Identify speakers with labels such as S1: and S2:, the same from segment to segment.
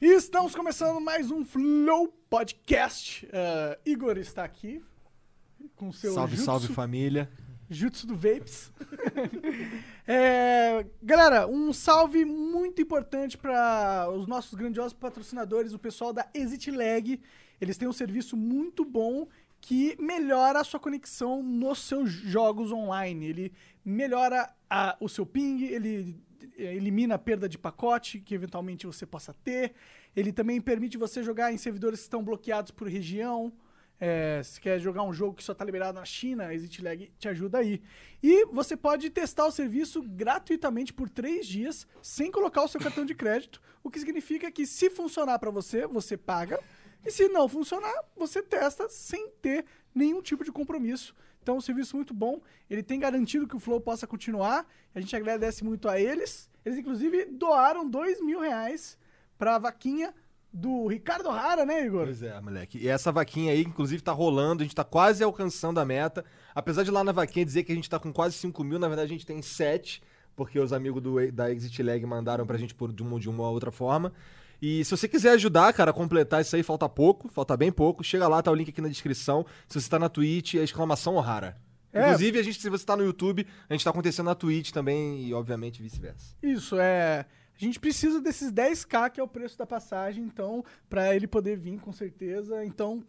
S1: E estamos começando mais um Flow Podcast. Ah, Igor está aqui com seu
S2: Salve,
S1: jutsu,
S2: salve família.
S1: jutsu do Vapes. É, galera, um salve muito importante para os nossos grandiosos patrocinadores, o pessoal da Exit Lag. Eles têm um serviço muito bom que melhora a sua conexão nos seus jogos online. Ele melhora a- o seu ping, ele eh, elimina a perda de pacote que eventualmente você possa ter. Ele também permite você jogar em servidores que estão bloqueados por região. É, se quer jogar um jogo que só está liberado na China, a Exit Lag te ajuda aí. E você pode testar o serviço gratuitamente por três dias, sem colocar o seu cartão de crédito, o que significa que se funcionar para você, você paga, e se não funcionar, você testa sem ter nenhum tipo de compromisso. Então, é um serviço muito bom. Ele tem garantido que o Flow possa continuar. A gente agradece muito a eles. Eles, inclusive, doaram dois mil reais para a vaquinha do Ricardo Rara, né, Igor?
S2: Pois é, moleque. E essa vaquinha aí, inclusive, tá rolando, a gente tá quase alcançando a meta. Apesar de lá na vaquinha dizer que a gente tá com quase 5 mil, na verdade a gente tem 7, porque os amigos do- da Exit Lag mandaram pra gente por de uma, de uma outra forma. E se você quiser ajudar, cara, a completar isso aí, falta pouco, falta bem pouco. Chega lá, tá o link aqui na descrição. Se você tá na Twitch, é exclamação rara.
S1: É.
S2: Inclusive, a gente, se você tá no YouTube, a gente tá acontecendo na Twitch também e, obviamente, vice-versa.
S1: Isso, é. A gente precisa desses 10k, que é o preço da passagem, então, pra ele poder vir, com certeza. Então,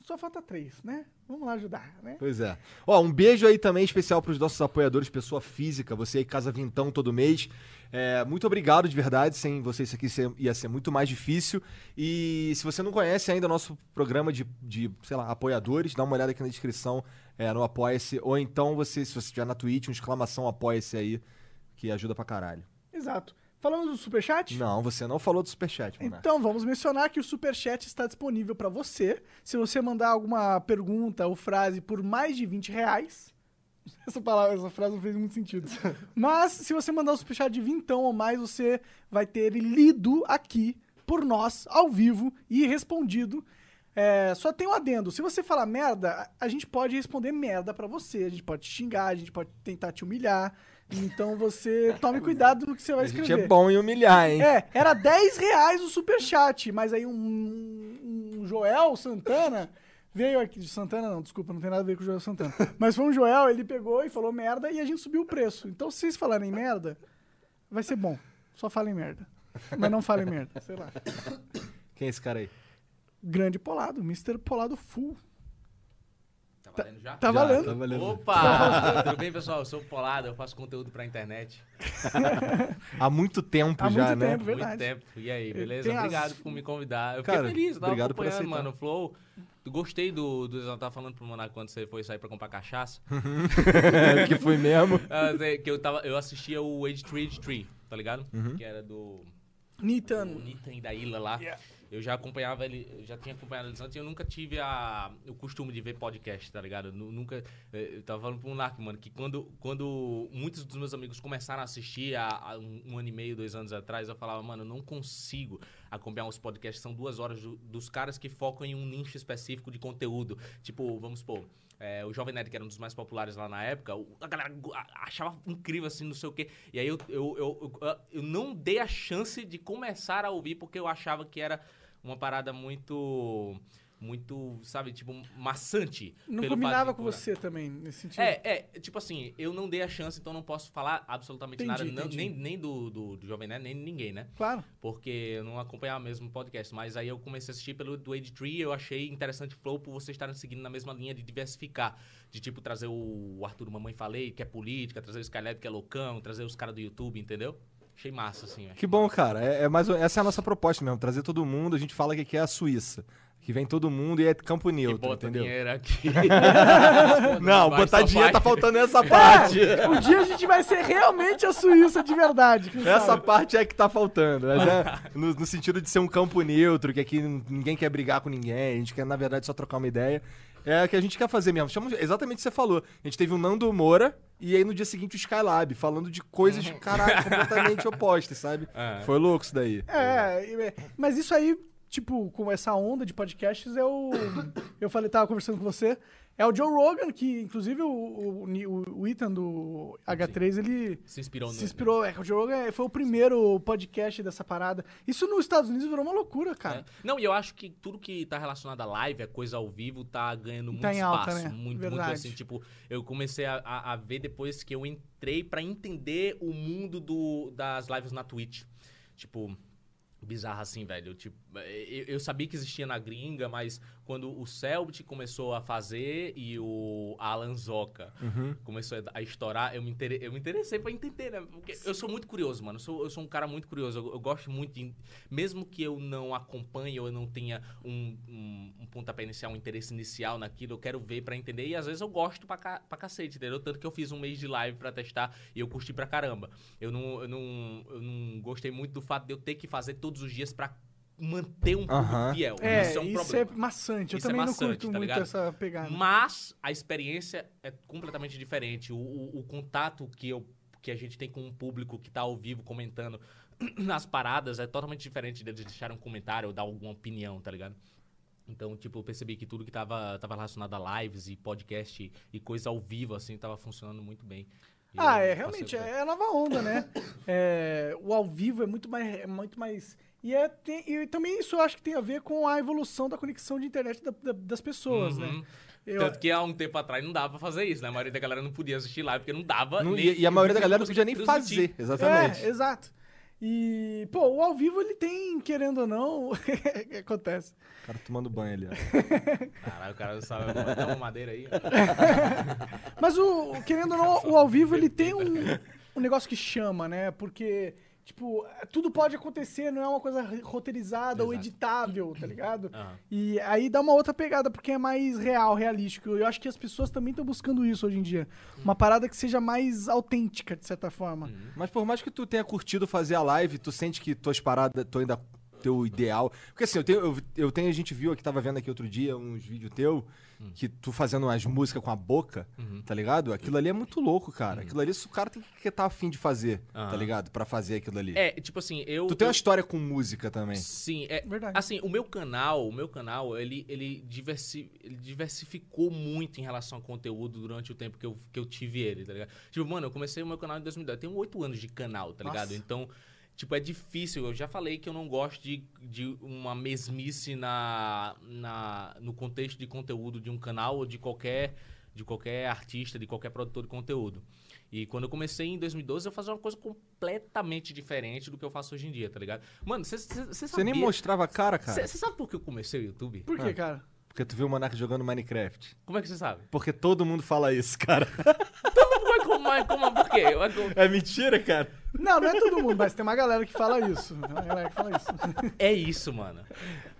S1: só falta 3, né? Vamos lá ajudar, né?
S2: Pois é. Ó, um beijo aí também especial pros nossos apoiadores, pessoa física, você aí Casa Vintão todo mês. É, muito obrigado de verdade, sem vocês isso aqui ser- ia ser muito mais difícil. E se você não conhece ainda o nosso programa de, de, sei lá, apoiadores, dá uma olhada aqui na descrição, é, no Apoia-se. Ou então, você, se você estiver na Twitch, um exclamação Apoia-se aí, que ajuda pra caralho.
S1: Exato. Falamos do superchat?
S2: Não, você não falou do Superchat, mano.
S1: Então, vamos mencionar que o Superchat está disponível para você. Se você mandar alguma pergunta ou frase por mais de 20 reais. Essa, palavra, essa frase não fez muito sentido. Mas, se você mandar o Superchat de vintão ou mais, você vai ter ele lido aqui por nós, ao vivo e respondido. É, só tem um adendo. Se você falar merda, a- a gente pode responder merda para você. A gente pode te xingar, a gente pode tentar te humilhar. Então, você tome cuidado no que você vai
S2: a
S1: escrever.
S2: gente é bom em humilhar, hein?
S1: É, era 10 reais o superchat, mas aí um, um Joel Santana veio aqui. de Santana não, desculpa, não tem nada a ver com o Joel Santana. Mas foi um Joel, ele pegou e falou merda e a gente subiu o preço. Então, se vocês falarem merda, vai ser bom. Só falem merda. Mas não falem merda, sei lá.
S2: Quem é esse cara aí?
S1: Grande Polado, Mr. Polado Full.
S3: Tá valendo já?
S1: Tá
S2: Já,
S1: valendo?
S2: Tá valendo.
S3: Opa! Tudo bem, pessoal? Eu sou o Polado, eu faço conteúdo pra internet.
S2: Há muito tempo
S1: Há
S2: já,
S1: muito
S2: né?
S1: tempo. Verdade.
S3: Muito tempo. E aí, beleza?
S1: Tem as-
S3: Obrigado por me convidar. Eu fiquei
S2: Cara,
S3: feliz, eu tava
S2: obrigado por
S3: acompanhando,
S2: aceitar.
S3: mano. O Flow. Gostei do, do. Eu tava falando pro Monaco quando você foi sair pra comprar cachaça.
S2: É, que fui mesmo.
S3: Ah, sei que eu, tava, eu assistia o Age Tree Age Tree, tá ligado?
S2: Uhum.
S3: Que era do.
S1: Nitan.
S3: do Nitan da Ilha lá. Eu já acompanhava ele, eu já tinha acompanhado eles antes e eu nunca tive a, o costume de ver podcast, tá ligado? Eu nu- nunca. eh, Eu tava falando pra um Lark, mano, que quando, quando muitos dos meus amigos começaram a assistir há, há um, um ano e meio, dois anos atrás, eu falava, mano, eu não consigo acompanhar uns podcasts, são duas horas do- dos caras que focam em um nicho específico de conteúdo. Tipo, vamos supor. eh, o Jovem Nerd, que era um dos mais populares lá na época, o- a galera go- a- achava incrível, assim, não sei o quê. E aí eu, eu, eu, eu, eu não dei a chance de começar a ouvir porque eu achava que era uma parada muito. Muito, sabe, tipo, maçante.
S1: Não
S3: pelo
S1: combinava
S3: fato de
S1: com
S3: curar.
S1: você também, nesse sentido.
S3: É, é, tipo assim, eu não dei a chance, então não posso falar absolutamente
S1: Entendi,
S3: nada, não-
S1: entendi.
S3: nem, nem do, do, do Jovem Nerd, nem de ninguém, né?
S1: Claro.
S3: Porque eu não acompanhava mesmo o podcast. Mas aí eu comecei a assistir pelo do Age Tree, eu achei interessante o Flow por vocês estarem seguindo na mesma linha de diversificar. De tipo, trazer o Arthur Mamãe Falei, que é política, trazer o Skylab, que é loucão, trazer os caras do YouTube, entendeu? Achei massa, assim, velho.
S2: Que bom, cara. É, é mais, ou- essa é a nossa proposta mesmo, trazer todo mundo. A gente fala que aqui é a Suíça. Que vem todo mundo e é campo
S3: E
S2: neutro,
S3: bota
S2: entendeu?
S3: dinheiro aqui.
S2: Não,
S3: é. Vai,
S2: botar
S3: só
S2: dinheiro tá
S3: vai.
S2: faltando essa parte.
S1: Um dia a gente vai ser realmente a Suíça de verdade. quem
S2: Essa
S1: sabe?
S2: parte é que tá faltando, mas é no, no sentido de ser um campo neutro, que aqui n- ninguém quer brigar com ninguém, a gente quer, na verdade, só trocar uma ideia. É o que a gente quer fazer mesmo. Chama- exatamente o que você falou. A gente teve o Nando Moura e aí no dia seguinte o Skylab, falando de coisas, caraca, completamente opostas, sabe?
S3: É.
S2: Foi louco isso daí.
S1: É, e- é, mas isso aí, tipo, com essa onda de podcasts, é o. eu falei, tava conversando com você. É o Joe Rogan, que inclusive o, o, Ni- o- o Ethan do H3, ele
S3: Se inspirou
S1: se
S3: nele.
S1: inspirou. É, que o Joe Rogan foi o primeiro podcast dessa parada. Isso nos Estados Unidos virou uma loucura, cara.
S3: É. Não, e eu acho que tudo que tá relacionado à live, a coisa ao vivo, tá ganhando muito
S1: Tá em alta,
S3: espaço.
S1: né?
S3: Muito,
S1: Verdade.
S3: muito assim. Tipo, eu comecei a, a- a ver depois que eu entrei pra entender o mundo do, das lives na Twitch. Tipo. Bizarro assim, velho. Tipo, eu, eu sabia que existia na gringa, mas quando o Selbit começou a fazer e o Alan Zoca começou a estourar, eu me, intere- eu me interessei pra entender, né? Porque eu sou muito curioso, mano. Eu sou, eu sou um cara muito curioso. Eu, eu gosto muito, de, mesmo que eu não acompanhe ou eu não tenha um, um, um pontapé inicial, um interesse inicial naquilo, eu quero ver pra entender. E às vezes eu gosto pra, ca, pra cacete, entendeu? Tanto que eu fiz um mês de live pra testar e eu curti pra caramba. Eu não, eu não, eu não gostei muito do fato de eu ter que fazer todos os dias pra manter um público
S2: Aham.
S3: fiel.
S1: É,
S3: isso é um problema.
S1: maçante. Eu
S3: Isso é
S1: também não
S3: maçante,
S1: curto
S3: tá
S1: muito
S3: ligado?
S1: essa pegada.
S3: Mas a experiência é completamente diferente. O, o- o contato que, eu, que a gente tem com o público que tá ao vivo comentando nas paradas é totalmente diferente deles deixarem um comentário ou dar alguma opinião, tá ligado? Então, tipo, eu percebi que tudo que tava, tava relacionado a lives e podcast e coisa ao vivo, assim, tava funcionando muito bem. E
S1: Ah,
S3: eu
S1: é,
S3: passei
S1: realmente,
S3: por-
S1: é a nova onda, né? É, o ao vivo é muito mais. É muito mais e, é, tem- e também isso eu acho que tem a ver com a evolução da conexão de internet da- da- das pessoas,
S3: Uhum.
S1: né? Eu-
S3: Tanto que há um tempo atrás não dava pra fazer isso, né? A maioria da galera não podia assistir live porque não dava.
S2: Não-
S3: nem-
S2: e, e a maioria da galera não podia nem
S3: transmitir.
S2: fazer, exatamente.
S1: É, exato. E, pô, o ao vivo ele tem, querendo ou não, acontece.
S2: O cara tomando banho ali, ó.
S3: Uhum. Caralho, o cara sabe. Dá uma madeira aí. né?
S1: Mas o, o- querendo ou não, o ao vivo ele tem um, um negócio que chama, né? Porque, tipo, tudo pode acontecer, não é uma coisa roteirizada ou
S3: Exato.
S1: editável, tá ligado?
S3: Aham.
S1: E aí dá uma outra pegada, porque é mais real, realístico. Eu acho que as pessoas também estão buscando isso hoje em dia. Uma parada que seja mais autêntica, de certa forma.
S3: Hum.
S2: Mas por mais que tu tenha curtido fazer a live, tu sente que tuas paradas, tu ainda teu ideal. Porque assim, eu tenho, eu, eu tenho a gente viu aqui, tava vendo aqui outro dia uns vídeos teu,
S3: Hum.
S2: que tu fazendo as músicas com a boca,
S3: Uhum.
S2: tá ligado? Aquilo ali é muito louco, cara. Aquilo ali o cara tem que estar afim de fazer, tá
S3: Aham.
S2: ligado? Pra fazer aquilo ali.
S3: É, tipo assim, eu.
S2: Tu tem
S3: eu-
S2: uma história com música também.
S3: Sim, é.
S1: Verdade.
S3: Assim, o meu canal, o meu canal, ele, ele, diversi, ele diversificou muito em relação ao conteúdo durante o tempo que eu, que eu tive ele, tá ligado? Tipo, mano, eu comecei o meu canal em 2010. Eu tenho oito anos de canal, tá ligado?
S1: Nossa.
S3: Então, tipo, é difícil. Eu já falei que eu não gosto de, de uma mesmice na, na, no contexto de conteúdo de um canal ou de qualquer, de qualquer artista, de qualquer produtor de conteúdo. E quando eu comecei em 2012, eu fazia uma coisa completamente diferente do que eu faço hoje em dia, tá ligado? Mano, você
S2: Você nem mostrava a cara, cara.
S3: Você sabe por que eu comecei o YouTube?
S1: Por quê,
S2: Ah.
S1: cara?
S2: Porque tu viu o Monark jogando Minecraft.
S3: Como é que você sabe?
S2: Porque todo mundo fala isso, cara.
S3: Como é, como é, como é, por quê? Eu- eu-
S2: É mentira, cara.
S1: Não, não é todo mundo, mas tem uma galera que fala isso. Tem uma galera que fala isso.
S3: É isso, mano.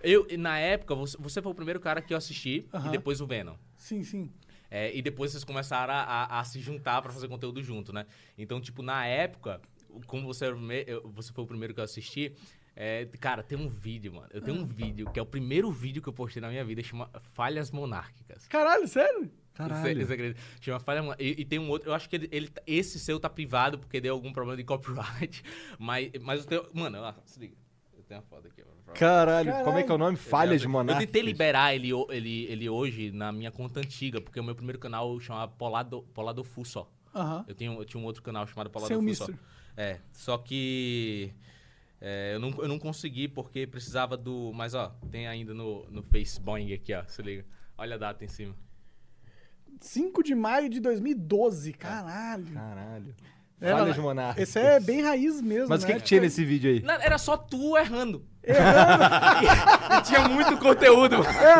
S3: Eu, na época, você, você foi o primeiro cara que eu assisti
S1: Aham.
S3: e depois o Venom.
S1: Sim, sim.
S3: É, e depois vocês começaram a, a- a se juntar pra fazer conteúdo junto, né? Então, tipo, na época, como você, era o prime- eu- você foi o primeiro que eu assisti, é, cara, tem um vídeo, mano. Eu tenho um vídeo que é o primeiro vídeo que eu postei na minha vida, chama Falhas Monárquicas.
S1: Caralho, sério?
S3: Você,
S2: Caralho.
S3: você acredita? Chama Falha Mon- e, e tem um outro, eu acho que ele, ele- esse seu tá privado porque deu algum problema de copyright. Mas, mas o teu. Mano, ó, se liga. Eu tenho uma foto aqui. ó.
S2: Caralho, como é que é o nome?
S3: Eu
S2: Falhas
S3: tenho-
S2: Monark.
S3: Eu tentei liberar ele, ho- ele, ele hoje na minha conta antiga, porque o meu primeiro canal chamava Polado, Polado Full só.
S1: Aham.
S3: Eu, tenho, eu tinha um outro canal chamado Polado
S1: Sem o
S3: Full só.
S1: Mister.
S3: É, só que. é, eu, não, eu não consegui porque precisava do. Mas ó, tem ainda no, no Face Boing aqui, ó. Se liga. Olha a data em cima.
S1: 5 de maio de 2012, caralho.
S2: Caralho.
S1: É,
S2: Falhas
S1: não,
S2: Monark.
S1: Esse é bem raiz mesmo,
S2: Mas o que,
S1: né?
S2: que tinha nesse vídeo aí?
S3: Não, era só tu errando. Errando? e, e tinha muito conteúdo.
S1: né?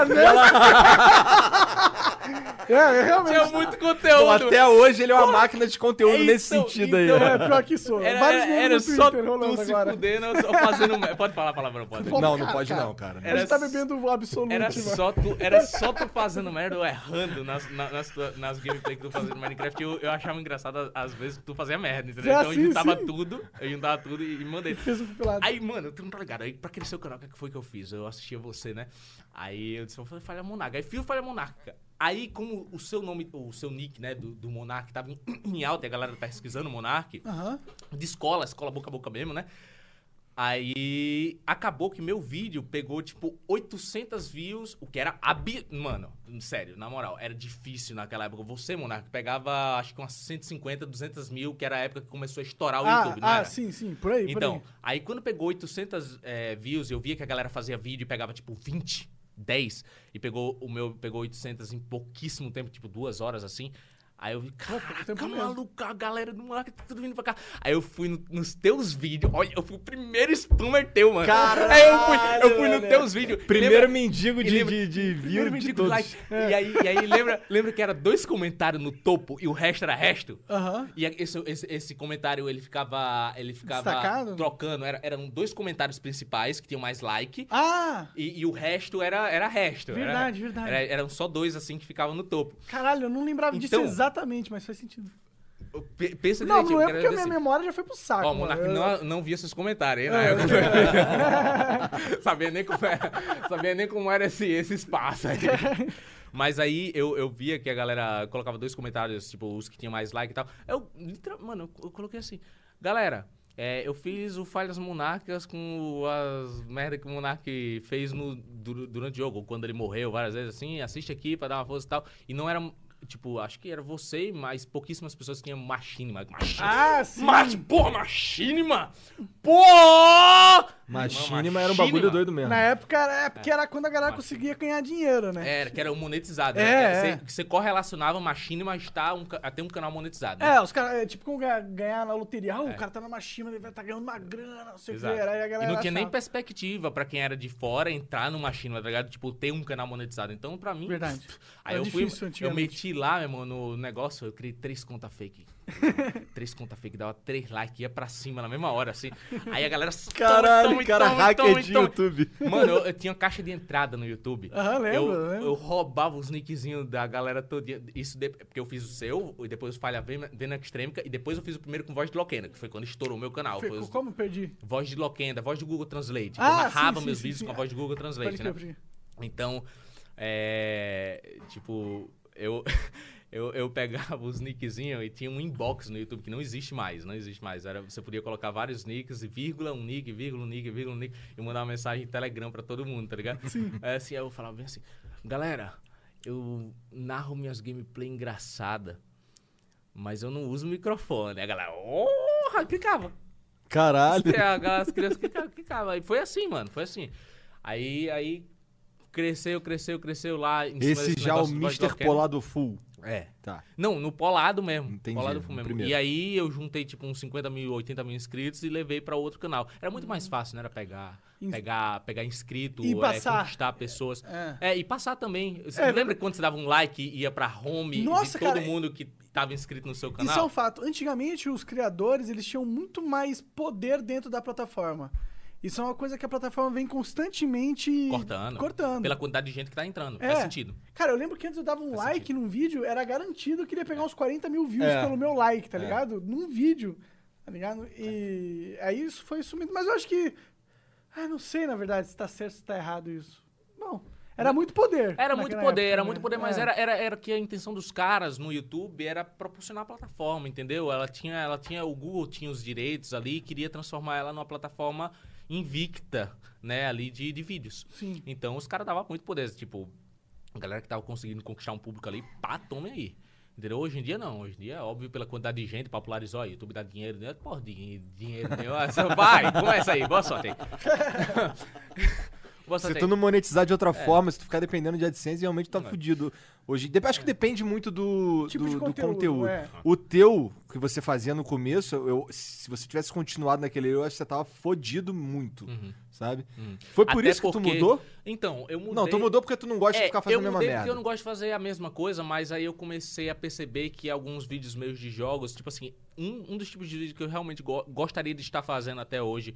S1: É, né? É, realmente.
S3: Tinha muito
S2: Então,
S3: conteúdo.
S2: até hoje ele é uma máquina de conteúdo
S3: É,
S2: nesse
S3: então,
S2: sentido aí.
S3: então,
S2: né?
S1: É, pior que isso.
S3: Era,
S1: Vários
S3: era,
S1: memes
S3: era
S1: no
S3: só
S1: Twitter rolando
S3: tu se
S1: agora.
S3: fudendo ou fazendo... mer- Pode falar a palavra, não pode.
S2: Não, não
S1: Cara,
S2: pode
S1: cara.
S2: não, cara.
S1: A
S3: Era
S1: gente tá bebendo o absoluto.
S3: Era
S1: mano.
S3: só, tu, era só tu fazendo merda ou errando nas, na- nas, tua- nas gameplays que tu fazia no Minecraft. Eu, eu achava engraçado a- às vezes que tu fazia merda, entendeu?
S1: É
S3: então
S1: assim,
S3: eu juntava
S1: sim.
S3: tudo, eu juntava tudo e, e mandei.
S1: Fez um compilado.
S3: Aí, mano, tu não tá ligado. Aí, pra crescer o canal, o que que foi que eu fiz? Eu assistia você, né? Aí eu disse, vou fazer Falha Monarca. Aí fiz o Falha Monarca. Aí, como o seu nome, o seu nick, né, do, do Monark tava em, em alta e a galera tá pesquisando o Monark,
S1: Aham.
S3: de escola, escola boca a boca mesmo, né? Aí acabou que meu vídeo pegou tipo 800 views, o que era abi, mano, sério, na moral, era difícil naquela época. Você, Monark, pegava acho que umas 150, 200 mil, que era a época que começou a estourar o
S1: Ah,
S3: YouTube, não
S1: ah,
S3: era?
S1: sim, sim. Por aí, por
S3: Então,
S1: aí.
S3: aí quando pegou 800 é, views, eu via que a galera fazia vídeo e pegava tipo 20, 10, e pegou o meu pegou 800 em pouquíssimo tempo, tipo duas horas assim. Aí eu vi,
S1: tempo
S3: caraca,
S1: mesmo."
S3: maluco, a galera do moleque tá tudo vindo pra cá. Aí eu fui no- nos teus vídeos, olha, eu fui o primeiro spammer teu, mano. aí eu fui, eu fui nos
S2: velho.
S3: teus vídeos.
S2: Primeiro mendigo
S3: e
S2: de,
S3: lembra-
S2: de, de view
S3: Primeiro me
S2: de
S3: digo
S2: todos.
S3: like. E aí, e aí lembra, lembra que era dois comentários no topo e o resto era resto?
S1: Aham.
S3: E a- esse, esse, esse comentário, ele ficava. Ele ficava
S1: Destacado?
S3: trocando. Era, eram dois comentários principais que tinham mais like.
S1: Ah!
S3: E, e o resto era, era resto. era-
S1: Verdade, verdade.
S3: era- eram só dois assim que ficavam no topo.
S1: Caralho, eu não lembrava disso
S3: Então-
S1: exatamente, mas faz sentido.
S3: P- pensa
S1: Não, não
S3: direitinho,
S1: é
S3: eu quero
S1: porque a minha
S3: agradecer.
S1: memória já foi pro saco. né?
S3: Ó, o
S1: mano.
S3: Monark
S1: Eu- É.
S3: não, é- não via seus comentários, hein, né? sabia, nem como era, sabia nem como era esse, esse espaço aí. Mas aí eu, eu via que a galera colocava dois comentários, tipo, os que tinham mais like e tal. Eu, literal- mano, eu, eu coloquei assim, galera. é, eu fiz o Falhas Monarcas com as merda que o Monark fez no, du- durante o jogo, quando ele morreu várias vezes, assim, assiste aqui pra dar uma força e tal. E não era, tipo, acho que era você, mas pouquíssimas pessoas tinham Machine, Machine.
S1: Ah, sim.
S3: Mas, porra, Machinima! Porra!
S2: Machinima era um bagulho doido mesmo.
S1: Na época era, é porque era quando a galera conseguia ganhar dinheiro, né?
S3: Era, que era o monetizado.
S1: É,
S3: né?
S1: é.
S3: Você, você correlacionava Machinima está um, ca- a ter um canal monetizado. né? É.
S1: É, os caras, é, tipo, como ganhar, ganhar na loteria, ah, o cara tá numa chima, ele vai tá ganhando uma grana, não sei o que,
S3: Exato.
S1: aí a galera
S3: E não tinha nem
S1: achava.
S3: perspectiva pra quem era de fora entrar no Machinima, tá ligado? Tipo, ter um canal monetizado. Então, pra mim.
S1: Verdade.
S3: Aí
S1: Era
S3: eu fui.
S1: difícil
S3: Eu
S1: antigamente.
S3: meti lá, meu irmão, no negócio, eu criei três contas fake. três contas fake, dava três likes, ia pra cima na mesma hora, assim. Aí a galera. "Tome,
S2: Caralho,
S3: tome,
S2: cara,
S3: tome,
S2: hacker
S3: tome,
S2: de
S3: tome."
S2: YouTube.
S3: Mano, eu, eu tinha caixa de entrada no YouTube.
S1: Aham, lembro,
S3: eu,
S1: lembro. né?
S3: eu roubava os nickzinhos da galera toda. Isso de- porque eu fiz o seu, e depois o Falha Vena Vena Extrêmica, e depois eu fiz o primeiro com voz de Loquenda, que foi quando estourou o meu canal.
S1: Fe-
S3: Foi os-
S1: Como perdi?
S3: voz de Loquenda, voz do Google Translate.
S1: Ah,
S3: eu narrava
S1: sim, sim,
S3: meus
S1: sim,
S3: vídeos
S1: sim.
S3: com a voz do Google
S1: Pode
S3: Translate,
S1: que eu
S3: né?
S1: perdi.
S3: Então, é. Tipo, eu. Eu, eu pegava os nickzinhos e tinha um inbox no YouTube que não existe mais, não existe mais. Era, você podia colocar vários nicks, e vírgula, um nick, vírgula, um nick, vírgula, um nick, e mandar uma mensagem em Telegram pra todo mundo, tá ligado? Sim. É, assim, aí eu falava bem assim, galera, eu narro minhas gameplay engraçada, mas eu não uso microfone. Aí a galera, oh, clicava,
S2: Caralho.
S3: as, crianças- as crianças clicavam, clicavam. E foi assim, mano, foi assim. Aí, aí cresceu, cresceu, cresceu lá. Em cima
S2: Esse
S3: desse
S2: já é o
S3: negócio do Voz um. do
S2: Mr.
S3: Rock and Roll.
S2: Polado Full.
S3: É.
S2: Tá.
S3: Não, no Polado mesmo.
S2: Entendi,
S3: Polado foi
S2: no
S3: mesmo.
S2: primeiro.
S3: E aí eu juntei tipo uns 50 mil, 80 mil inscritos e levei pra outro canal. Era muito mais fácil, né? Era pegar,
S1: Ins-
S3: pegar, pegar inscrito,
S1: E
S3: é,
S1: passar.
S3: conquistar pessoas.
S1: É.
S3: É, e passar também. Você
S1: É,
S3: lembra quando você dava um like e ia pra home
S1: Nossa,
S3: de todo
S1: cara,
S3: mundo que tava inscrito no seu canal?
S1: Isso é um fato. Antigamente, os criadores, eles tinham muito mais poder dentro da plataforma. Isso é uma coisa que a plataforma vem constantemente...
S3: Cortando.
S1: Cortando.
S3: Ah, Pela quantidade de gente que tá entrando.
S1: É.
S3: Faz sentido.
S1: Cara, eu lembro que antes eu dava um
S3: Faz
S1: like num vídeo, era garantido que ele ia pegar uns 40 mil views
S2: É.
S1: pelo meu like, tá
S2: É.
S1: ligado? Num vídeo, tá ligado? E aí isso foi sumindo. Mas eu acho que. Ah, não sei, na verdade, se tá certo se tá errado isso. Bom, era muito poder.
S3: Era
S1: naquela
S3: muito poder,
S1: época,
S3: era
S1: né?
S3: muito poder, mas
S1: É.
S3: era, era, era que a intenção dos caras no YouTube era proporcionar a plataforma, entendeu? Ela tinha, ela tinha, o Google tinha os direitos ali e queria transformar ela numa plataforma invicta, né, ali de, de vídeos.
S1: Sim.
S3: Então os caras davam muito poder, tipo, a galera que tava conseguindo conquistar um público ali, pá, tome aí. Entendeu? Hoje em dia não, hoje em dia, óbvio, pela quantidade de gente, popularizou, ó, YouTube dá dinheiro, né? Porra, dinhe- dinheiro, né? Vai, começa aí, boa sorte aí. Boa
S2: Se
S3: sorte
S2: tu
S3: aí.
S2: não monetizar de outra
S3: É.
S2: forma, se tu ficar dependendo de AdSense, realmente tá
S3: Não é.
S2: fudido. Hoje, de- acho que depende muito do,
S1: Tipo
S2: do,
S1: de
S2: do
S1: conteúdo,
S2: conteúdo. né?
S1: é.
S2: O teu, que você fazia no começo, eu- se você tivesse continuado naquele, eu acho que você tava fodido muito, sabe? Foi por
S3: Uhum. Até
S2: isso que tu
S3: porque-
S2: mudou?
S3: Então, eu mudei.
S2: Não, tu mudou porque tu não gosta
S3: É,
S2: de ficar fazendo
S3: eu
S2: a mesma
S3: mudei
S2: merda.
S3: porque eu não gosto de fazer a mesma coisa, mas aí eu comecei a perceber que alguns vídeos meus de jogos, tipo assim, um, um dos tipos de vídeo que eu realmente go- gostaria de estar fazendo até hoje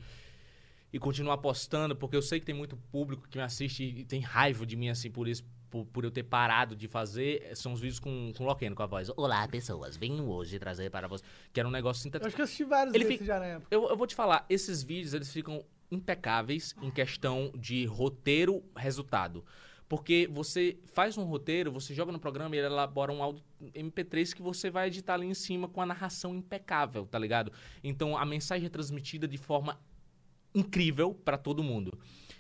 S3: e continuar postando, porque eu sei que tem muito público que me assiste e tem raiva de mim, assim, por isso. Por, por eu ter parado de fazer, eh, são os vídeos com, com o Loquendo, com a voz. Olá, pessoas, venho hoje trazer para vocês. Que era um negócio
S1: Eu
S3: sintetizado.
S1: acho que eu assisti vários
S3: Ele
S1: desses
S3: fica-
S1: já né? na época.
S3: Eu, eu vou te falar, esses vídeos eles ficam impecáveis em questão de roteiro, resultado. Porque você faz um roteiro, você joga no programa e ele elabora um áudio MP3 que você vai editar ali em cima com a narração impecável, tá ligado? Então a mensagem é transmitida de forma incrível pra todo mundo.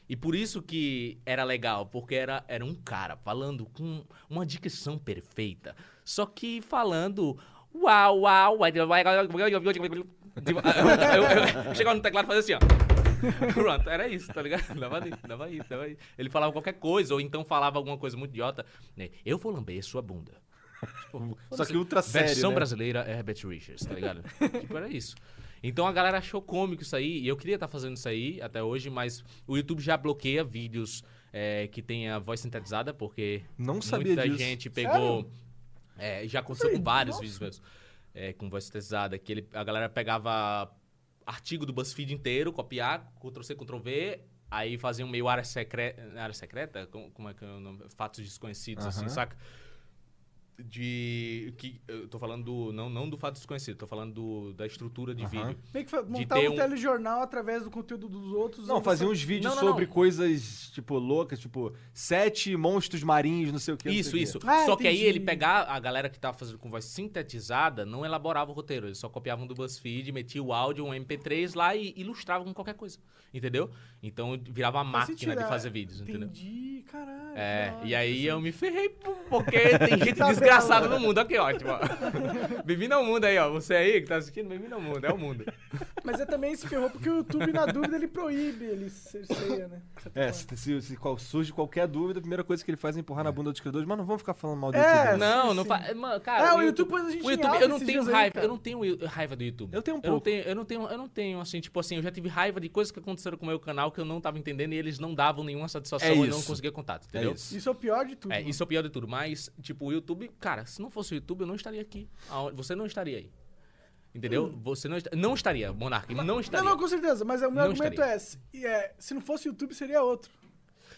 S3: E por isso que era legal, porque era, era um cara falando com uma dicção perfeita, só que falando uau, uau, uau, uau, uau, uau, uau, uau, Tipo, eu, eu, eu chegava no teclado e fazia assim, ó. Pronto, era isso, tá ligado? Dava isso, dava isso, dava isso. Ele falava qualquer coisa, ou então falava alguma coisa muito idiota. Né? Eu vou lamber sua bunda. Tipo,
S2: Só que ultra sério,
S3: Versão
S2: né?
S3: brasileira é Herbert Richards, tá ligado? tipo, era isso. Então a galera achou cômico isso aí, e eu queria estar fazendo isso aí até hoje, mas o YouTube já bloqueia vídeos é, que tenha voz sintetizada, porque
S2: Não sabia
S3: muita
S2: disso.
S3: gente pegou. É, já aconteceu com vários vídeos meus, é, com voz sintetizada, que ele- a galera pegava artigo do BuzzFeed inteiro, copiar, Ctrl-C, Ctrl-V, aí fazia um meio área secreta, área secreta? Como, como é que é o nome? Fatos desconhecidos, assim,
S2: Aham.
S3: saca? De... que Eu tô falando do... Não, não do fato desconhecido, tô falando do- da estrutura de
S2: Aham.
S3: vídeo.
S1: Meio que fa- montar
S3: ter
S1: um,
S3: um-
S1: telejornal através do conteúdo dos outros.
S2: Não,
S1: onde
S2: fazia
S1: você-
S2: uns vídeos
S3: Não, não,
S2: sobre
S3: não.
S2: coisas, tipo, loucas, tipo, sete monstros marinhos, não sei o que.
S3: Isso, isso.
S1: Ah,
S3: só que aí
S1: entendi.
S3: ele pegava, a galera que tava fazendo com voz sintetizada, não elaborava o roteiro. Eles só copiavam do BuzzFeed, metia o áudio, um MP3 lá e ilustrava com qualquer coisa. Entendeu? Então virava uma
S1: Faz
S3: máquina
S1: sentido,
S3: de
S1: é.
S3: fazer vídeos, entendeu?
S1: Entendi, caralho.
S3: É,
S1: que
S3: e
S1: da hora.
S3: aí eu me ferrei, pô, porque tem gente
S1: Tá
S3: desgraçada
S1: vendo?
S3: no mundo. Olha que ótimo, ó. Bem-vindo ao mundo aí, ó. Você aí que tá assistindo, bem-vindo ao mundo. É o mundo.
S1: Mas é também se ferrou porque o YouTube, na dúvida, ele proíbe, ele cerceia, né?
S2: É, se, se- se qual- surge qualquer dúvida, a primeira coisa que ele faz é empurrar na bunda dos criadores, mas não vamos ficar falando mal do
S1: É,
S2: YouTube. não.
S3: Não, não
S1: sim.
S3: faz. Cara,
S1: É, o YouTube pôs a gente
S3: o
S1: em
S3: YouTube,
S1: alta
S3: eu não
S1: esses
S3: tenho
S1: dias aí,
S3: raiva,
S1: cara.
S3: eu não tenho i- raiva do YouTube.
S2: Eu tenho um
S3: Eu não
S2: pouco.
S3: tenho, eu não tenho, eu não tenho, assim, tipo assim, eu já tive raiva de coisas que aconteceram com o meu canal que eu não tava entendendo e eles não davam nenhuma satisfação
S2: É
S3: e não
S2: isso.
S3: conseguia contato,
S2: É
S3: entendeu?
S2: isso.
S1: Isso é o pior de tudo.
S3: É,
S1: mano.
S3: isso é o pior de tudo, mas, tipo, o YouTube, cara, se não fosse o YouTube, eu não estaria aqui. Aonde- Você não estaria aí. Entendeu? Você não, est- não estaria, Monark, não
S1: Não,
S3: estaria.
S1: não, com certeza, mas é, o meu
S3: Não
S1: argumento
S3: estaria.
S1: é, se- e é: se não fosse YouTube, seria outro.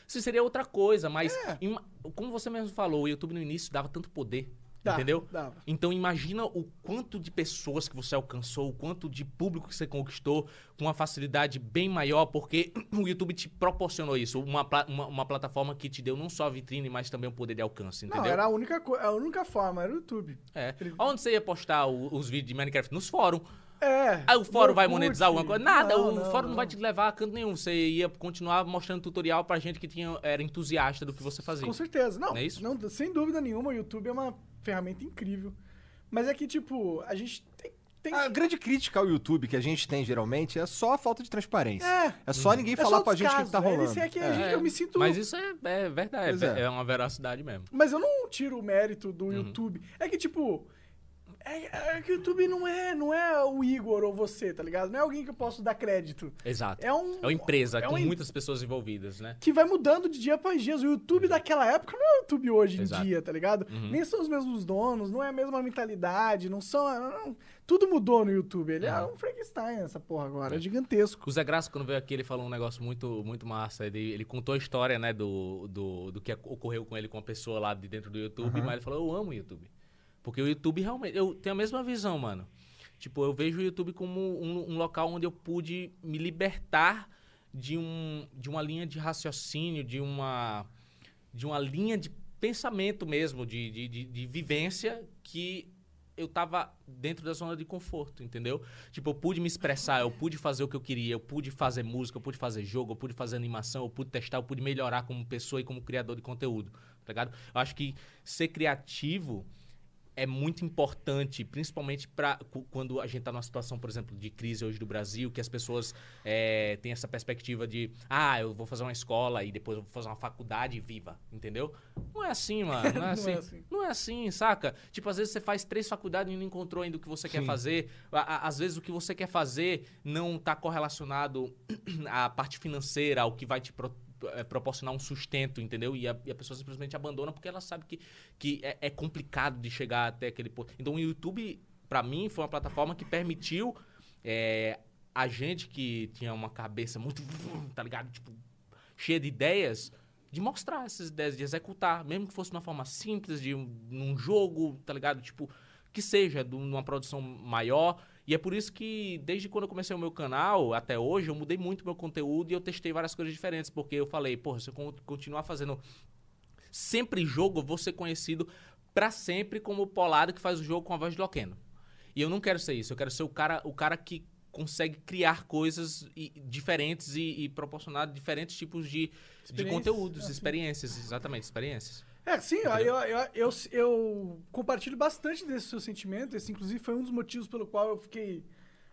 S3: Isso seria outra coisa, mas em uma- como você mesmo falou, o YouTube no início dava tanto poder,
S1: Dá,
S3: entendeu?
S1: dá.
S3: Então imagina o quanto de pessoas que você alcançou, o quanto de público que você conquistou com uma facilidade bem maior, porque o YouTube te proporcionou isso, uma, pla- uma, uma plataforma que te deu não só a vitrine, mas também o poder de alcance, entendeu?
S1: Não, era a única, co- a única forma, era o YouTube.
S3: É. Onde você ia postar o- os vídeos de Minecraft? Nos fóruns.
S1: É.
S3: Aí Ah, o fórum
S1: no
S3: vai
S1: Orkut.
S3: monetizar alguma coisa? Nada, o fórum não, vai te
S1: não.
S3: levar a canto nenhum. Você ia continuar mostrando tutorial pra gente que tinha, era entusiasta do que você fazia.
S1: Com certeza. Não,
S3: Não é isso?
S1: não, sem dúvida nenhuma, o YouTube é uma ferramenta incrível. Mas é que, tipo, a gente tem, tem
S3: Ah,
S2: A grande crítica ao YouTube que a gente tem geralmente é só a falta de transparência.
S1: É.
S2: É só ninguém falar pra gente o que que tá rolando.
S1: Eles, é que a
S2: É.
S1: gente, eu me sinto...
S3: Mas isso é, é verdade,
S2: Pois
S3: é,
S2: é.
S3: é uma veracidade mesmo.
S1: Mas eu não tiro o mérito
S3: Uhum.
S1: do YouTube. É que, tipo. É, é que o YouTube não é, não é o Igor ou você, tá ligado? Não é alguém que eu posso dar crédito.
S3: Exato.
S1: É um.
S3: É uma empresa
S1: é
S3: com
S1: uma em-
S3: muitas pessoas envolvidas, né?
S1: Que vai mudando de dia pra dia. O YouTube daquela época não é o YouTube hoje
S3: Exato. Uhum.
S1: em dia, tá ligado? Nem são os mesmos donos, não é a mesma mentalidade, não são. não- tudo mudou no YouTube. Ele é,
S3: É.
S1: um Frankenstein, essa porra agora. É gigantesco.
S3: O Zé Graça, quando veio aqui, ele falou um negócio muito, muito massa. Ele, ele contou a história, né, do, do, do que ocorreu com ele com a pessoa lá de dentro do YouTube, mas ele falou, eu amo o YouTube. Porque o YouTube realmente. Eu tenho a mesma visão, mano. Tipo, eu vejo o YouTube como um, um local onde eu pude me libertar de, um, de uma linha de raciocínio, de uma, de uma linha de pensamento mesmo, de, de, de, de vivência que eu tava dentro da zona de conforto, entendeu? Tipo, eu pude me expressar, eu pude fazer o que eu queria, eu pude fazer música, eu pude fazer jogo, eu pude fazer animação, eu pude testar, eu pude melhorar como pessoa e como criador de conteúdo, tá ligado? Eu acho que ser criativo é muito importante, principalmente para quando a gente está numa situação, por exemplo, de crise hoje do Brasil, que as pessoas é, têm essa perspectiva de ah, eu vou fazer uma escola e depois eu vou fazer uma faculdade viva, entendeu? Não é assim, mano. Não é, assim. Não é assim, saca? Tipo, às vezes você faz três faculdades e não encontrou ainda o que você quer
S2: Sim.
S3: fazer. A- a- Às vezes o que você quer fazer não está correlacionado à parte financeira, ao que vai te pro- eh, proporcionar um sustento, entendeu? E a, e a pessoa simplesmente abandona porque ela sabe que, que é, é complicado de chegar até aquele ponto. Então o YouTube, pra mim, foi uma plataforma que permitiu eh, a gente que tinha uma cabeça muito, tá ligado? Tipo, cheia de ideias, de mostrar essas ideias, de executar, mesmo que fosse de uma forma simples, de um, num jogo, tá ligado? Tipo, que seja, de uma produção maior. E é por isso que, desde quando eu comecei o meu canal até hoje, eu mudei muito meu conteúdo e eu testei várias coisas diferentes, porque eu falei, porra, se eu con- continuar fazendo sempre jogo, eu vou ser conhecido pra sempre como o Polado que faz o jogo com a voz de Loqueno. E eu não quero ser isso, eu quero ser o cara, o cara que consegue criar coisas e- diferentes e, e proporcionar diferentes tipos de, de
S1: Experiências,
S3: conteúdos,
S1: assim.
S3: experiências, exatamente, experiências.
S1: É, sim, eu,
S3: Entendeu?
S1: eu, eu, eu, eu compartilho bastante desse seu sentimento. Esse, inclusive, foi um dos motivos pelo qual eu fiquei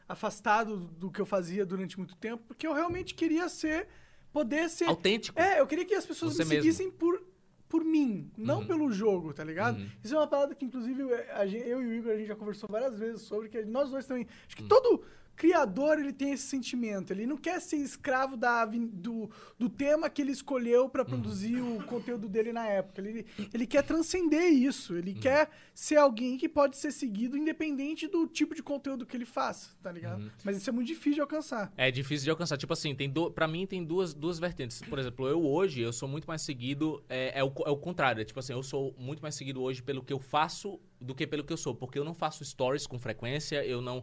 S1: afastado do que eu fazia durante muito tempo, porque eu realmente queria ser. poder ser.
S3: Autêntico.
S1: É, eu queria que as pessoas
S3: Você
S1: me
S3: mesmo.
S1: seguissem por, por mim, não
S3: Uhum.
S1: pelo jogo, tá ligado?
S3: Uhum.
S1: Isso é uma parada que, inclusive, é, a gen- eu e o Igor, a gente já conversou várias vezes sobre, que nós dois também. Acho
S3: Hum.
S1: que todo criador, ele tem esse sentimento. Ele não quer ser escravo da, vin- do, do tema que ele escolheu
S3: Uhum.
S1: pra produzir o conteúdo dele na época. Ele, ele quer transcender isso. Ele
S3: Uhum.
S1: quer ser alguém que pode ser seguido independente do tipo de conteúdo que ele faça, tá ligado?
S3: Uhum.
S1: Mas isso é muito difícil de alcançar.
S3: É difícil de alcançar. Tipo assim, tem do... pra mim tem duas, duas vertentes. Por exemplo, eu hoje, eu sou muito mais seguido. É, é o, co- é o contrário. É tipo assim, eu sou muito mais seguido hoje pelo que eu faço do que pelo que eu sou. Porque eu não faço stories com frequência, eu não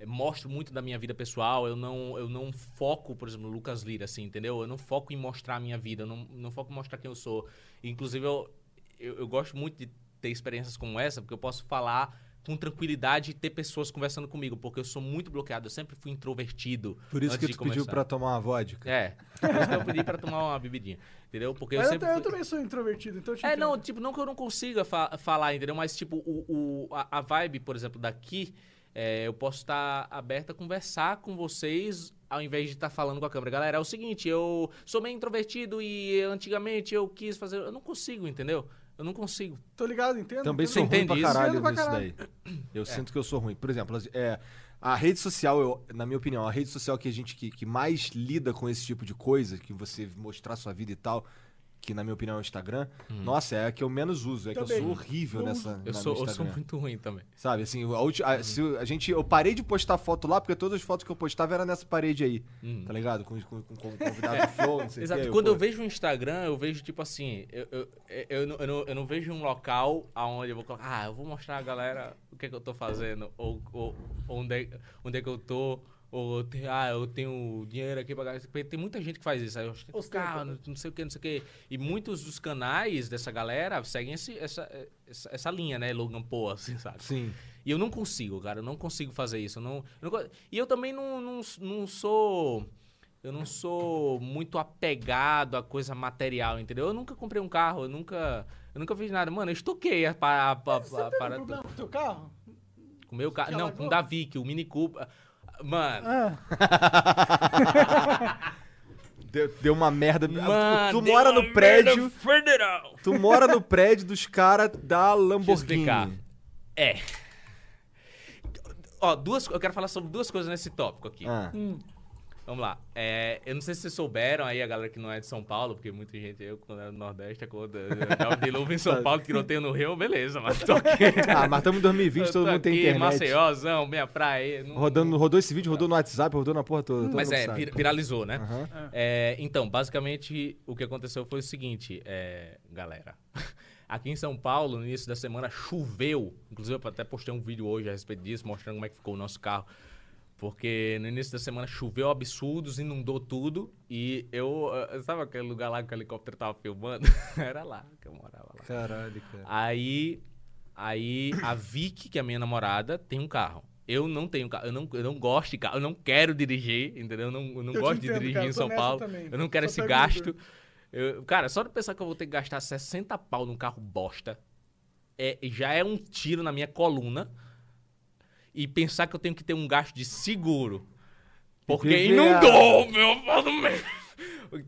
S3: eh, mostro muito da minha vida pessoal, eu não, eu não foco, por exemplo, Lucas Lira, assim, entendeu? Eu não foco em mostrar a minha vida, eu não, não foco em mostrar quem eu sou. Inclusive, eu, eu, eu gosto muito de ter experiências como essa, porque eu posso falar com tranquilidade e ter pessoas conversando comigo, porque eu sou muito bloqueado, eu sempre fui introvertido.
S2: Por isso
S3: antes
S2: que
S3: de
S2: tu pediu
S3: conversar.
S2: pra tomar uma vodka.
S3: É, por isso que eu pedi pra tomar uma bebidinha, entendeu? Porque
S1: Mas eu,
S3: eu sempre
S1: ta- eu
S3: fui-
S1: também sou introvertido, então eu te
S3: é,
S1: entendo.
S3: não, tipo, não que eu não consiga fa- falar, entendeu? Mas, tipo, o, o- a, a vibe, por exemplo, daqui, é, eu posso estar aberta a conversar com vocês ao invés de estar falando com a câmera. Galera, é o seguinte, eu sou meio introvertido e antigamente eu quis fazer... Eu não consigo, enteu? Eu não consigo.
S1: Tô ligado, entendo?
S2: Também
S1: entendo.
S2: sou ruim
S3: entende
S2: pra
S3: isso?
S2: caralho
S1: Entendo pra
S2: nisso
S1: caralho. É.
S2: daí. Eu sinto que eu sou ruim. Por exemplo, as- é, a rede social, eu- na minha opinião, a rede social que a gente que, que mais lida com esse tipo de coisa, que você mostrar sua vida e tal, que na minha opinião é o Instagram, nossa, é a que eu menos uso. É que eu
S1: Também.
S2: sou horrível
S1: Eu
S2: nessa. na-
S3: Hum. Eu
S2: Ah, no
S3: sou, um Hum. eu sou
S2: Instagram.
S3: muito ruim também.
S2: Sabe, assim, a, ulti- a- se eu- a gente, eu parei de postar foto lá, porque todas as fotos que eu postava era nessa parede aí,
S3: Uhum.
S2: tá ligado? Com, com, com, com convidado do flow, não sei o
S3: Hum. Exato.
S2: quê,
S3: Quando
S2: pô,
S3: eu vejo o Instagram, eu vejo, tipo assim, eu, eu, eu, não- eu não, eu não vejo um local aonde eu vou colocar, ah, eu vou mostrar a galera o que é que eu tô fazendo, ou, ou onde, é, onde é que eu tô, ou eu tenho- ah, eu tenho dinheiro aqui pra gastar. Porque Tem muita gente que faz isso, aí eu acho que
S1: Ostenta,
S3: carro,
S1: né?
S3: não, não sei o que, não sei o que. E muitos dos canais dessa galera seguem esse, essa, essa, essa linha, né, Logan Paul, assim, sabe?
S2: Sim.
S3: E eu não consigo, cara. Eu não consigo fazer isso. Eu não, eu não co- e eu também não, não, não sou. Eu não sou muito apegado a coisa material, entendeu? Eu nunca comprei um carro, eu nunca. Eu nunca fiz nada. Mano, eu estoquei a, pa- a,
S2: É,
S3: pa-
S1: Você
S3: a
S2: um
S1: teve
S3: parada
S1: problema
S3: toda.
S1: com o teu carro?
S3: Com o meu carro.
S1: Já
S3: Não,
S1: largou?
S3: com o Davi, que o Mini Cooper. Mano.
S1: Ah,
S2: Deu, deu uma merda.
S3: mano,
S2: Ah, tu
S3: deu
S2: mora
S3: uma
S2: no prédio.
S3: merda Federal.
S2: Tu mora no prédio dos caras da
S3: Deixa eu
S2: Lamborghini.
S3: explicar. É. Ó, duas, eu quero falar sobre duas coisas nesse tópico aqui.
S2: Ah,
S3: Vamos lá. É, eu não sei se vocês souberam aí, a galera que não é de São Paulo, porque muita gente, eu quando era do Nordeste, é quando eu- eu- eu dilúvio em
S2: Tá.
S3: São Paulo, tiroteio no Rio, beleza, mas tô aqui.
S2: Ah, mas estamos em 2020, todo
S3: Tô
S2: mundo tem
S3: aqui,
S2: internet.
S3: Maceiozão, minha praia. não-
S2: Rodando, rodou esse vídeo, rodou no WhatsApp, rodou na porra toda. todo
S3: Mas
S2: mundo
S3: é,
S2: sabe.
S3: vir- viralizou, né?
S2: Aham.
S3: É, então, basicamente, o que aconteceu foi o seguinte, é, galera. Aqui em São Paulo, no início da semana, choveu. Inclusive, eu até postei um vídeo hoje a respeito disso, mostrando como é que ficou o nosso carro. Porque no início da semana choveu absurdos, inundou tudo. E eu. eh, Sabe aquele lugar lá que o helicóptero tava filmando? Era lá que eu morava lá.
S2: Caralho, cara.
S3: Aí, aí a Vicky, que é a minha namorada, tem um carro. Eu não tenho carro, eu não, eu não gosto de carro, eu não quero dirigir, entendeu? Eu não, eu não
S1: Eu te
S3: gosto de
S1: entendo,
S3: dirigir
S1: cara,
S3: em
S1: tô
S3: São
S1: nessa
S3: Paulo.
S1: também.
S3: Eu não
S1: Só
S3: quero esse
S1: pego
S3: gasto.
S1: Uber.
S3: Eu- cara, só de pensar que eu vou ter que gastar 60 pau num carro bosta, é- já é um tiro na minha coluna e pensar que eu tenho que ter um gasto de seguro. Porque
S2: viver
S3: inundou, meu Deus do meio.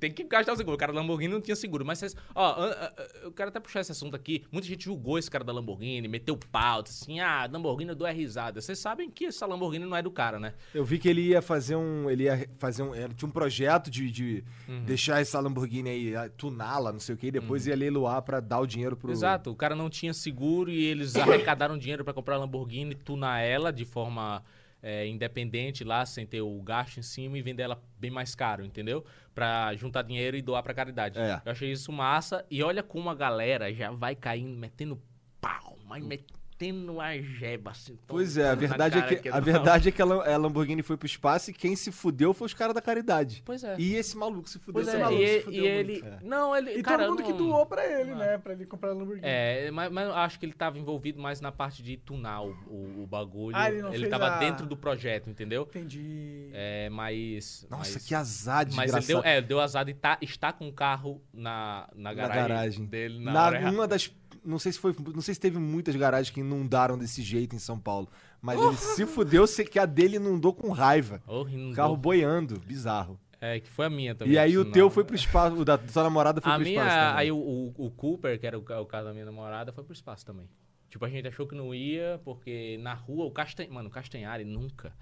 S3: Tem que gastar o seguro. O cara da Lamborghini não tinha seguro. Mas, vocês- ó, an- a- a- eu quero até puxar esse assunto aqui. Muita gente julgou esse cara da Lamborghini, meteu pau, disse assim, ah, Lamborghini eu dou a risada. Vocês sabem que essa Lamborghini não é do cara, né?
S2: Eu vi que ele ia fazer um. Ele ia fazer um. Ele tinha um projeto de, de
S3: Uhum.
S2: deixar essa Lamborghini aí, ah, tuná-la, não sei o que, e depois ia leiloar pra dar o dinheiro pro.
S3: Exato, o cara não tinha seguro e eles arrecadaram dinheiro pra comprar a Lamborghini, tunar ela de forma é, independente lá, sem ter o gasto em cima e vender ela bem mais caro, entendeu? Pra juntar dinheiro e doar pra caridade.
S2: É.
S3: Eu achei isso massa e olha como a galera já vai caindo, metendo pau, mas metendo a jeba assim.
S2: Pois é, a
S3: tontando na
S2: verdade é
S3: cara
S2: que,
S3: eu
S2: a,
S3: não-
S2: verdade é que a Lam- a Lamborghini foi pro espaço e quem se fudeu foi os caras da caridade.
S3: Pois é.
S2: E esse maluco se fudeu.
S3: Pois
S2: esse
S3: é,
S2: maluco
S3: e,
S2: se
S3: e
S2: fudeu muito.
S3: ele. Não, ele.
S1: E
S3: cara,
S1: todo mundo
S3: eu
S1: que
S3: não-
S1: doou pra ele, né? Pra ele comprar a Lamborghini.
S3: É, mas, mas eu acho que ele tava envolvido mais na parte de tunar o, o- o bagulho.
S1: Ah, ele não fez
S3: tava
S1: a-
S3: dentro do projeto, entendeu?
S1: Entendi.
S3: É, mas.
S2: Nossa,
S3: mas,
S2: que azar de
S3: Mas ele deu, é, deu azar de tá, estar com o carro na, na,
S2: na
S3: garagem,
S2: garagem.
S3: dele na,
S2: Na-
S3: hora errada.
S2: uma das. Não sei se foi. Não sei se teve muitas garagens que inundaram desse jeito em São Paulo. Mas ele se fudeu, sei que a dele inundou com raiva.
S3: Ô, inundou.
S2: Carro boiando, bizarro.
S3: É, que foi a minha também. é.
S2: E aí
S3: por
S2: o
S3: sinal.
S2: teu foi pro espaço, o da sua namorada foi
S3: A
S2: pro
S3: minha,
S2: espaço. também.
S3: aí o, o, o Cooper, que era o, ca- o carro da minha namorada, foi pro espaço também. Tipo, a gente achou que não ia, porque na rua, o Castanhari. Mano, o Castanhari nunca,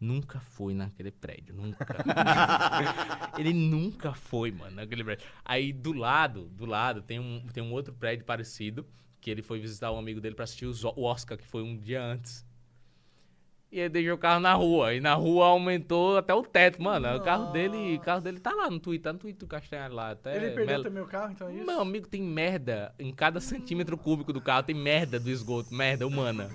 S3: nunca foi naquele prédio. Nunca. Ele nunca foi, mano, naquele prédio. Aí do lado, do lado, tem um, tem um outro prédio parecido, que ele foi visitar um amigo dele pra assistir os- o Oscar, que foi um dia antes. E aí deixou o carro na rua. E na rua aumentou até o teto, mano. O carro dele, o carro dele tá lá no Twitter, tá no Twitter do Castanhari lá. Até
S1: ele perdeu
S3: Melo-
S1: também o carro, então é isso?
S3: meu amigo, tem merda em cada centímetro cúbico do carro. Tem merda do esgoto, merda humana.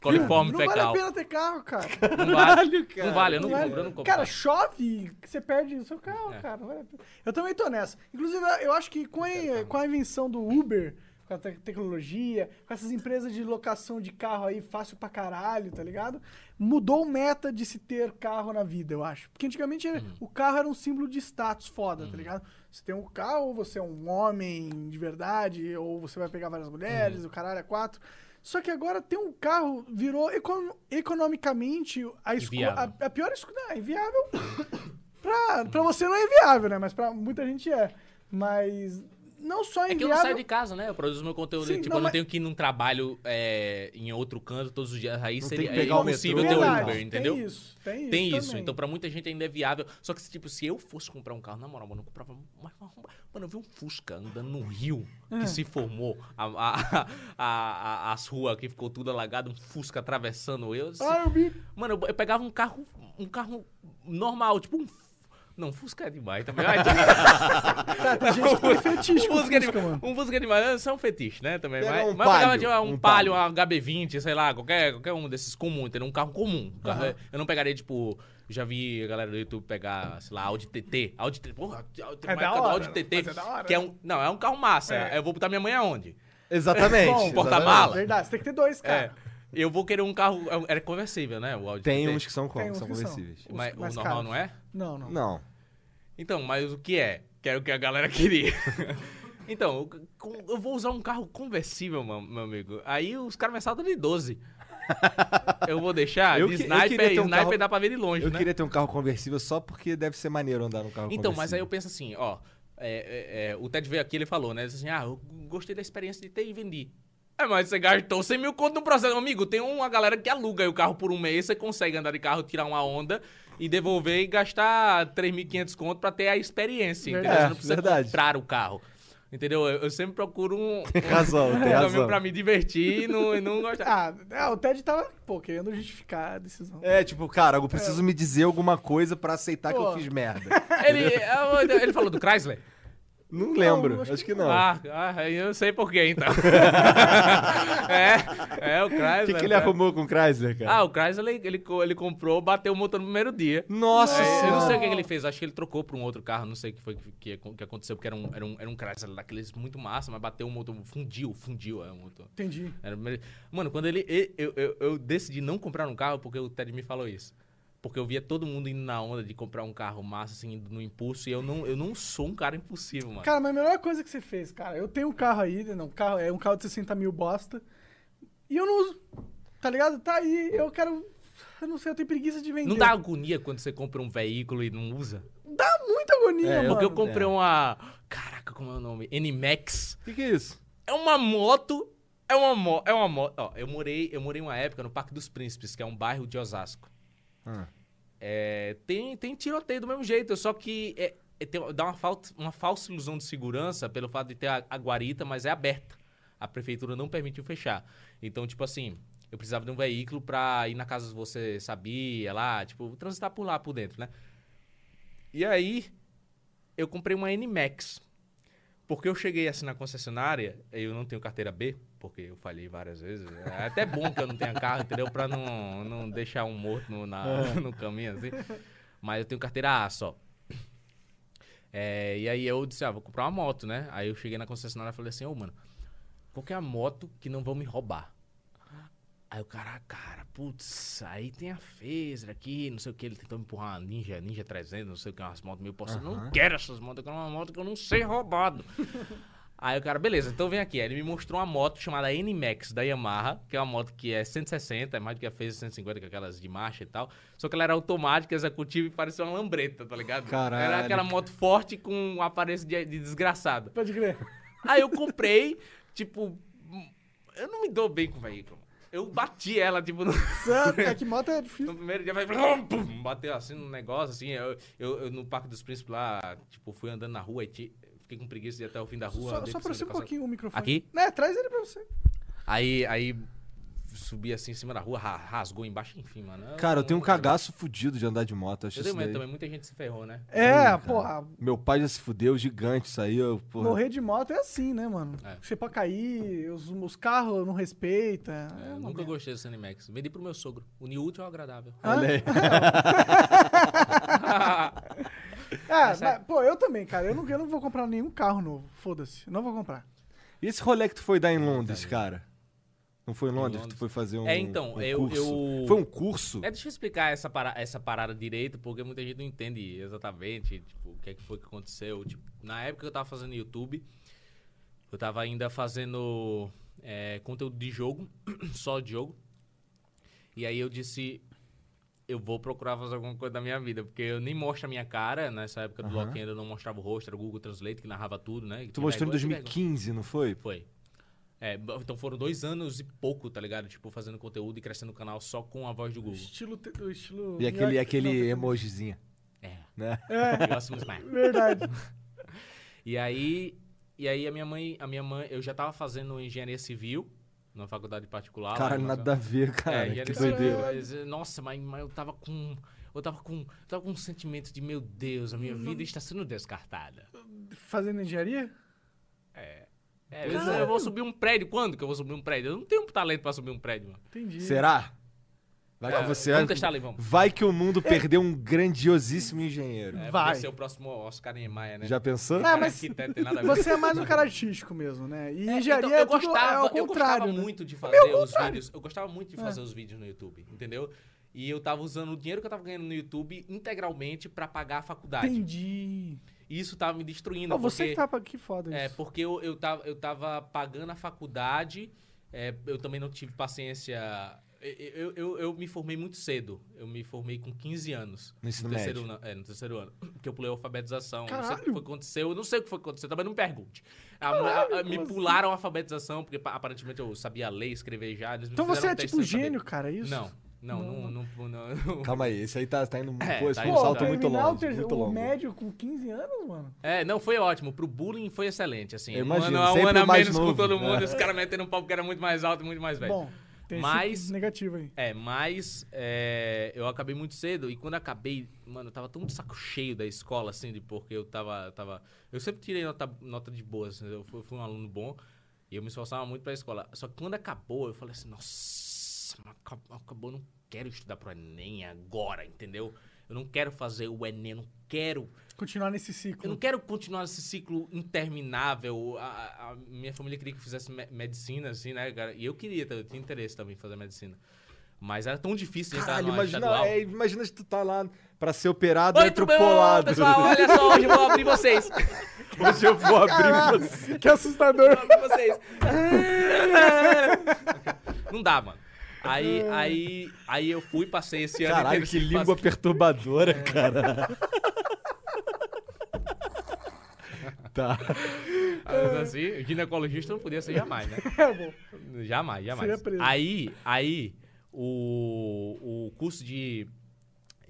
S3: Coliforme
S1: não vale a
S3: fecal.
S1: pena ter carro, cara.
S3: Não vale,
S2: cara.
S3: não vale, eu não
S1: Não vale.
S3: compro, eu não É. compro. É
S1: Cara, chove, que você perde o seu carro, cara. Não vale a pena. Eu também tô nessa. Inclusive, eu acho que com a, com a invenção do Uber, com a te- tecnologia, com essas empresas de locação de carro aí fácil pra caralho, tá ligado? Mudou o meta de se ter carro na vida, eu acho. Porque antigamente
S3: Uhum.
S1: era- o carro era um símbolo de status foda, tá ligado? Você tem um carro, você é um homem de verdade, ou você vai pegar várias mulheres,
S3: Uhum.
S1: o caralho é quatro. Só que agora ter um carro virou econo- economicamente a, esco-
S3: Inviável.
S1: a, a pior escolha. É inviável. pra, pra você não é inviável, né? Mas pra muita gente é. Mas não só é
S3: É que eu não saio
S1: inviável.
S3: de casa, né? Eu produzo meu conteúdo.
S1: Sim,
S3: tipo,
S1: não,
S3: eu não
S1: mas-
S3: tenho que ir num trabalho é, em outro canto todos os dias. Aí
S2: Não tem
S3: seria
S2: que pegar o
S3: é
S2: metrô.
S3: impossível ter
S1: Verdade,
S3: Uber, entendeu?
S1: Tem isso, tem isso.
S3: Tem isso,
S1: também.
S3: então pra muita gente ainda é viável. Só que, tipo, se eu fosse comprar um carro, na moral, mano, eu comprava mais uma arromba- Mano, eu vi um Fusca andando no rio
S1: É.
S3: que se formou. A, a- a- a- as ruas que ficou tudo alagado, um Fusca atravessando eu. assim,
S1: Ah, eu vi.
S3: Mano, eu, eu pegava um carro, um carro normal, tipo um. F- Não, Fusca é demais também. Ai, tipo,
S1: Tá, tem gente que tem fetiche com
S3: um Fusca é
S1: Fusca, mano.
S3: demais. Um Fusca é demais. é só um fetiche, né? Também.
S2: Pega
S3: Mas,
S2: um
S3: mas eu pegava
S2: Palio,
S3: tipo, um,
S2: um
S3: palio, um HB20, sei lá, qualquer, qualquer um desses comum, entendeu? Um carro comum. Um carro- Eu não pegaria, tipo. Já vi a galera do YouTube pegar, sei lá, Audi TT. Audi TT. Porra, tem
S1: É
S3: uma
S1: da
S3: época do
S1: hora,
S3: Audi
S1: né?
S3: TT.
S1: Mas é da hora,
S3: que é
S1: né?
S3: um, não, é um carro massa.
S1: É.
S3: Eu vou botar minha mãe aonde?
S2: Exatamente.
S1: Bom,
S3: porta-mala. Fala.
S1: Verdade, você tem que ter dois,
S3: É.
S1: cara.
S3: Eu vou querer um carro. Era conversível, né? O Audi
S2: Tem
S3: TT.
S2: uns que são como?
S1: Tem uns
S2: são
S1: que são.
S2: conversíveis.
S3: Mas o
S1: mais
S3: normal
S1: caros.
S3: não é?
S1: Não, não.
S2: Não.
S3: Então, mas o que é? Que era o que a galera queria. então, eu- com- eu vou usar um carro conversível, meu, meu amigo. Aí os caras me assaltam de 12. Eu vou deixar?
S2: Eu
S3: de
S2: que- eu
S3: sniper,
S2: queria ter um
S3: sniper
S2: carro-
S3: dá pra ver de longe,
S2: Eu
S3: né?
S2: queria ter um carro conversível só porque deve ser maneiro andar num carro conversível.
S3: Então, mas aí eu penso assim, ó. é, é, é, o Ted veio aqui, ele falou, né? Ele disse assim, ah, eu gostei da experiência de ter e vendi. É, mas você gastou 100 mil conto no processo. Amigo, tem uma galera que aluga aí o carro por um mês, você consegue andar de carro, tirar uma onda e devolver e gastar 3.500 conto pra ter a experiência, entendeu?
S1: Verdade,
S3: você não precisa
S2: verdade.
S3: comprar o carro. Entendeu? Eu, eu sempre procuro um,
S2: Tem razão, tem
S3: um caminho
S2: razão.
S3: pra me divertir e não, e não gostar.
S1: Ah, é, o Ted tava, pô, querendo justificar a decisão.
S2: É, tipo, cara, eu preciso me dizer alguma coisa pra aceitar
S1: Pô.
S2: que eu fiz merda.
S3: Ele, é, ele falou do Chrysler?
S2: Não lembro,
S1: acho
S2: acho, que, não.
S3: Ah, ah, eu sei por quê, então. é, é o Chrysler.
S2: o que, que ele
S3: né?
S2: arrumou com o Chrysler, cara?
S3: Ah, o Chrysler, ele, ele, co- ele comprou, bateu o motor no primeiro dia.
S2: Nossa
S3: É, eu não sei
S2: senhora.
S3: o que, que ele fez, acho que ele trocou pra um outro carro, não sei o que foi que, que, que aconteceu, porque era um, era, um, era um Chrysler daqueles muito massa, mas bateu o motor, fundiu, fundiu é, o motor.
S1: Entendi.
S3: Era o primeiro- Mano, quando ele. e- Eu, eu, eu decidi não comprar um carro porque o Ted me falou isso. Porque eu via todo mundo indo na onda de comprar um carro massa, assim, indo no impulso, e eu não, eu não sou um cara impulsivo, mano.
S1: né, Cara, mas a melhor coisa que você fez, cara, eu tenho um carro aí, não, um carro, é um carro de 60 mil bosta. E eu não uso. Tá ligado? Tá aí, eu quero. Eu não sei, eu tenho preguiça de vender.
S3: Não dá agonia quando você compra um veículo e não usa?
S1: Dá muita agonia,
S2: É, eu-
S1: mano.
S3: Porque eu comprei
S2: é.
S3: uma. Caraca, como é o nome? NMAX.
S2: O que, que é isso?
S3: É uma moto. É uma moto. É uma moto. Ó, eu morei, eu morei uma época no Parque dos Príncipes, que é um bairro de Osasco.
S2: Ah.
S3: É, tem, tem tiroteio do mesmo jeito, só que é- é, tem- dá uma, falta, uma falsa ilusão de segurança pelo fato de ter a, a guarita, mas é aberta. A prefeitura não permitiu fechar. Então, tipo assim, eu precisava de um veículo pra ir na casa que você sabia lá, tipo, transitar por lá, por dentro, né? E aí, eu comprei uma NMAX. Porque eu cheguei assim na concessionária, eu não tenho carteira B, porque eu falhei várias vezes. É até bom que eu não tenha carro, entendeu? Pra não, não deixar um morto no, na- no caminho assim. Mas eu tenho carteira A só. É, e aí eu disse, ah, vou comprar uma moto, né? Aí eu cheguei na concessionária e falei assim, ô mano, qual que é a moto que não vão me roubar? Aí o cara, cara, putz, aí tem a Phaser aqui, não sei o que, ele tentou me empurrar uma Ninja, Ninja 300, não sei o que, umas motos meio possíveis. Eu não quero essas motos, eu quero uma moto que eu não sei roubado. Aí o cara, beleza, então vem aqui. Aí ele me mostrou uma moto chamada NMAX da Yamaha, que é uma moto que é 160, é mais do que a Phaser 150, que é aquelas de marcha e tal. Só que ela era automática, executiva e parecia uma lambreta, tá ligado? Era
S2: Caralho.
S3: aquela moto forte com um aparência de- de desgraçado.
S1: Pode crer.
S3: Aí eu comprei, tipo, eu não me dou bem com o veículo. Eu bati ela, tipo, no,
S1: Santo, é que moto é difícil.
S3: no primeiro dia, vai, blum, pum, bateu assim no negócio, assim, eu, eu, eu no Parque dos Príncipes lá, tipo, fui andando na rua e ti- fiquei com preguiça de ir até o fim da rua.
S1: Só,
S3: andei
S1: só
S3: por
S1: aproxima um
S3: cima da calçada.
S1: pouquinho o microfone.
S3: Aqui?
S1: Né, traz ele pra você.
S3: Aí, aí, subi assim em cima da rua, ra- rasgou embaixo, enfim, mano.
S2: Cara, eu
S3: não-
S2: tenho um cagaço fudido de andar de moto. Acho
S3: Eu
S2: isso
S3: tenho medo
S2: daí-
S3: também, muita gente se ferrou, né?
S1: É, porra,
S2: Meu pai já se fudeu, gigante, saiu. Porra.
S1: morrer de moto é assim, né, mano?
S3: É.
S1: Você pode cair, os, os carros não respeitam.
S3: É,
S1: é
S3: eu
S1: uma
S3: nunca
S1: merda.
S3: gostei desse Animax. Vendi pro meu sogro. Unir útil ao agradável.
S2: Olha aí. Ah.
S1: É, mas, pô, eu também, cara. Eu não, eu não vou comprar nenhum carro novo. Foda-se. Não vou comprar.
S2: E esse rolê que tu foi dar em Londres, cara? Não foi em Londres, que
S3: Londres.
S2: tu foi fazer um.
S3: É, então,
S2: um
S3: eu-
S2: curso?
S3: eu-
S2: Foi um curso?
S3: É, deixa eu explicar essa, para- essa parada direito, porque muita gente não entende exatamente tipo, o que, é que foi que aconteceu. Tipo, na época que eu tava fazendo YouTube, eu tava ainda fazendo é, conteúdo de jogo, só de jogo. E aí eu disse, eu vou procurar fazer alguma coisa da minha vida, porque eu nem mostro a minha cara. Nessa época do
S2: Aham.
S3: Loki ainda eu não mostrava o rosto, era o Google Translate que narrava tudo, né? E
S2: Tu
S3: tinha
S2: mostrou em
S3: vergonha, tinha vergonha.
S2: 2015, não foi?
S3: Foi. É, bo- então foram dois anos e pouco, tá ligado? Tipo, fazendo conteúdo e crescendo o canal só com a voz do Google.
S1: Estilo. te- o estilo
S2: E aquele,
S1: York-
S2: aquele emojizinho,
S3: É.
S2: né?
S3: Eu gosto muito mais.
S1: Não, verdade.
S3: E aí, e aí a minha mãe, a minha mãe, eu já tava fazendo engenharia civil numa faculdade particular. lá
S2: Caralho,
S3: em
S2: nada a ver, cara.
S3: engenharia
S2: que
S3: civil,
S2: doideira.
S3: mas, eh, Nossa, mas, mas eu tava com eu tava com eu tava com um sentimento de meu Deus, a minha
S1: Uhum.
S3: vida está sendo descartada.
S1: Fazendo engenharia?
S3: É, eu, eu vou subir um prédio quando que eu vou subir um prédio? Eu não tenho talento pra subir um prédio, mano.
S1: Entendi.
S2: Será? Vai
S3: É,
S2: que você.
S3: vamos testar ali, vamos.
S2: Vai que o mundo perdeu um grandiosíssimo engenheiro.
S3: É,
S1: Vai.
S3: vai ser o próximo Oscar Niemeyer, né?
S2: Já pensou?
S1: Não,
S3: Cara,
S1: mas
S3: arquiteto, tem nada a ver.
S1: Você é mais um cara artístico mesmo, né? E
S3: É,
S1: engenharia
S3: então,
S1: é
S3: eu
S1: tudo-
S3: gostava,
S1: é ao contrário.
S3: eu gostava
S1: né? É.
S3: muito de fazer os vídeos. Eu gostava muito de fazer os vídeos no YouTube, entendeu? E eu tava usando o dinheiro que eu tava ganhando no YouTube integralmente pra pagar a faculdade.
S1: Entendi.
S3: E isso tava me destruindo,
S1: Pô,
S3: porque
S1: você que tá. Que foda isso.
S3: é porque eu, eu tava eu tava pagando a faculdade. é, eu também não tive paciência. Eu, eu, eu, eu me formei muito cedo. Eu me formei com 15 anos.
S2: No ensino
S3: terceiro
S2: médio.
S3: ano- é, no terceiro ano. Porque eu pulei a alfabetização. Eu Não sei o que
S1: Caralho!
S3: foi que aconteceu. Eu não sei o que foi que aconteceu. Também não me pergunte. A- a- a- me
S1: como
S3: pularam a alfabetização, porque pa- aparentemente eu sabia ler, escrever já. eles me
S1: Então você
S3: fizeram
S1: é
S3: um teste
S1: tipo um
S3: sem eu saber.
S1: gênio, cara, é isso?
S3: Não, não, não, não, não- não-
S2: Calma aí, esse aí tá, tá indo
S3: É,
S2: pô, esse
S3: tá
S2: foi um
S3: indo-
S2: salto
S3: tá
S2: muito
S1: terminar o
S2: longo.
S1: ter-
S2: Muito
S1: o
S2: longo.
S1: médio com 15 anos, mano.
S3: É, não, foi ótimo. Pro bullying foi excelente, assim.
S2: Eu
S3: Um
S2: imagino,
S3: ano a- um
S2: sempre
S3: ano a
S2: mais
S3: menos
S2: novo.
S3: com todo mundo,
S2: É.
S3: os caras metendo um pau porque era muito mais alto e muito mais velho.
S1: Bom, tem
S3: Mas-
S1: esse negativo aí.
S3: É, mas é, eu acabei muito cedo e quando eu acabei, mano, eu tava tão de saco cheio da escola, assim, de porque eu tava. eu tava eu sempre tirei nota, nota de boa, assim, eu fui, fui um aluno bom e eu me esforçava muito pra escola. Só que quando acabou, eu falei assim, nossa, mas acab- acabou, eu não quero estudar pro Enem agora, entendeu? Eu não quero fazer o Enem, eu não quero
S1: Continuar nesse
S3: eu não
S1: ciclo.
S3: quero continuar esse ciclo interminável. A- A, a minha família queria que eu fizesse me- medicina, assim, né, cara? E eu queria, eu tinha interesse também em fazer medicina. Mas era tão difícil de entrar
S2: Caralho,
S3: tá no
S2: imagina,
S3: estadual.
S2: é, imagina se tu tá lá pra ser operado
S3: Oi,
S2: é
S3: tudo bem, Ô,
S2: atropelado.
S3: pessoal? Olha só, hoje eu vou abrir vocês.
S2: Hoje eu vou abrir você.
S1: Que assustador.
S3: Vou abrir vocês. Não dá, mano. Aí, aí, aí eu fui, passei esse ano.
S4: Caralho,
S3: inteiro
S4: que
S3: sem
S4: língua
S3: fazer-
S4: perturbadora,
S3: É.
S4: cara. tá.
S3: Mas assim, ginecologista não podia ser jamais, né?
S1: É bom.
S3: Jamais, jamais.
S1: Seria preso.
S3: Aí, aí o, o curso de,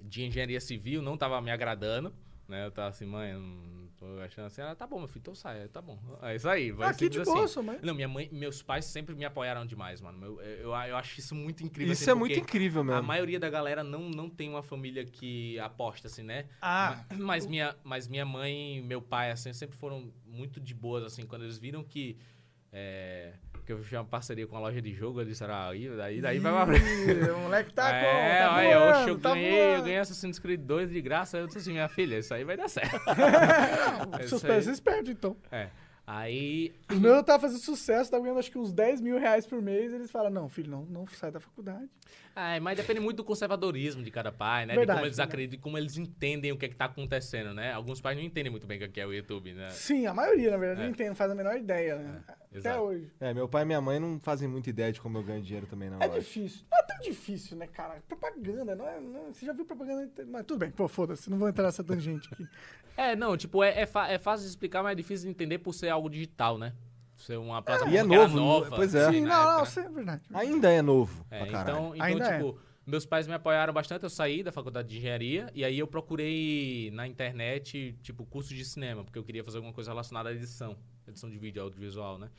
S3: de engenharia civil não tava me agradando, né? Eu tava assim, mãe, eu não tô achando assim, ela, tá bom, meu filho, então sai, tá bom. É isso aí, vai
S1: Ah,
S3: ser
S1: que de
S3: assim.
S1: boa, sua mãe.
S3: Não, minha mãe, meus pais sempre me apoiaram demais, mano. Eu, eu, eu acho isso muito incrível.
S2: Isso
S3: assim,
S2: é muito
S3: porque
S2: incrível,
S3: A
S2: mesmo.
S3: maioria da galera não, não tem uma família que aposta, assim, né?
S1: Ah,
S3: Ma- Mas minha, mas minha mãe e meu pai, assim, sempre foram muito de boas, assim, quando eles viram que. é, que eu tinha uma parceria com a loja de jogo, eles disseram, "Ah, aí, daí, daí vai abrir.
S5: Ih, o moleque tá com.
S3: é,
S5: tá
S3: olha,
S5: voando,
S3: oxe, eu
S5: tá
S3: ganhei, eu
S5: voando.
S3: ganhei Assassin's Creed 2 de graça, aí eu disse assim, minha filha, isso aí vai dar certo.
S1: seus
S3: É Isso aí-
S1: pais são espertos, então.
S3: é. Aí,
S1: Os meus estavam fazendo sucesso, estavam ganhando acho que uns 10 mil reais por mês. Eles falam, não, filho, não, não sai da faculdade.
S3: ai, é, mas depende muito do conservadorismo de cada pai, né? de
S1: Verdade,
S3: como eles
S1: verdade.
S3: acreditam, de como eles entendem o que é que tá acontecendo, né? Alguns pais não entendem muito bem o que é o YouTube, né?
S1: Sim, a maioria, na verdade,
S3: É.
S1: não entende, não faz a menor ideia, né? Até
S3: exato.
S1: hoje.
S2: É, meu pai e minha mãe não fazem muita ideia de como eu ganho dinheiro também, não.
S1: É
S2: eu acho.
S1: difícil. Não é tão difícil, né, cara? Propaganda, não é. não- você já viu propaganda. na inter- Mas tudo bem, pô, foda-se, não vou entrar nessa tangente aqui.
S3: É, não, tipo, é, é, fa- é fácil de explicar, mas é difícil de entender por ser algo digital, né? Ser uma plataforma
S2: E é
S3: que era
S2: novo,
S3: nova.
S2: pois é.
S3: assim,
S1: Sim,
S3: na
S1: não, não,
S3: época,
S1: isso é verdade.
S2: Ainda é novo.
S3: né? É,
S2: pra caralho.
S3: então, então
S1: Ainda é.
S3: tipo, meus pais me apoiaram bastante, eu saí da faculdade de engenharia e aí eu procurei na internet, tipo, curso de cinema, porque eu queria fazer alguma coisa relacionada à edição, edição de vídeo, audiovisual, né?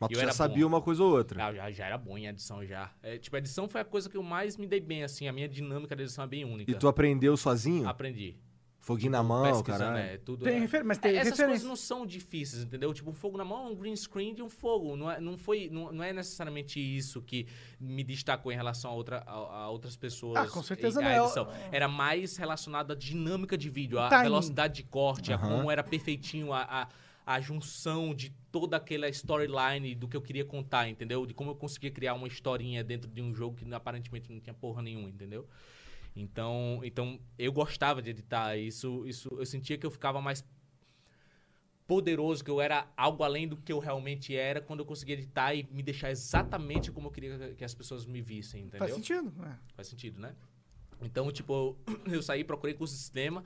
S2: Mas
S3: eu
S2: tu já
S3: era
S2: sabia
S3: bom.
S2: uma coisa ou outra.
S3: Ah, já, já era bom em edição já. É, tipo, a edição foi a coisa que eu mais me dei bem, assim, a minha dinâmica da edição é bem única.
S2: E tu aprendeu sozinho?
S3: Aprendi.
S2: Foguinho na mão,
S3: pesquisando,
S2: caralho.
S3: é, tudo
S1: Tem
S3: é.
S1: refer... Mas
S3: É,
S1: tem
S3: essas coisas
S1: referência.
S3: não são difíceis, entendeu? Tipo, um fogo na mão é um green screen de um fogo. Não é, não foi, não, não é necessariamente isso que me destacou em relação a, outra, a, a outras pessoas.
S1: Ah, com certeza
S3: e,
S1: não
S3: à
S1: é o-
S3: edição. Era mais relacionado à dinâmica de vídeo, à
S1: Timing.
S3: velocidade de corte, a
S2: Aham.
S3: como era perfeitinho, a, a, a junção de toda aquela storyline do que eu queria contar, entendeu? De como eu conseguia criar uma historinha dentro de um jogo que aparentemente não tinha porra nenhuma, entendeu? Então, então eu gostava de editar. Isso, isso, eu sentia que eu ficava mais poderoso, que eu era algo além do que eu realmente era quando eu conseguia editar e me deixar exatamente como eu queria que as pessoas me vissem, entendeu?
S1: Faz sentido. né?
S3: Faz sentido, né? Então, tipo, eu saí, procurei curso de cinema,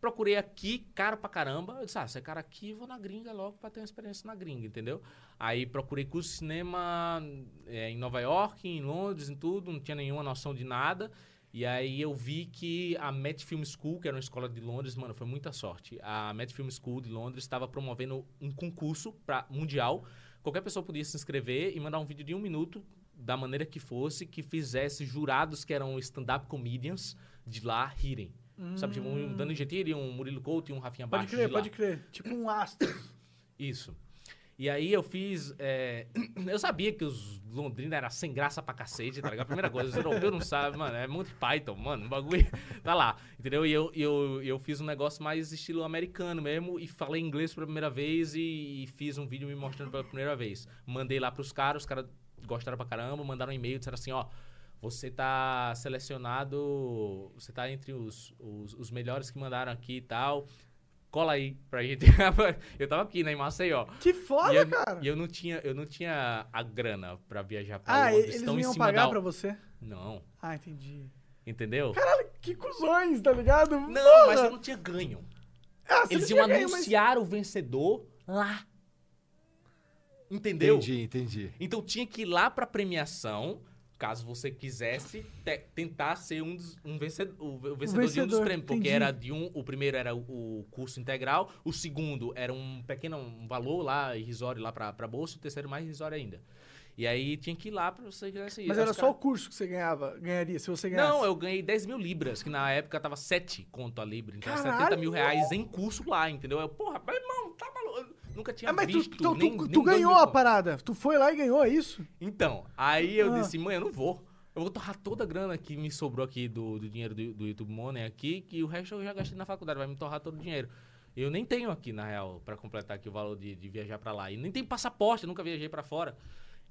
S3: procurei aqui, caro pra caramba. Eu disse, ah, se é cara aqui, eu vou na gringa logo pra ter uma experiência na gringa, entendeu? Aí procurei curso de cinema é, em Nova York, em Londres, em tudo, não tinha nenhuma noção de nada. E aí eu vi que a Met Film School, que era uma escola de Londres, mano, foi muita sorte. A Met Film School de Londres estava promovendo um concurso pra, mundial. Qualquer pessoa podia se inscrever e mandar um vídeo de um minuto, da maneira que fosse, que fizesse jurados que eram stand-up comedians de lá rirem. Sabe, tipo, um Dani Gentili, um Murilo Couto e um Rafinha
S1: Hum. Pode
S3: Baixo
S1: crer,
S3: de lá.
S1: pode crer. Tipo um astro.
S3: Isso. E aí eu fiz. é, Eu sabia que os londrinos eram sem graça pra cacete, tá ligado? Primeira coisa, os europeus não sabem, mano. É Monty Python, mano. O bagulho tá lá. Entendeu? E eu, eu, eu fiz um negócio mais estilo americano mesmo. E falei inglês pela primeira vez e, e fiz um vídeo me mostrando pela primeira vez. Mandei lá pros caras, os caras gostaram pra caramba, mandaram um e-mail, disseram assim, ó. Você tá selecionado. Você tá entre os, os, os melhores que mandaram aqui e tal. Cola aí pra gente. eu tava aqui, né, em Maceió.
S1: Que
S3: E
S1: foda,
S3: eu,
S1: cara.
S3: e é eu não tinha, eu não tinha a grana pra viajar pra
S1: Ah,
S3: Londres.
S1: eles
S3: Então,
S1: não
S3: em
S1: iam
S3: cima
S1: pagar
S3: da...
S1: pra você?
S3: Não,
S1: Ah, entendi.
S3: entendeu?
S1: Que cuzões, tá ligado?
S3: Não, mas eu não tinha ganho.
S1: Ah, você
S3: Eles
S1: não
S3: iam
S1: tinha ganho, mas-
S3: anunciar o vencedor lá. Entendeu?
S2: Entendi, entendi.
S3: Então tinha que ir lá pra premiação, caso você quisesse te- tentar ser um, dos, um vencedor, o ve- o vencedor de um dos
S1: vencedor,
S3: prêmios, porque
S1: entendi.
S3: era de um, o primeiro era o, o curso integral, o segundo era um pequeno um valor lá irrisório lá pra, pra bolsa, o terceiro mais irrisório ainda. E aí tinha que ir lá pra você quisesse ir.
S1: Mas
S3: Aí
S1: era
S3: os
S1: só o
S3: cara-
S1: curso que você ganhava, ganharia, se você ganhasse.
S3: Não, eu ganhei 10 mil libras, que na época tava 7 conto a libra. Então era
S1: Caralho!
S3: 70 mil reais em curso lá, entendeu? Eu, porra, meu irmão, tá maluco. eu Nunca tinha
S1: Ah, mas tu,
S3: visto.
S1: tu- tu- tu
S3: nem- nem dois mil
S1: ganhou a
S3: conto.
S1: parada. Tu foi lá e ganhou, é isso?
S3: Então, aí eu
S1: Ah.
S3: disse, mãe, eu não vou. Eu vou torrar toda a grana que me sobrou aqui do, do dinheiro do, do YouTube Money aqui, que o resto eu já gastei na faculdade, vai me torrar todo o dinheiro. Eu nem tenho aqui, na real, pra completar aqui o valor de, de viajar pra lá. E nem tem passaporte, eu nunca viajei pra fora.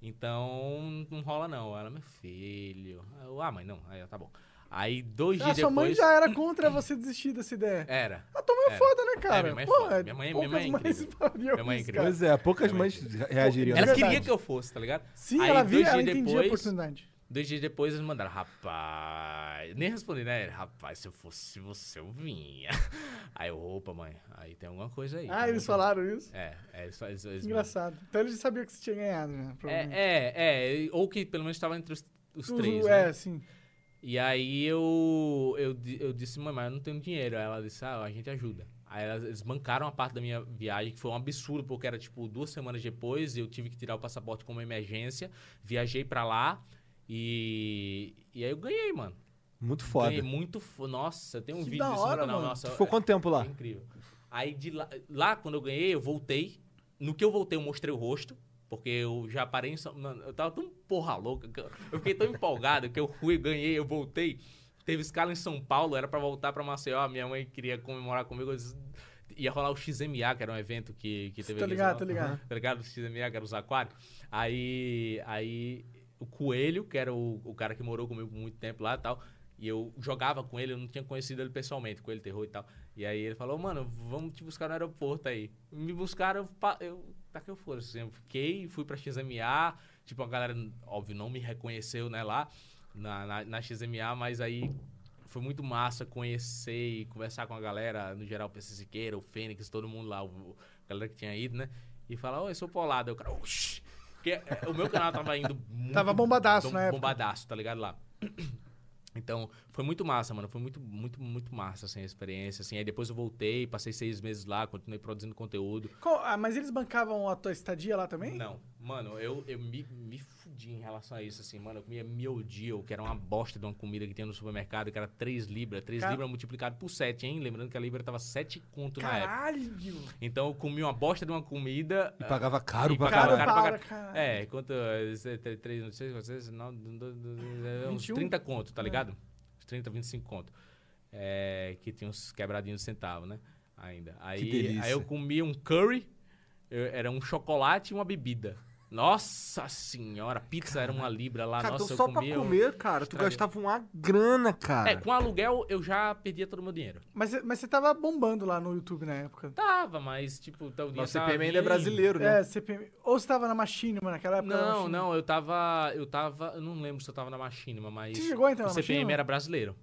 S3: Então, não rola não. Ela, meu filho. Eu, ah, mãe, não. Aí, eu, tá bom. Aí, dois
S1: Ah,
S3: dias
S1: sua mãe
S3: depois...
S1: já era contra você desistir dessa ideia.
S3: Era.
S1: A tua mãe é,
S3: É.
S1: foda, né, cara?
S3: minha mãe é
S1: Pô,
S3: foda. Minha mãe- minha
S1: poucas
S3: mãe é
S1: mães
S3: incrível.
S1: fariam
S3: Minha mãe é
S1: isso,
S3: incrível.
S1: cara.
S2: Pois é, poucas
S3: É
S2: mães reagiriam.
S3: Ela
S2: assim.
S3: queria que eu fosse, tá ligado?
S1: Sim,
S3: Aí,
S1: ela
S3: dois
S1: via, ela
S3: dias
S1: entendia a
S3: depois,
S1: oportunidade.
S3: Dois dias depois eles mandaram, rapaz. Nem respondi, né? Rapaz, se eu fosse você, eu vinha. Aí eu, opa, mãe, aí tem alguma coisa aí.
S1: Ah, eles falaram isso?
S3: É, é, eles, eles, eles
S1: Engraçado. Então ele já sabia que você tinha ganhado, né?
S3: É,
S1: provavelmente.
S3: é, é, ou que pelo menos estava entre os, os
S1: Os-
S3: três.
S1: É,
S3: né?
S1: sim.
S3: E aí eu, eu, di- eu disse, mamãe, eu não tenho dinheiro. Aí ela disse, ah, a gente ajuda. Aí elas- eles bancaram a parte da minha viagem, que foi um absurdo, porque era tipo duas semanas depois, eu tive que tirar o passaporte como emergência, viajei pra lá e, e aí eu ganhei, mano.
S2: Muito foda.
S3: Ganhei muito. fo- Nossa, tem um
S1: Que
S3: vídeo
S1: da
S3: disso
S1: hora,
S3: no canal.
S1: mano.
S3: Nossa,
S2: Tu ficou
S3: é-
S2: quanto tempo lá?
S3: é incrível. Aí de lá, lá, quando eu ganhei, eu voltei. No que eu voltei, eu mostrei o rosto. Porque eu já parei em São... Mano, eu tava tão porra louca. que eu- Eu fiquei tão empolgado que eu fui, ganhei, eu voltei. Teve escala em São Paulo, era pra voltar pra Maceió. Minha mãe queria comemorar comigo. eu disse- Ia rolar o XMA, que era um evento que, que teve
S1: Tô
S3: aqui em
S1: tá ligado,
S3: São
S1: tô
S3: Paulo.
S1: ligado.
S3: Tá ligado? O XMA, que era os aquários. Aí, aí o Coelho, que era o, o cara que morou comigo por muito tempo lá e tal, e eu jogava com ele, eu não tinha conhecido ele pessoalmente, Coelho Terror e tal. E aí ele falou, mano, vamos te buscar no aeroporto aí. Me buscaram, eu, pa- eu tá que eu for, assim, eu fiquei, fui pra XMA, tipo, a galera, óbvio, não me reconheceu, né, lá na, na, na XMA, mas aí foi muito massa conhecer e conversar com a galera, no geral, o PC Siqueira, o Fênix, todo mundo lá, o, a galera que tinha ido, né? E falar, ô, eu sou polado. Eu, cara, oxi. Porque é, o meu canal tava indo muito...
S1: Tava bombadaço
S3: bom-
S1: na época.
S3: Bombadaço, tá ligado lá? Então, foi muito massa, mano. Foi muito, muito, muito massa, assim, a experiência, assim. Aí depois eu voltei, passei seis meses lá, continuei produzindo conteúdo.
S1: Qual- ah, mas eles bancavam a tua estadia lá também?
S3: Não, mano, eu, eu me, me fudi em relação a isso, assim, mano. Eu comia miodio, que era uma bosta de uma comida que tinha no supermercado, que era 3 libras. 3
S1: Ca-
S3: libras multiplicado por 7, hein? Lembrando que a libra tava 7 conto na época.
S1: Caralho!
S3: Então, eu comia uma bosta de uma comida...
S2: E
S3: ah,
S2: pagava caro
S3: E
S2: pra
S3: pagava
S1: Cara,
S2: caralho.
S3: caro.
S1: para,
S3: pra
S1: cara.
S3: É, quanto? 3, não sei, 6, 9, 12, uns
S1: 21?
S3: 30 conto,
S2: É.
S3: tá ligado? Uns 30, 25 conto. É, que tinha uns quebradinhos de centavo, né? Ainda. Aí,
S2: delícia.
S3: aí eu comia um curry, eu- era um chocolate e uma bebida. Nossa senhora, pizza era uma libra lá.
S2: Cara, então
S3: nossa, eu
S2: só pra
S3: comia um-
S2: comer, cara, tu
S3: estraguei.
S2: gastava uma grana,
S3: É,
S2: cara.
S3: com aluguel eu já perdia todo o meu dinheiro.
S1: Mas, você- mas você tava bombando lá no YouTube na época.
S3: Tava, mas tipo, tá, o dinheiro
S2: Nossa,
S3: tava
S2: CPM ainda é
S3: vindo.
S2: brasileiro, né?
S1: É, CPM. Ou você tava na Machine, mano, naquela época? era
S3: Não,
S1: Machinima.
S3: não, eu tava. Eu tava. Eu não lembro se eu tava na Machinima, mas.
S1: Você chegou a entrar
S3: O
S1: na
S3: CPM
S1: Machinima?
S3: era brasileiro.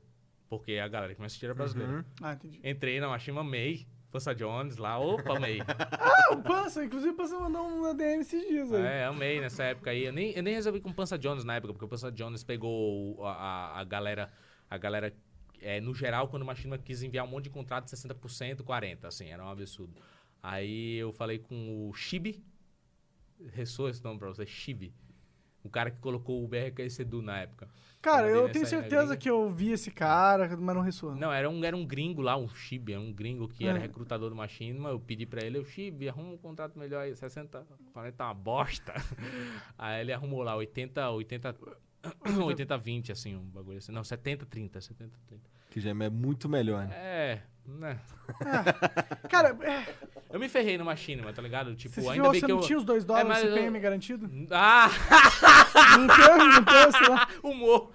S3: Porque a galera que me assistia era brasileira.
S1: Ah, entendi.
S3: Entrei na Machinima, amei. Pança Jones lá, opa, amei.
S1: Ah, o Pança, inclusive o Pança mandou um ADM esses dias aí.
S3: é, amei nessa época aí. Eu nem, eu nem resolvi com o Pança Jones na época, porque o Pança Jones pegou a, a, a galera. A galera. é, no geral, quando o Machinima quis enviar um monte de contrato, 60%, 40%, assim, era um absurdo. Aí eu falei com o Chibi. Ressoa esse nome pra você, Chibi. O cara que colocou o BRKS Edu na época.
S1: Cara,
S3: Quando
S1: eu
S3: dei
S1: tenho
S3: nessa
S1: certeza
S3: regrinha.
S1: que eu vi esse cara, mas não ressoa.
S3: Não, era um, era um gringo lá, um Chibi, era um gringo que
S1: Ah.
S3: era recrutador do Machinima. Eu pedi pra ele, eu Chibi, arruma um contrato melhor aí, 60, 40 é uma bosta. aí ele arrumou lá 80, 80, 80, 20, assim, um bagulho assim. Não, 70, 30, 70, 30.
S2: Que já é muito melhor, né?
S3: É, né?
S1: Cara, é,
S3: Eu me ferrei no Machinima, tá ligado? Tipo,
S1: você, se
S3: ainda
S1: viu,
S3: bem
S1: você
S3: que
S1: não
S3: eu... É,
S1: tinha os dois dólares
S3: mas eu-
S1: CPM garantido?
S3: Ah,
S1: Não tem, não tem, sei lá.
S3: humor.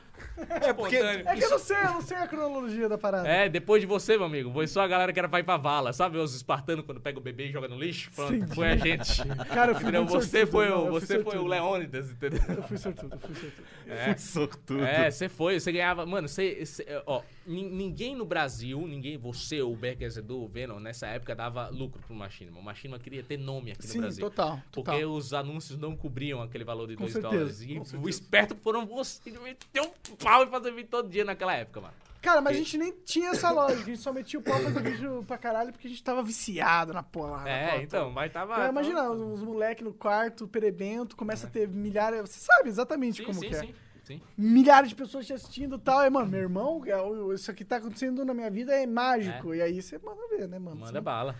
S3: É
S2: porque-
S1: É que eu não sei, eu não sei a cronologia da parada.
S3: É, depois de você, meu amigo, foi só a galera que era pra ir pra vala. Sabe os espartanos quando pega o bebê e joga no lixo? Pronto,
S1: Entendi.
S3: foi a gente.
S1: Cara, eu fui
S3: Entendeu?
S1: muito
S3: Você
S1: sortudo,
S3: foi
S1: não,
S3: o,
S1: eu fui
S3: você foi o
S1: sortudo.
S3: Leônidas, entendeu?
S1: Eu fui sortudo, eu fui sortudo.
S3: É.
S2: Sortudo.
S3: É, você foi, você ganhava. Mano, você. você- ó, nin- ninguém no Brasil, ninguém, você, o Becker, Edu, o Venom, nessa época dava lucro pro Machinima. O Machinima queria ter nome aqui
S1: Sim,
S3: no Brasil.
S1: total, total.
S3: Porque os anúncios não cobriam aquele valor de
S1: Com
S3: 2
S1: certeza,
S3: dólares.
S1: com
S3: E
S1: certeza.
S3: o esperto foram vocês de meter um pau e fazer vídeo todo dia naquela época, mano.
S1: Cara, mas a gente nem tinha essa lógica, a gente só metia o pau pra vídeo pra caralho porque a gente tava viciado na porra. Ah, na porra
S3: É,
S1: toda.
S3: então, mas tava.
S1: Cara, imagina,
S3: tava-
S1: os moleques no quarto, perebento, começa a ter milhares. Você sabe exatamente
S3: É. Sim,
S1: como
S3: sim,
S1: que é.
S3: sim, sim.
S1: Milhares de pessoas te assistindo e tal. Aí, mano, meu irmão, é, o- isso aqui tá acontecendo na minha vida é mágico. E aí você manda ver, né, mano? Você
S3: Manda
S1: não-
S3: bala.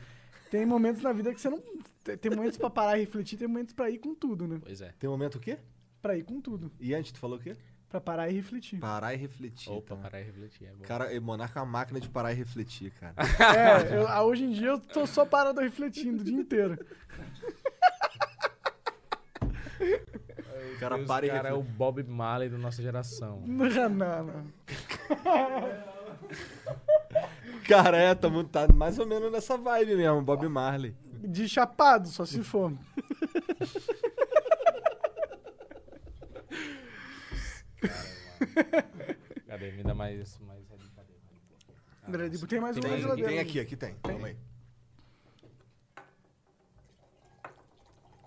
S1: Tem momentos na vida que você não. tem- Tem momentos pra parar e refletir, tem momentos pra ir com tudo, né?
S3: Pois é.
S2: Tem um momento o quê?
S1: Pra ir com tudo.
S2: E antes tu falou o quê?
S1: Pra parar e refletir.
S2: Parar e refletir.
S3: Opa,
S2: tá?
S3: parar e refletir. É bom.
S2: Cara, e Monarca é uma máquina de parar e refletir, cara.
S1: É, eu- ah, hoje em dia eu tô só parado refletindo o dia inteiro.
S2: O cara
S3: Deus,
S2: para e
S3: cara é o
S2: reflete.
S3: é Bob Marley da nossa geração.
S1: Não, não, não.
S2: Cara, é, tamo, tá mais ou menos nessa vibe mesmo, Bob Marley.
S1: De chapado, só se for.
S3: Cadê? Me dá mais. mais... Cadê?
S1: André, tipo, tem mais
S2: Ah, Tem,
S1: uma na
S2: tem,
S1: geladeira.
S2: aqui, aqui tem. Calma aí.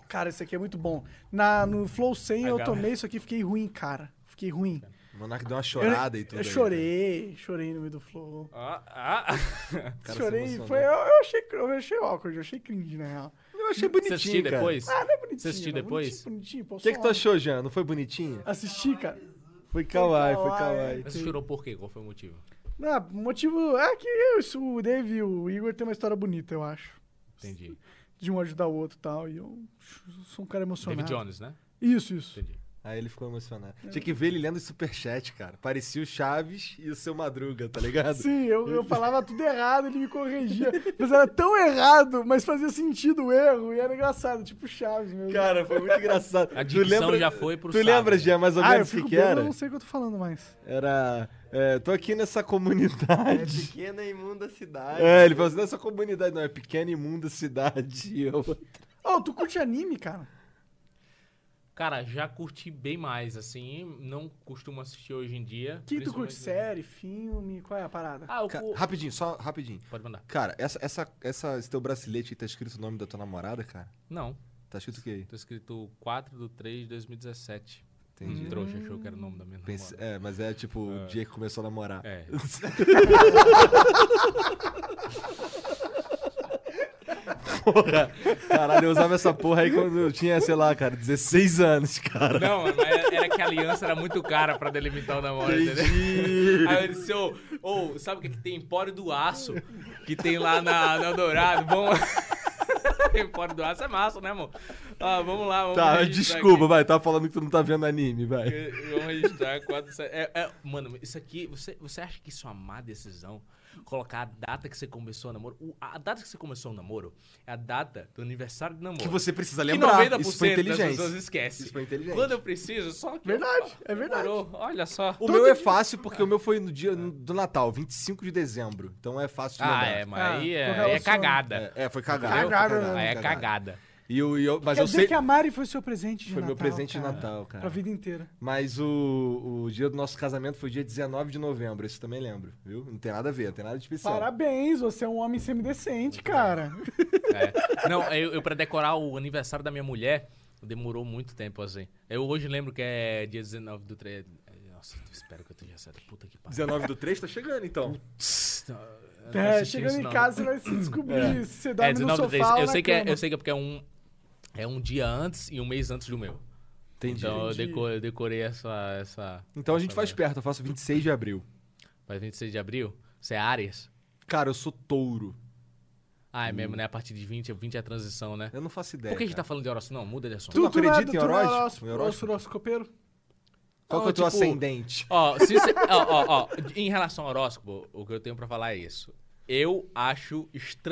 S1: Cara, isso aqui é muito bom. Na, no Flow 100 eu
S3: Legal.
S1: tomei isso aqui e fiquei ruim, cara. Fiquei ruim.
S2: O Monark deu uma chorada
S1: eu,
S2: e tudo.
S1: Eu
S2: aí, né?
S1: chorei, chorei no meio do Flow.
S3: Ah, ah.
S2: Cara, se
S1: chorei,
S2: emocionou.
S1: foi, eu, eu achei, cr- eu achei awkward, eu achei cringe, na real.
S2: cara. Eu achei bonitinho.
S3: Você assistiu
S2: cara.
S3: depois?
S1: Ah, não é bonitinho.
S3: Você assistiu
S1: não,
S3: depois?
S1: Bonitinho, bonitinho, pô,
S2: O que,
S1: só
S2: que tu achou, Jean? Não foi bonitinho?
S1: Assisti, cara.
S2: Foi kawaii, foi
S1: kawaii.
S2: kawaii.
S3: Mas você chorou por quê? Qual foi o motivo?
S1: Ah, o motivo é que eu, isso, o Dave e o Igor tem uma história bonita, eu acho.
S3: Entendi.
S1: De um ajudar o outro e tal. E eu sou um cara emocionado.
S3: David Jones, né?
S1: Isso, isso.
S3: Entendi.
S2: Aí ele ficou emocionado. Tinha que ver ele lendo o superchat, cara. Parecia o Chaves e o seu Madruga, tá ligado?
S1: Sim, eu, eu falava tudo errado, ele me corrigia. Mas era tão errado, mas fazia sentido o erro. E era engraçado, tipo Chaves, meu.
S2: Cara, foi muito engraçado.
S3: A
S2: tu
S3: dicção
S2: lembra,
S3: já foi pro
S2: Tu
S3: saco,
S2: lembra,
S3: né?
S2: Jean, mais ou
S1: ah, eu
S2: menos o
S1: fico
S2: que, que
S1: bêbado,
S2: era?
S1: eu não sei o que eu tô falando mais.
S2: Era. é, tô aqui nessa
S4: É
S2: comunidade.
S4: pequena e imunda cidade.
S2: É, ele falou assim, nessa comunidade, não, é pequena e imunda cidade. E eu-
S1: Ô, tu curte anime, cara?
S3: Cara, já curti bem mais, assim. Não costumo assistir hoje em dia.
S1: O que tu curte?
S3: principalmente-
S1: Série, filme? Qual é a parada?
S3: Ah, eu
S2: Ca-
S3: cu-
S2: rapidinho, só rapidinho.
S3: Pode mandar.
S2: Cara, essa, essa, essa, esse teu bracelete aí tá escrito o nome da tua namorada, cara?
S3: Não.
S2: Tá escrito o quê aí?
S3: Tô escrito 4 de 3 de 2017.
S2: Entendi.
S3: Um trouxa achou que era o nome da minha
S2: Pense-
S3: namorada.
S2: É, mas é tipo o dia que começou a namorar.
S3: É.
S2: Porra! Caralho, eu usava essa porra aí quando eu tinha, sei lá, cara, 16 anos, cara.
S3: Não, mas era que a aliança era muito cara pra delimitar o namoro, entendeu?
S2: Entendi.
S3: Aí eu disse, ô, ô, sabe o que, que tem Empório do Aço? Que tem lá na, na Eldorado? Vamos. Empório do Aço é massa, né, amor? Ah, vamos lá, vamos
S2: Tá,
S3: registrar
S2: desculpa,
S3: aqui.
S2: vai, tava falando que tu não tá vendo anime, vai.
S3: Eh, Vamos registrar quatro. sete- É, é, mano, isso aqui, você, você acha que isso é uma má decisão? Colocar a data que você começou o namoro. O- a data que você começou o namoro é a data do aniversário do namoro.
S2: Que você precisa
S3: Que
S2: lembrar.
S3: 90%
S2: Isso foi
S3: das
S2: inteligente.
S3: pessoas esquece.
S2: Isso foi inteligente.
S3: Quando eu preciso, só que.
S1: Verdade, é verdade.
S3: Demorou. Olha só.
S2: O meu é fácil porque o meu foi no dia do Natal, 25 de dezembro. Então é fácil de
S3: Ah,
S2: lembrar.
S3: é, mas aí
S1: Ah,
S3: é,
S1: correlaciona.
S3: aí é cagada.
S2: É, é, foi cagada. né?
S3: Entendeu?
S1: Cagada,
S2: Foi
S3: Aí é cagada.
S2: E eu, e eu- mas
S1: né? Quer
S2: eu
S1: dizer
S2: sei.
S1: que a Mari foi seu presente de
S2: Foi
S1: Natal.
S2: meu presente de
S1: cara,
S2: Natal, cara.
S1: Pra vida inteira.
S2: Mas o, o dia do nosso casamento foi dia 19 de novembro, isso eu também lembro, viu? Não tem nada a ver, não tem nada de especial.
S1: Parabéns, você é um homem semidecente, cara.
S3: É. Não, eu, eu pra decorar o aniversário da minha mulher, demorou muito tempo, assim. Eu hoje lembro que é dia 19 do 3. Nossa, eu espero que eu esteja certo. Puta que pariu.
S2: 19 do 3 tá chegando, então.
S3: Tss, não, eu não
S1: É,
S3: assisti
S1: chegando
S3: isso,
S1: em
S3: não.
S1: casa você vai se descobrir se você dorme
S3: É,
S1: no
S3: 19 do
S1: sofá
S3: 3.
S1: ou
S3: Eu
S1: na
S3: sei, que é,
S1: cama.
S3: eu sei que é porque é um, é um dia antes e um mês antes do meu.
S2: Entendi.
S3: Então eu
S1: Entendi.
S3: deco- eu decorei, essa, essa.
S2: Então a gente
S3: essa
S2: faz
S3: data.
S2: perto, eu faço 26 de abril.
S3: Faz 26 de abril? Você é Ares?
S2: Cara, eu sou touro.
S3: Ah, é mesmo, né? A partir de 20, 20 é a transição, né?
S2: Eu não faço ideia.
S3: Por que a gente
S2: Hum. É,
S3: tá
S2: cara.
S3: falando de horóscopo? Não, muda de assunto.
S2: Tu não acredita
S1: nada,
S2: em
S1: tu não é
S2: horóscopo?
S1: horosco-
S2: Em horóscopo?
S1: horoscopeiro?
S2: Qual que é o
S3: Não,
S2: teu
S3: tipo-
S2: ascendente?
S3: Ó, se você- ó, ó, ó, em relação ao horóscopo, o que eu tenho pra falar é isso. Eu acho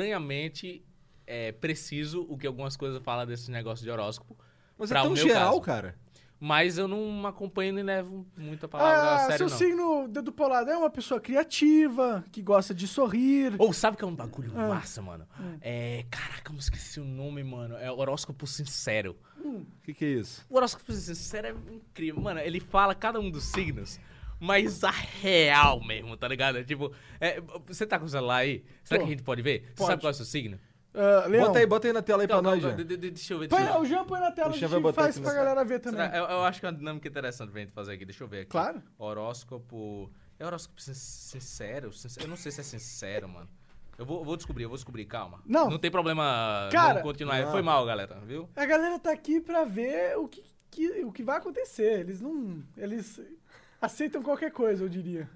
S3: estranhamente é, preciso o que algumas coisas falam desses negócios de horóscopo,
S2: Mas
S3: pra
S2: é
S3: o
S2: tão
S3: meu
S2: geral,
S3: caso.
S2: cara.
S3: mas eu não acompanho nem levo muito a palavra a
S1: Ah, seu
S3: sério, não.
S1: signo dedo polado é uma pessoa criativa, que gosta de sorrir.
S3: Ou sabe que é um bagulho
S2: Ah.
S3: massa, mano? É, caraca, eu me esqueci o nome, mano. É horóscopo sincero.
S2: O que, que é isso?
S3: O horóscopo sincero é incrível. Mano, ele fala cada um dos signos, mas a real mesmo, tá ligado? É tipo, é, você tá com o celular aí? Será
S1: Tô.
S3: que a gente pode ver? Você
S1: Pode.
S3: sabe qual é o seu signo?
S1: Ah, Leão,
S2: Bota aí, bota aí na tela aí pra
S3: Então, Não,
S2: nós,
S3: não,
S2: Jean.
S3: de- de- de- deixa eu ver.
S1: põe-
S3: Deixa eu
S1: o Jean põe na tela,
S2: O
S1: a
S2: Jean vai
S1: gente
S2: botar
S1: faz
S2: aqui
S1: pra
S2: nessa-
S1: galera ver também.
S3: Será- eu, eu acho que é uma dinâmica interessante pra gente fazer aqui. Deixa eu ver aqui.
S1: Claro.
S3: Horóscopo. É horóscopo sin- sincero? Sincer- Eu não sei se é sincero, mano. Eu vou, eu vou descobrir, eu vou descobrir, calma.
S1: Não.
S3: Não tem problema
S1: Cara,
S3: não continuar.
S2: não.
S3: Foi mal, galera, viu?
S1: A galera tá aqui pra ver o que, que- o que vai acontecer. Eles não. Eles aceitam qualquer coisa, eu diria.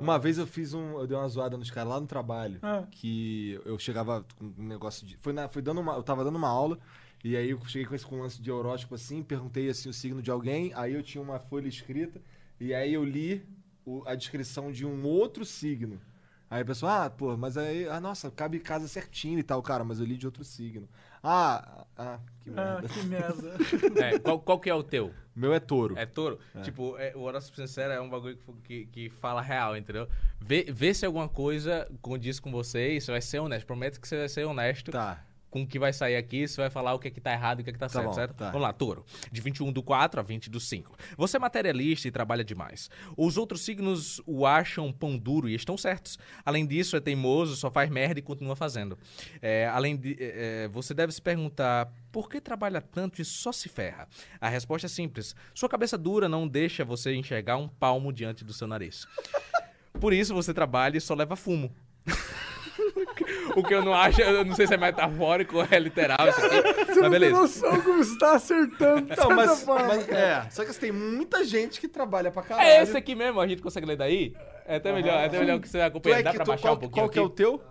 S2: Uma vez eu fiz um. Eu dei uma zoada nos caras lá no trabalho.
S1: Ah.
S2: Que eu chegava com um negócio de. Foi, na, foi dando uma. Eu tava dando uma aula. E aí eu cheguei com esse com um lance de horóscopo assim, perguntei assim o signo de alguém, aí eu tinha uma folha escrita, e aí eu li o- a descrição de um outro signo. Aí a pessoa, ah, pô, mas aí, ah, nossa, cabe casa certinho e tal, cara, mas eu li de outro signo. Ah, ah, que
S1: Ah,
S2: merda.
S1: que merda.
S3: É, qual, qual que é o teu?
S2: Meu é touro.
S3: É touro? Tipo, é, o Horóscopo Sincero é um bagulho que, que, que fala real, entendeu? Vê, vê se alguma coisa condiz com você e você vai ser honesto. Prometo que você vai ser honesto
S2: Tá.
S3: com o que vai sair aqui, você vai falar o que é que tá errado e o que é que tá, certo,
S2: bom,
S3: certo?
S2: tá.
S3: Vamos lá, touro. De 21 do 4 a 20 do 5. Você é materialista e trabalha demais. Os outros signos o acham pão duro e estão certos. Além disso, é teimoso, só faz merda e continua fazendo. É, além de. é, é, você deve se perguntar. Por que trabalha tanto e só se ferra? A resposta é simples. Sua cabeça dura não deixa você enxergar um palmo diante do seu nariz. Por isso você trabalha e só leva fumo. o que eu não acho, eu não sei se é metafórico ou é literal isso aqui. Mas
S1: Tem
S3: beleza.
S1: noção como você tá acertando.
S2: Não, Então, mas, mas- é, só que assim, tem muita gente que trabalha pra caralho.
S3: É esse aqui mesmo, a gente consegue ler daí? É até melhor, é até melhor que você
S2: Tu
S3: acompanhe.
S2: é
S3: Dá
S2: que
S3: pra
S2: tu-
S3: baixar
S2: qual,
S3: um pouquinho
S2: qual que é o Ah.
S3: aqui?
S2: teu?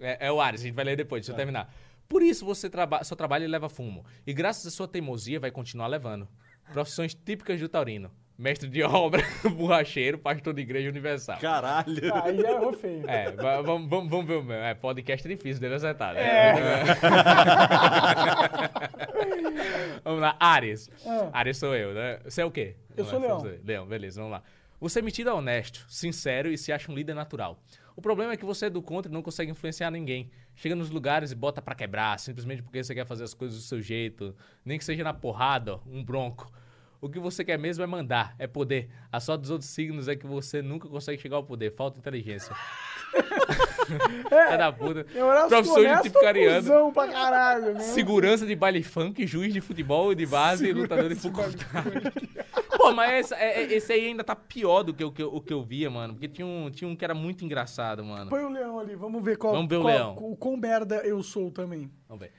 S3: É, é o Ares, a gente vai ler depois, deixa eu terminar. Por isso você traba- só trabalha e leva fumo. E graças à sua teimosia vai continuar levando. Profissões típicas do taurino. Mestre de obra, borracheiro, pastor de igreja universal.
S2: Caralho.
S1: Ah, Aí já errou feio.
S3: É, va- vamos vamos- vamos ver o meu. É, podcast é difícil, deve acertar. Né?
S1: É.
S3: vamos lá, Ares. Ares sou eu, né? Você é o quê?
S1: Ah. Eu
S3: Vamos
S1: sou
S3: lá,
S1: leão.
S3: vamos ver. Leão, beleza, vamos lá. Você é metido a honesto, sincero e se acha um líder natural. O problema é que você é do contra e não consegue influenciar ninguém. Chega nos lugares e bota pra quebrar, simplesmente porque você quer fazer as coisas do seu jeito. Nem que seja na porrada, ó, um bronco. O que você quer mesmo é mandar, é poder. A sorte dos outros signos é que você nunca consegue chegar ao poder. Falta inteligência. É da puta.
S1: É horário
S3: Professor de tipo cariano.
S1: pra caralho, né?
S3: Segurança de baile funk, juiz de futebol de base e lutador de faculdade. Pô, mas essa- é- é- esse aí ainda tá pior do que o que, eu- o que eu via, mano. Porque tinha um, tinha um que era muito engraçado, mano.
S1: Põe o leão ali, vamos ver qual.
S3: Vamos ver o
S1: qual-
S3: leão.
S1: O quão merda eu sou também.
S3: Vamos ver.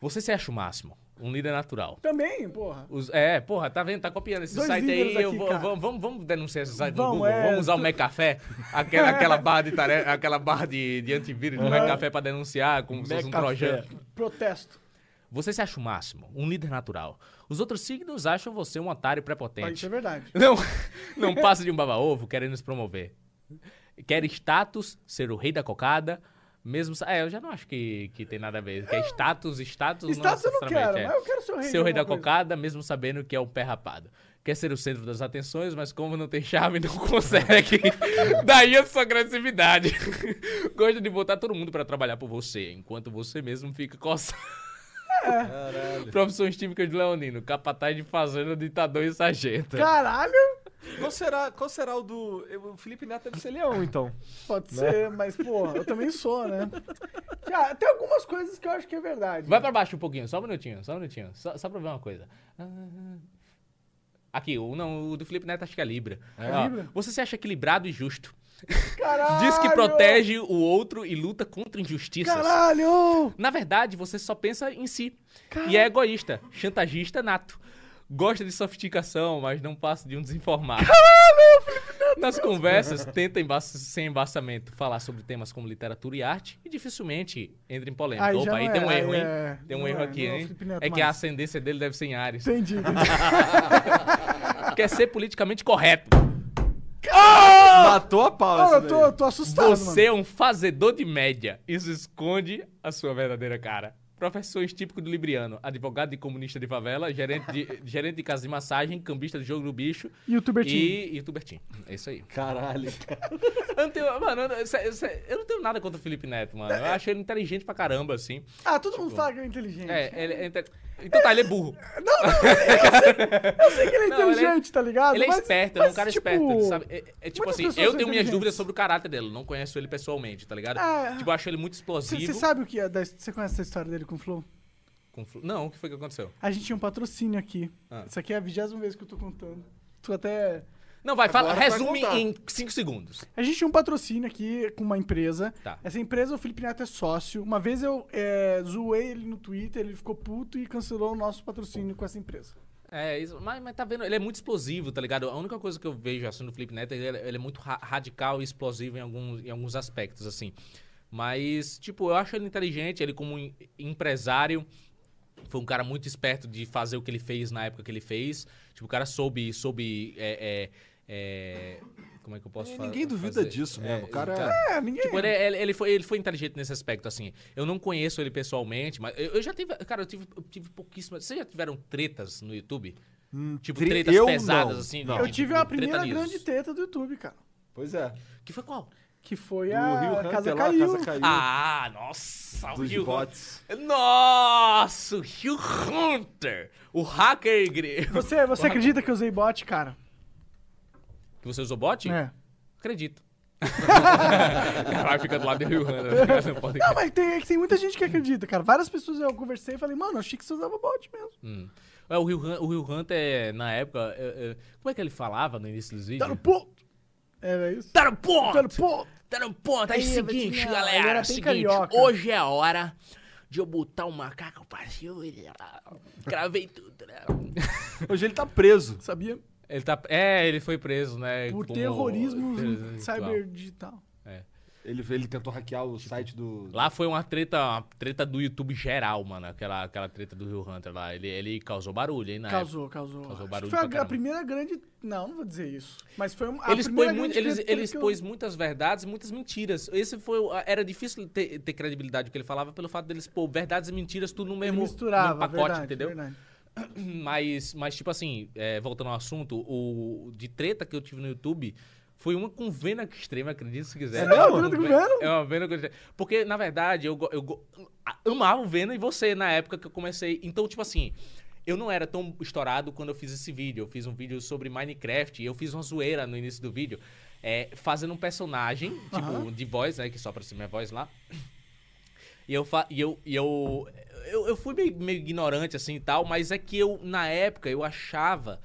S3: Você se acha o máximo, um líder natural.
S1: Também, porra.
S3: Os- é, porra, tá vendo? Tá copiando esse
S1: Dois
S3: site aí.
S1: líderes aqui,
S3: eu vou-
S1: cara.
S3: vamos, vamos, vamos denunciar esse site
S1: Vamos,
S3: no Google.
S1: é,
S3: vamos usar o
S1: tu-
S3: Mecafé, aquela, aquela barra de, tare... aquela barra de, de antivírus do Mecafé pra denunciar, como se fosse um
S2: Mecafé.
S3: projeto.
S1: Protesto.
S3: Você se acha o máximo, um líder natural. Os outros signos acham você um
S1: Ah,
S3: otário
S1: isso
S3: prepotente.
S1: é verdade.
S3: Não, não passa de um baba-ovo querendo se promover. Quer status, ser o rei da cocada, mesmo... sa- É, eu já não acho que, que tem nada a ver. Quer status, status...
S1: Status eu não quero,
S3: necessariamente é.
S1: mas eu quero ser o rei.
S3: Ser o rei
S1: de
S3: da
S1: alguma coisa.
S3: cocada, mesmo sabendo que é um pé rapado. Quer ser o centro das atenções, mas como não tem chave, não consegue. Daí a sua agressividade. Gosta de botar todo mundo pra trabalhar por você, enquanto você mesmo fica coçando. Profissões típicas de Leonino, capataz de fazenda, ditador e sargento.
S1: Caralho!
S2: Qual será, qual será o do. O Felipe Neto deve ser leão, então.
S1: Pode
S3: Né?
S1: ser, mas, porra, eu também sou, né? Cara, tem algumas coisas que eu acho que é verdade.
S3: Vai pra baixo um pouquinho, só um minutinho, só um minutinho. Só, só pra ver uma coisa. Ah, Aqui, o, não, o do Felipe Neto acho que é Libra. Ó, Você se acha equilibrado e justo.
S1: Caralho!
S3: Diz que protege o outro e luta contra injustiças.
S1: Caralho!
S3: Na verdade, você só pensa em si. E é egoísta, chantagista nato. Gosta de sofisticação, mas não passa de um desinformado. Nas conversas, tenta emba- sem embaçamento falar sobre temas como literatura e arte e dificilmente entra em polêmica.
S1: Aí já
S3: Opa, aí
S1: não
S3: tem um
S1: é,
S3: erro, hein?
S1: é,
S3: Tem um
S1: não
S3: erro
S1: é, não
S3: aqui,
S1: é o
S3: hein?
S1: Felipe Neto
S3: É que a
S1: mais.
S3: ascendência dele deve ser em Ares.
S1: Entendi. entendi.
S3: Quer ser politicamente correto.
S2: Matou a pau,
S1: Cara,
S2: esse
S1: Ah! eu tô,
S2: daí.
S1: eu tô assustado,
S3: Você é um fazedor de média. Isso esconde a sua verdadeira cara. Professores típico do Libriano, advogado e comunista de favela, gerente de, gerente de casa de massagem, cambista do jogo do bicho
S1: mano. Youtuber Team.
S3: e youtubertinho. É isso aí.
S2: Caralho.
S3: Eu não tenho, mano, eu não- sé- sé- eu não tenho nada contra o Felipe Neto, mano. Eu acho ele inteligente pra caramba, assim.
S1: Ah, todo mundo fala que ele é inteligente.
S3: É, ele é inte- Então tá, ele é burro.
S1: Eu sei que ele é
S3: Não,
S1: inteligente,
S3: ele
S1: tá ligado?
S3: Ele é
S1: Mas-
S3: esperto, ele é
S1: mas,
S3: um cara
S1: tipo,
S3: esperto, ele sabe? É, é tipo
S1: muitas
S3: assim,
S1: pessoas são
S3: eu tenho minhas
S1: inteligentes.
S3: dúvidas sobre o caráter dele. Não conheço ele pessoalmente, tá ligado?
S1: Ah.
S3: Tipo, eu acho ele muito explosivo.
S1: Você sabe o que é? da- Você conhece essa história dele com o Flow?
S3: com flu- Não, o que foi que aconteceu?
S1: A gente tinha um patrocínio aqui.
S3: Ah.
S1: Isso aqui é a vigésima vez que eu tô contando. Tu até.
S3: Não, vai, fala,
S4: Agora vai
S3: resume
S4: contar.
S3: em 5 segundos.
S1: A gente tinha um patrocínio aqui com uma empresa.
S3: Tá.
S1: Essa empresa, o Felipe Neto é sócio. Uma vez eu é, zoei ele no Twitter, ele ficou puto e cancelou o nosso patrocínio com essa empresa.
S3: É, isso, mas, mas tá vendo, ele é muito explosivo, tá ligado? A única coisa que eu vejo assim no Felipe Neto, ele, é- ele é muito ra- radical e explosivo em alguns, em alguns aspectos, assim. Mas, tipo, eu acho ele inteligente, ele como em- empresário, foi um cara muito esperto de fazer o que ele fez na época que ele fez. Tipo, o cara soube, soube é, é, é, como é que eu posso falar?
S2: Ninguém duvida disso mesmo. o cara.
S1: É, ninguém.
S3: Tipo, ele, ele- ele foi, ele foi inteligente nesse aspecto, assim. Eu não conheço ele pessoalmente, mas eu, eu já tive. Cara, eu tive, eu tive pouquíssimas. Vocês já tiveram tretas no YouTube? tipo,
S2: Hum, tre-
S3: tretas
S2: eu
S3: pesadas,
S2: não,
S3: assim.
S2: não.
S3: de-
S1: Eu
S3: de-
S1: tive
S3: de
S1: a
S3: treta
S1: primeira
S3: news.
S1: grande treta do YouTube, cara.
S2: Pois é.
S3: Que foi qual?
S1: Que foi
S2: Do
S1: a
S2: Rio Hunter
S1: Casa
S2: lá,
S1: Caiu.
S2: a casa caiu.
S3: Ah, nossa, o
S2: dos
S3: Rio
S2: bots.
S3: Nossa, o Rio Hunter! O hacker grego.
S1: Você, você acredita que eu usei bot, cara?
S3: Que você usou bot?
S1: É.
S3: Acredito. Caralho, fica do lado do Rio Hunter. né? Não pode
S1: Não, mas tem, é que tem muita gente que acredita, cara. Várias pessoas eu conversei e falei, mano, achei que você usava bot mesmo.
S3: Hum. É, o, Rio, Hun- o Rio Hunter, na época, é, é, como é que ele falava no início dos
S1: Tá no
S3: vídeos?
S1: ponto. Era isso?
S3: Tá no ponto!
S1: Tá no ponto.
S3: Tá no ponto! É o
S1: Aí,
S3: seguinte,
S1: Betinho, ele
S3: galera,
S1: era
S3: é o
S1: bem
S3: seguinte,
S1: carioca.
S3: hoje é a hora de eu botar o macaco pra cima. Gravei tudo, né?
S2: Hoje ele tá preso.
S1: Sabia?
S3: Ele tá, é, ele foi preso, né?
S1: Por
S3: como- é,
S1: terrorismo
S3: terrorismo
S1: cyber digital.
S2: Ele, ele tentou hackear o site do.
S3: Lá foi uma treta, uma treta do YouTube geral, mano. Aquela, aquela treta do Rio Hunter lá. Ele, ele causou barulho, hein, né? na época.
S1: Causou, causou.
S3: Causou
S1: Acho que
S3: barulho
S1: foi
S3: pra
S1: a- a,
S3: caramba.
S1: primeira grande. Não, não vou dizer isso. Mas foi uma. a
S3: Ele expôs,
S1: primeira
S3: muito,
S1: grande
S3: ele,
S1: treta
S3: ele
S1: que eu-
S3: expôs muitas verdades, muitas mentiras. Esse foi o- era difícil ter, ter credibilidade o que ele falava pelo fato dele expor verdades e mentiras tudo no
S1: ele
S3: mesmo, no
S1: misturava,
S3: mesmo pacote,
S1: verdade,
S3: entendeu?
S1: verdade.
S3: Mas, mas tipo assim, é, voltando ao assunto, o de treta que eu tive no YouTube foi uma com vena extrema, acredite se quiser.
S2: É mesmo?
S3: uma
S1: Treta com
S3: Vena-
S1: Venom?
S3: É uma vena com extrema. Porque, na verdade, eu, go- eu go- a- amava o Vena e você na época que eu comecei. Então, tipo assim, eu não era tão estourado quando eu fiz esse vídeo. Eu fiz um vídeo sobre Minecraft e eu fiz uma zoeira no início do vídeo. é, fazendo um personagem, tipo, de voz, né? Que só aparecia minha voz lá. E eu, fa- e eu, e eu, eu, eu fui meio, meio ignorante assim e tal, mas é que eu, na época, eu achava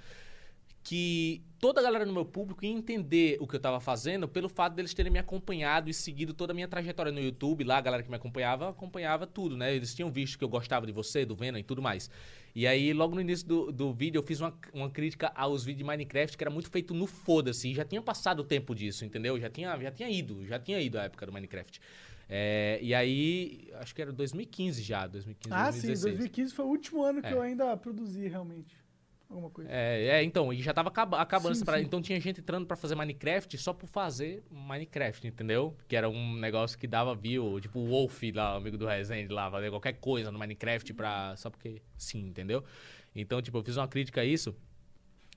S3: que toda a galera no meu público ia entender o que eu tava fazendo pelo fato deles terem me acompanhado e seguido toda a minha trajetória no YouTube. Lá a galera que me acompanhava, acompanhava tudo, né? Eles tinham visto que eu gostava de você, do Venom e tudo mais. E aí, logo no início do, do vídeo, eu fiz uma, uma crítica aos vídeos de Minecraft que era muito feito no foda-se. E já tinha passado o tempo disso, entendeu? Já tinha, já tinha ido, já tinha ido a época do Minecraft. É, e aí, acho que era 2015 já, 2015,
S1: Ah, sim,
S3: 2016.
S1: 2015 foi o último ano que
S3: É.
S1: eu ainda produzi realmente. Alguma coisa.
S3: É, é, então, e já tava acaba- acabando
S1: Sim,
S3: essa parada.
S1: sim.
S3: Então tinha gente entrando pra fazer Minecraft só por fazer Minecraft, entendeu? Que era um negócio que dava view, tipo o Wolf lá, o amigo do Rezende lá, fazer qualquer coisa no Minecraft pra, só porque sim, entendeu? Então, tipo, eu fiz uma crítica a isso.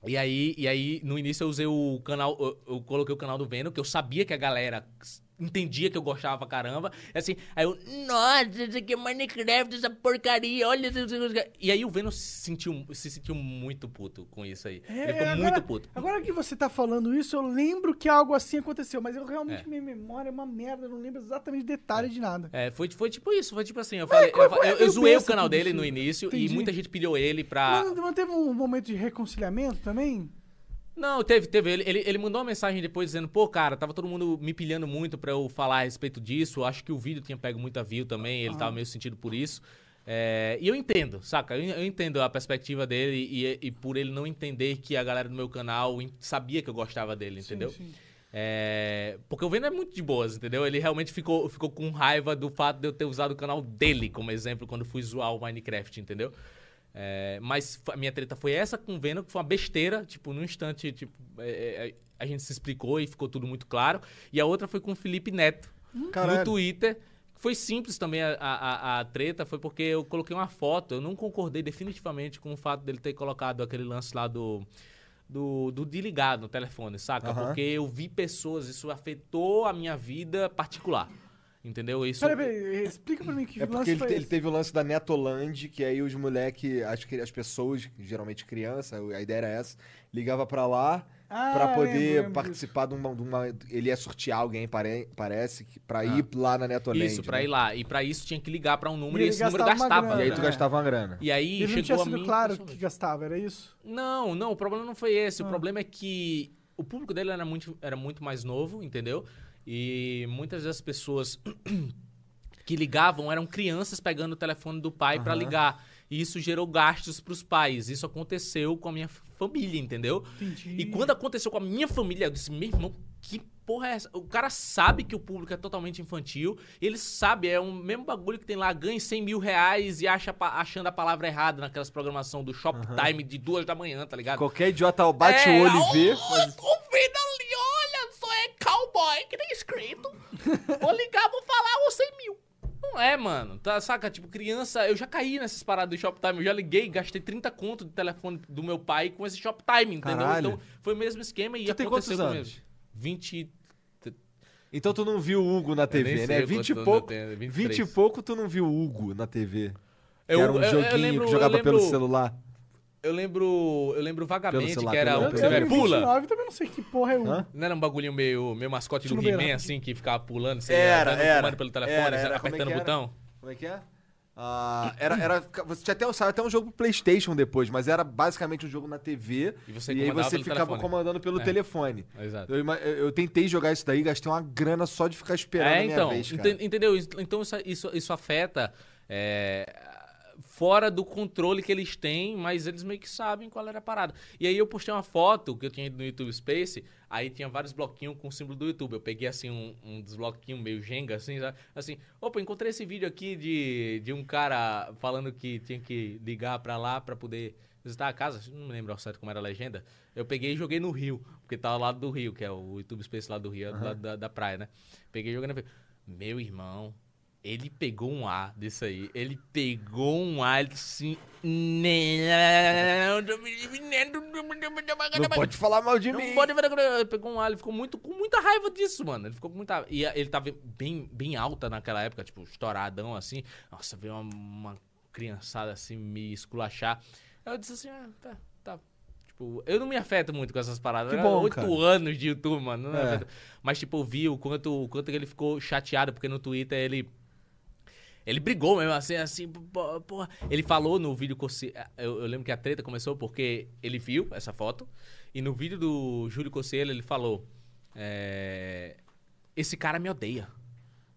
S3: E aí, e aí, no início eu usei o canal, eu, eu coloquei o canal do Venom, que eu sabia que a galera s- entendia que eu gostava pra caramba. E assim, aí eu, nossa, isso aqui é Minecraft, essa porcaria, olha isso, isso, isso. E aí o Venom se sentiu, se sentiu muito puto com isso aí. Ele ficou
S1: É, agora,
S3: muito puto.
S1: Agora que você tá falando isso, eu lembro que algo assim aconteceu, mas eu realmente, minha memória é uma merda, eu não lembro exatamente detalhe de nada.
S3: É, foi, foi tipo isso, foi tipo assim, eu falei,
S1: como
S3: eu, fa-
S1: é
S3: eu-
S1: que
S3: eu
S1: eu
S3: zoei o
S1: penso
S3: canal
S1: tudo
S3: dele
S1: isso?
S3: no início
S1: Entendi.
S3: e muita gente pediu ele pra...
S1: Mas não teve um momento de reconciliamento também?
S3: Não, teve, teve. Ele, ele, ele mandou uma mensagem depois dizendo, pô, cara, tava todo mundo me pilhando muito pra eu falar a respeito disso. Acho que o vídeo tinha pego muita view também, ele tava meio sentido por isso. É, e eu entendo, saca? Eu, eu entendo a perspectiva dele e, e por ele não entender que a galera do meu canal en- sabia que eu gostava dele, entendeu?
S1: Sim, sim.
S3: É, porque o Venom é muito de boas, entendeu? Ele realmente ficou, ficou com raiva do fato de eu ter usado o canal dele como exemplo quando fui zoar o Minecraft, entendeu? É, mas fa- minha treta foi essa com o Venom, que foi uma besteira, tipo, num instante, tipo, é, é, a gente se explicou e ficou tudo muito claro. E a outra foi com o Felipe Neto,
S2: Caralho.
S3: no Twitter. Foi simples também a, a, a- a treta, foi porque eu coloquei uma foto, eu não concordei definitivamente com o fato dele ter colocado aquele lance lá do do, do de ligar no telefone, saca?
S2: Aham.
S3: Porque eu vi pessoas, isso afetou a minha vida particular. Entendeu? Isso.
S1: Peraí, peraí, explica pra mim que
S2: É porque
S1: lance
S2: ele,
S1: foi
S2: te- ele
S1: esse.
S2: teve o lance da Netoland, que aí os moleque, acho que as pessoas, geralmente criança, a ideia era essa, ligava pra lá
S1: Ah,
S2: pra poder
S1: lembro, lembro disso.
S2: participar de uma, de uma- ele ia sortear alguém, pare- parece, que
S1: Ah.
S2: pra ir lá na Netoland.
S3: isso, pra
S2: né?
S3: ir lá. E pra isso tinha que ligar pra um número
S1: E
S3: e,
S1: ele
S3: esse número
S1: gastava uma
S3: gastava.
S1: grana.
S2: E aí
S3: né?
S2: tu gastava uma grana.
S3: E aí
S1: Ele não tinha
S3: chegou a
S1: sido
S3: mim.
S1: claro
S3: Deixa eu ver.
S1: que Ah. gastava, era isso?
S3: Não, não, o problema não foi esse. O problema é que o público dele era muito, era muito mais novo, entendeu? E muitas das pessoas que ligavam eram crianças pegando o telefone do pai pra
S2: Aham.
S3: ligar. E isso gerou gastos pros pais. Isso aconteceu com a minha f- família, entendeu?
S1: Entendi.
S3: E quando aconteceu com a minha família, eu disse, meu irmão, que porra é essa? O cara sabe que o público é totalmente infantil, ele sabe, é o mesmo bagulho que tem lá, ganha 100 mil reais e acha, pa- achando a palavra errada naquelas programação do Shoptime de duas da manhã, tá ligado?
S2: Qualquer idiota bate o olho e vê.
S3: Mas... é Vou ligar, vou falar, ou 100 mil. Não é, mano. Tá, saca? Tipo, criança, eu já caí nessas paradas de Shoptime. Eu já liguei, gastei 30 conto de telefone do meu pai com esse Shoptime, entendeu?
S2: Caralho.
S3: Então, foi o mesmo esquema e
S2: Tu tem
S3: aconteceu
S2: quantos
S3: comigo.
S2: anos?
S3: 20
S2: Então tu não viu o Hugo na TV,
S3: nem sei
S2: né?
S3: quantos
S2: 20 e
S3: anos eu
S2: pouco.
S3: tenho,
S2: 20,
S3: 23.
S2: e pouco tu não viu o Hugo na TV. Que
S3: Eu-
S2: era
S3: eu-
S2: um
S3: eu
S2: joguinho
S3: lembro-
S2: que
S3: eu
S2: jogava pelo
S3: lembro-
S2: celular.
S3: Eu lembro, eu lembro vagamente
S2: celular,
S3: que era
S2: pelo-
S3: um
S1: Eu,
S2: pelo-
S3: primeiro
S1: eu,
S3: pula.
S1: 29 também não sei que porra é o.
S2: Hã?
S3: Não era um bagulhinho meio, meio mascote do
S1: Tiro no
S3: He-Man,
S1: beirão.
S3: assim, que ficava pulando, você
S2: um Era,
S3: dando
S2: era.
S3: comando pelo telefone,
S2: Era,
S3: você
S2: era. Como é
S3: apertando
S2: que
S3: o
S2: era?
S3: botão.
S2: Como é que é? Ah, era, era, você tinha até, um- saiu até um jogo pro Playstation depois, mas era basicamente um jogo na TV
S3: E você
S2: aí
S3: comandava
S2: você
S3: pelo
S2: ficava
S3: telefone.
S2: comandando pelo
S3: É.
S2: telefone.
S3: Exato.
S2: Eu, ima- eu eu tentei jogar isso daí, gastei uma grana só de ficar esperando a
S3: É,
S2: minha
S3: então,
S2: vez, cara.
S3: ente- entendeu? Isso- Então isso, isso, isso afeta é, fora do controle que eles têm, mas eles meio que sabem qual era a parada. E aí eu postei uma foto que eu tinha ido no YouTube Space, aí tinha vários bloquinhos com o símbolo do YouTube. Eu peguei assim um, um dos bloquinhos meio jenga, assim, sabe? assim, opa, encontrei esse vídeo aqui de, de um cara falando que tinha que ligar pra lá pra poder visitar a casa, não me lembro ao certo como era a legenda. Eu peguei e joguei no Rio, porque tava lá do Rio, que é o YouTube Space lá do Rio, é do lado da, da praia, né? Peguei e joguei no Rio. Meu irmão, ele pegou um A disso aí. Ele pegou um A, ele disse assim.
S2: Não pode falar mal de
S3: Não
S2: mim.
S3: pode ver agora. Ele pegou um alho, ficou muito, com muita raiva disso, mano. Ele ficou com muita E a- ele tava bem, bem alta naquela época, tipo, estouradão assim. Nossa, veio uma, uma criançada assim me esculachar. Aí Eu disse assim, ah, tá, tá. Tipo, eu não me afeto muito com essas paradas.
S2: Que bom,
S3: Oito
S2: cara.
S3: anos de YouTube, mano. não me
S2: É.
S3: afeta. Mas, tipo, eu vi o quanto, o quanto que ele ficou chateado, porque no Twitter ele. Ele brigou mesmo, assim, assim, pô, porra. Ele falou no vídeo. Cossi- Eu, eu lembro que a treta começou porque ele viu essa foto. E no vídeo do Júlio Cossiello, ele falou: é, Esse cara me odeia.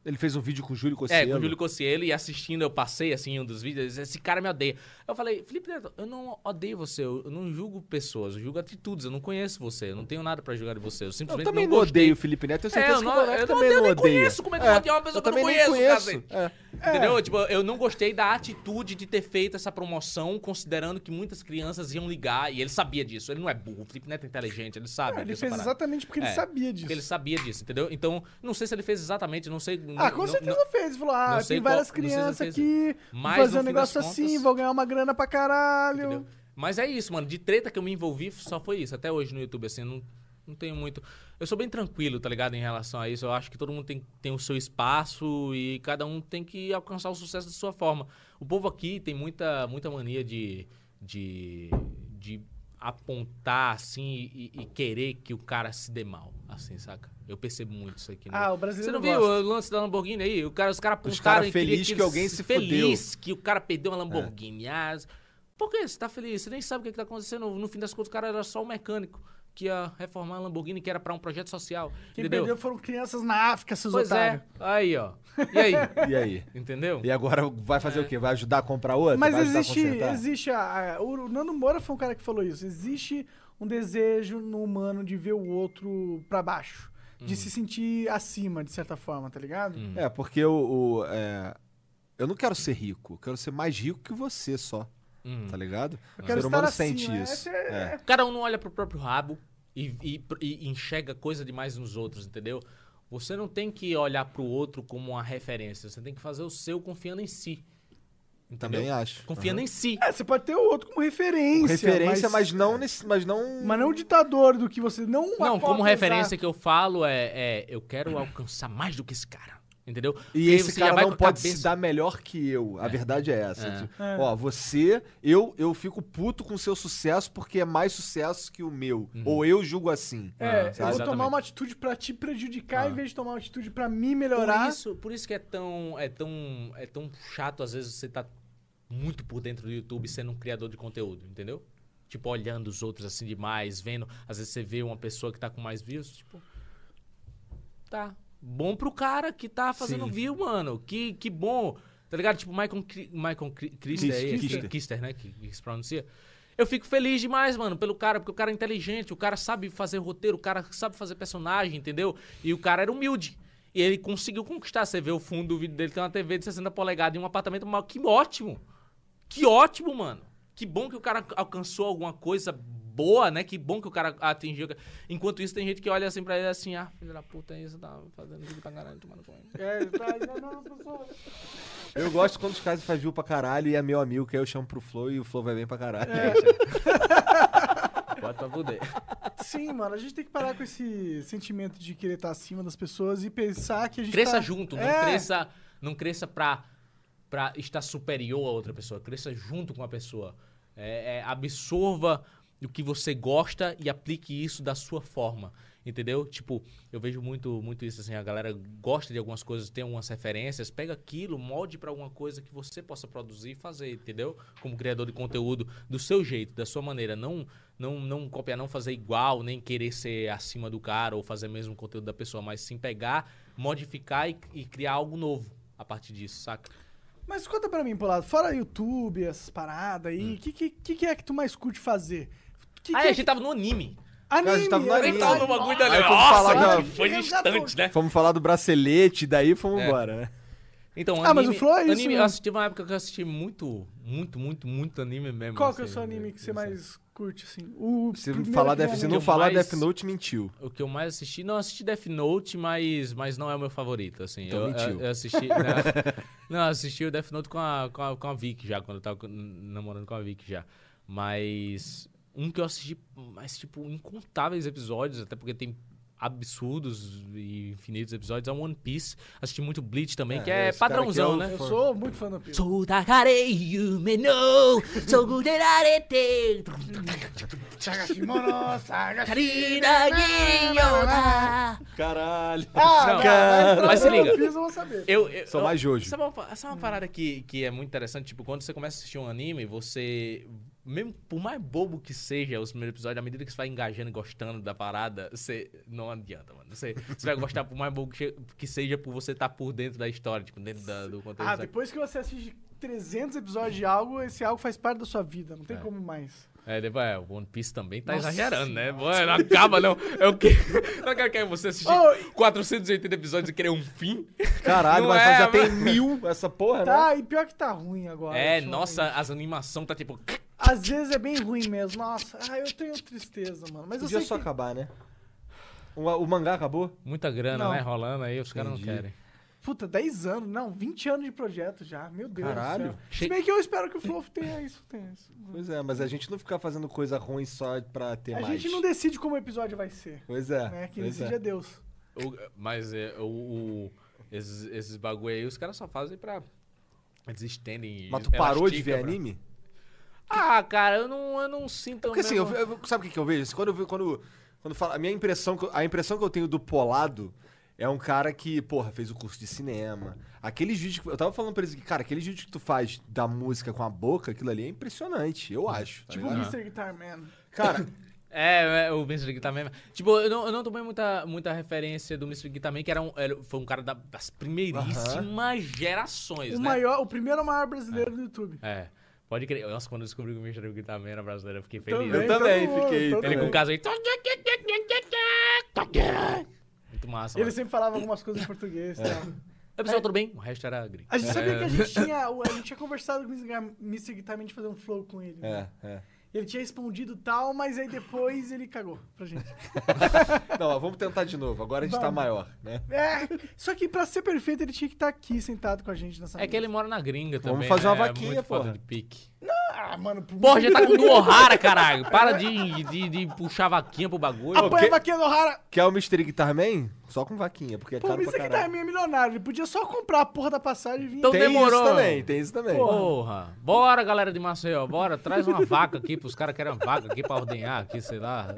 S2: Ele fez um vídeo com o Júlio
S3: É,
S2: Cossiello.
S3: com o Júlio Cossiello e assistindo, eu passei assim um dos vídeos, ele disse, esse cara me odeia. Eu falei, Felipe Neto, eu não odeio você, eu eu não julgo pessoas, eu julgo atitudes, eu não conheço você, eu não tenho nada pra julgar de você, eu
S2: Eu
S3: simplesmente
S2: também não
S3: não gostei.
S2: odeio o Felipe Neto, eu
S3: É,
S2: certeza
S3: eu
S2: que
S3: não-
S2: o Moleque
S3: eu não
S2: também
S3: odeio,
S2: não
S3: eu nem
S2: odeia.
S3: conheço como é que eu odeio uma pessoa que eu não
S2: também nem
S3: conheço,
S2: É.
S3: Entendeu? Tipo, eu não gostei da atitude de ter feito essa promoção, considerando que muitas crianças iam ligar, e ele sabia disso, ele não é burro, o Felipe Neto é inteligente, ele sabe.
S1: Ah, ele
S3: dessa
S1: fez
S3: parada.
S1: exatamente porque
S3: É,
S1: ele sabia disso.
S3: Porque ele sabia disso, entendeu? Então, não sei se ele fez exatamente, não sei.
S1: Ah,
S3: não-
S1: com
S3: não-
S1: certeza
S3: não-
S1: fez. Ele falou, ah,
S3: não
S1: tem
S3: sei qual-
S1: várias
S3: não sei se
S1: crianças
S3: fez.
S1: aqui, vou
S3: Mas,
S1: fazer
S3: no
S1: um
S3: fim
S1: negócio
S3: das
S1: assim,
S3: contas-
S1: vou ganhar uma grana pra caralho.
S3: Entendeu? Mas é isso, mano. De treta que eu me envolvi, só foi isso. Até hoje no YouTube, assim, não, não tenho muito. Eu sou bem tranquilo, tá ligado? Em relação a isso. Eu acho que todo mundo tem, tem o seu espaço e cada um tem que alcançar o sucesso da sua forma. O povo aqui tem muita, muita mania de. de. de apontar assim e, e querer que o cara se dê mal, assim, saca? Eu percebo muito isso aqui. né? no-
S1: Ah, o
S3: você
S1: brasileiro
S3: não viu
S1: gosta.
S3: o lance da Lamborghini aí? O cara, os caras apontaram
S2: cara
S3: e queria
S2: feliz que
S3: eles-
S2: alguém se É.
S3: Feliz que o cara perdeu uma Lamborghini. Ah, por que você tá feliz? Você nem sabe o que, que tá acontecendo. No fim das contas, o cara era só um mecânico que ia reformar a Lamborghini, que era pra um projeto social.
S1: Quem
S3: entendeu?
S1: perdeu foram crianças na África, seus
S3: pois
S1: otários.
S3: é. Aí, ó. E aí?
S2: É. E aí?
S3: entendeu?
S2: E agora vai fazer o quê? Vai ajudar a comprar outra?
S1: Mas
S2: vai ajudar
S1: existe,
S2: a consertar?
S1: existe a, a- o Nando Moura foi um cara que falou isso. Existe um desejo no humano de ver o outro pra baixo,
S3: Uhum.
S1: de se sentir acima de certa forma, tá ligado?
S2: É, porque o. o, é, eu não quero ser rico, eu quero ser mais rico que você só.
S3: Hum.
S2: Tá ligado?
S1: Eu
S2: o
S1: quero
S2: ser humano
S1: estar acima,
S2: sente
S1: essa
S2: isso.
S1: é-
S2: É.
S3: Cada um não olha pro próprio rabo e, e, e enxerga coisa demais nos outros, entendeu? Você não tem que olhar pro outro como uma referência. Você tem que fazer o seu confiando em si.
S2: Também
S3: entendeu?
S2: acho.
S3: Confiando em si.
S1: É, você pode ter o outro como referência.
S2: Referência, mas,
S1: mas,
S2: não nesse. Mas não.
S1: mas não o ditador do que você. Não, uma
S3: Não, como
S1: cópia
S3: referência
S1: exata.
S3: que eu falo é, é, eu quero alcançar mais do que esse cara. Entendeu?
S2: E
S3: Porque aí
S2: esse
S3: você já
S2: cara
S3: vai
S2: não
S3: com a
S2: pode se
S3: cabeça-
S2: dar melhor que eu. A verdade é essa.
S3: É.
S2: Tipo,
S1: É.
S2: Ó, você, eu, eu fico puto com o seu sucesso porque é mais sucesso que o meu. Ou eu julgo assim.
S1: É, eu vou
S2: sabe?
S1: tomar
S3: Ah, Exatamente.
S1: uma atitude pra te prejudicar
S3: Ah.
S1: em vez de tomar uma atitude pra me
S3: Por
S1: melhorar.
S3: isso, por isso que é tão, é tão, é tão chato às vezes você tá muito por dentro do YouTube sendo um criador de conteúdo, entendeu? Tipo olhando os outros assim demais, vendo, às vezes você vê uma pessoa que tá com mais views, tipo, tá bom pro cara que tá fazendo
S2: Sim.
S3: view, mano. Que que bom. Tá ligado? Tipo Michael Cri- Michael Cri- Christer, aí,
S2: Kister.
S3: Kister. Kister, né, que, que se pronuncia. Eu fico feliz demais, mano, pelo cara, porque o cara é inteligente, o cara sabe fazer roteiro, o cara sabe fazer personagem, entendeu? E o cara era humilde. E ele conseguiu conquistar. Você vê o fundo do vídeo dele, tem uma TV de 60 polegadas e um apartamento maior. Que ótimo! Que ótimo, mano! Que bom que o cara alcançou alguma coisa boa, né? Que bom que o cara atingiu. Enquanto isso, tem gente que olha assim pra ele assim, ah, filho da puta, isso tá fazendo vídeo pra caralho, tomando com ele.
S1: É, tá enganando as pessoas.
S2: Eu gosto quando os caras faz view pra caralho e é meu amigo, que aí eu chamo pro Flow e o Flow vai bem pra caralho.
S3: Pode pra poder.
S1: Sim, mano, a gente tem que parar com esse sentimento de querer estar acima das pessoas e pensar que a gente
S3: Cresça
S1: tá-
S3: junto, não
S1: É.
S3: cresça, não cresça pra, pra estar superior a outra pessoa. Cresça junto com a pessoa. É, é, absorva o que você gosta e aplique isso da sua forma. Entendeu? Tipo, eu vejo muito, muito isso assim, a galera gosta de algumas coisas, tem algumas referências, pega aquilo, molde pra alguma coisa que você possa produzir e fazer, entendeu? Como criador de conteúdo, do seu jeito, da sua maneira, não não não copiar, não fazer igual, nem querer ser acima do cara ou fazer mesmo o conteúdo da pessoa, mas sim pegar, modificar e, e criar algo novo a partir disso, saca?
S1: Mas conta pra mim, Polado, fora YouTube, essas paradas aí, o que, que, que que é que tu mais curte fazer? Que,
S3: ah,
S1: que
S3: é, Hum. a gente tava no anime.
S1: Anime,
S2: A gente tava no
S1: é
S2: anime.
S1: verdade.
S3: Então, no bagulho dali,
S2: Aí fomos
S3: nossa,
S2: falar
S3: que
S2: da-
S3: foi distante,
S1: É.
S3: né?
S2: Fomos falar do bracelete, daí fomos embora, né?
S3: Então,
S1: Ah, mas o Flow é isso
S3: anime, eu
S1: mesmo.
S3: assisti uma época que eu assisti muito, muito, muito, muito anime mesmo.
S1: Qual que é o
S3: assim,
S1: seu anime que você
S3: assim.
S1: mais curte, assim? O
S2: Se
S1: primeiro
S2: falar
S1: que vem à
S2: Death, se
S1: mente.
S2: não
S3: mais-
S2: falar Death Note, mentiu.
S3: O que eu mais assisti, não, eu assisti Death Note, mas, mas não é o meu favorito, assim.
S2: Então
S3: eu,
S2: mentiu.
S3: eu- eu assisti. né? não, eu assisti o Death Note com a, com, a, com a Vic já, quando eu tava com- namorando com a Vic já. Mas. Um que eu assisti, mas, tipo, incontáveis episódios, até porque tem absurdos e infinitos episódios, é One Piece. Assisti muito Bleach também,
S2: É,
S3: que é
S2: esse cara aqui é
S3: padrãozão,
S2: o
S3: né?
S1: Eu sou muito fã do Piece.
S3: Sou da me no, sou guderarete.
S2: Caralho.
S1: Ah,
S3: Não,
S1: cara,
S3: mas se liga.
S1: Eu fiz, eu vou saber.
S3: Eu, eu,
S2: Só
S3: eu-
S2: mais Jojo.
S3: Sabe uma, pa- sabe uma parada que, que é muito interessante? Tipo, quando você começa a assistir um anime, você. Mesmo por mais bobo que seja os primeiros episódios, à medida que você vai engajando e gostando da parada, você. Não adianta, mano. Você, você vai gostar por mais bobo que, che- que seja por você estar por dentro da história, tipo, dentro da- do contexto.
S1: Ah,
S3: sabe?
S1: depois que você assiste 300 episódios de algo, esse algo faz parte da sua vida, não tem como mais.
S3: É, depois, é, One Piece também tá
S1: tipo Nossa
S3: exagerando, né? Pô, não acaba, não. Eu que... Não quero que é você assistir
S1: Oh.
S3: 480 episódios e querer um fim.
S2: Caralho,
S3: Não
S2: mas
S3: é,
S2: já
S3: mas-
S2: tem mil essa porra, né?
S1: Tá, e pior que tá ruim agora.
S3: É,
S1: ultimamente.
S3: nossa, as animações tá tipo.
S1: Às vezes é bem ruim mesmo, nossa. Ah, eu tenho tristeza, mano. Mas eu
S2: Podia
S1: sei
S2: só
S1: que...
S2: acabar, né? O, o mangá acabou?
S3: Muita grana,
S1: Não.
S3: né? Rolando aí, os caras não
S2: Entendi.
S3: querem.
S1: Puta, 10 anos, não, 20 anos de projeto já. Meu Deus
S2: Caralho.
S1: do céu. Se bem que eu espero que o Flow tenha isso, tenha isso.
S2: Pois é, mas a gente não ficar fazendo coisa ruim só pra ter
S1: A
S2: mais.
S1: gente não decide como o episódio vai ser,
S2: Pois é.
S1: né? Quem
S2: pois
S1: decide é
S2: é.
S1: Deus.
S3: O- mas é, o, o- esses, esses bagulho aí, os caras só fazem pra. Eles estendem. e
S2: Mas tu parou de
S3: elastica
S2: ver
S3: pra-
S2: anime?
S3: Ah, cara, eu não, eu não sinto.
S2: Porque assim,
S3: mesmo-
S2: eu- eu- sabe o que, que eu vejo? Assim, Quando eu vi- quando, quando fala, a minha impressão, que eu- a impressão que eu tenho do Polado é um cara que, porra, fez o curso de cinema. Aqueles vídeos que eu tava falando pra eles que, cara, aqueles vídeos que tu faz da música com a boca, aquilo ali é impressionante,
S3: Uhum.
S2: eu acho. tá
S1: Tipo o
S2: ligado?
S1: Mr. Guitar Man.
S2: cara,
S3: É, é, o Mr. Guitar Man. Tipo, eu não, eu não tomei muita, muita referência do Mr. Guitar Man, que era um, era- foi um cara da- das primeiríssimas gerações,
S1: O
S3: né?
S1: maior, o primeiro maior brasileiro do YouTube.
S3: É, pode crer. Nossa, quando eu descobri que o Mr. Guitar Man era brasileiro, eu fiquei
S1: Também,
S3: feliz. né?
S2: Eu também
S1: todo mundo,
S2: fiquei,
S1: todo
S3: Ele
S1: mundo.
S3: com o caso aí. Muito massa.
S1: Ele
S3: Mano.
S1: sempre falava algumas coisas em português
S3: É.
S1: e tal.
S3: Aí,
S2: é-
S3: pessoal, tudo bem? O resto era gringo.
S1: A gente sabia que a gente tinha. A gente tinha conversado com o Mr. Guitar Man de fazer um flow com ele. né?
S2: é, é.
S1: Ele tinha respondido tal, mas aí depois ele cagou pra gente.
S2: Não, ó, vamos tentar de novo. Agora a gente tá
S1: Vamos.
S2: maior, né?
S1: É, só que pra ser perfeito ele tinha que estar aqui sentado com a gente nessa
S3: É que ele mora na gringa também.
S2: Vamos fazer uma
S3: né?
S2: vaquinha,
S3: é muito falta
S2: porra.
S3: de pique.
S1: Ah, mano, pro
S3: Porra, já tá com o Ohara, caralho. Para de, de, de puxar vaquinha pro bagulho.
S1: Apanha
S2: que-
S1: a vaquinha do O'Hara.
S2: Quer o Mystery Guitar Man? Só com vaquinha, porque é
S1: Pô,
S2: caro
S1: isso
S2: pra
S1: aqui tá
S2: caralho.
S1: minha milionário. Ele podia só comprar a porra da passagem e vir.
S3: Então
S2: Tem
S3: demorou.
S2: isso também, tem isso também.
S3: Porra. Bora, galera de Maceió, bora. Traz uma vaca aqui pros caras querem uma vaca aqui pra ordenhar aqui, sei lá.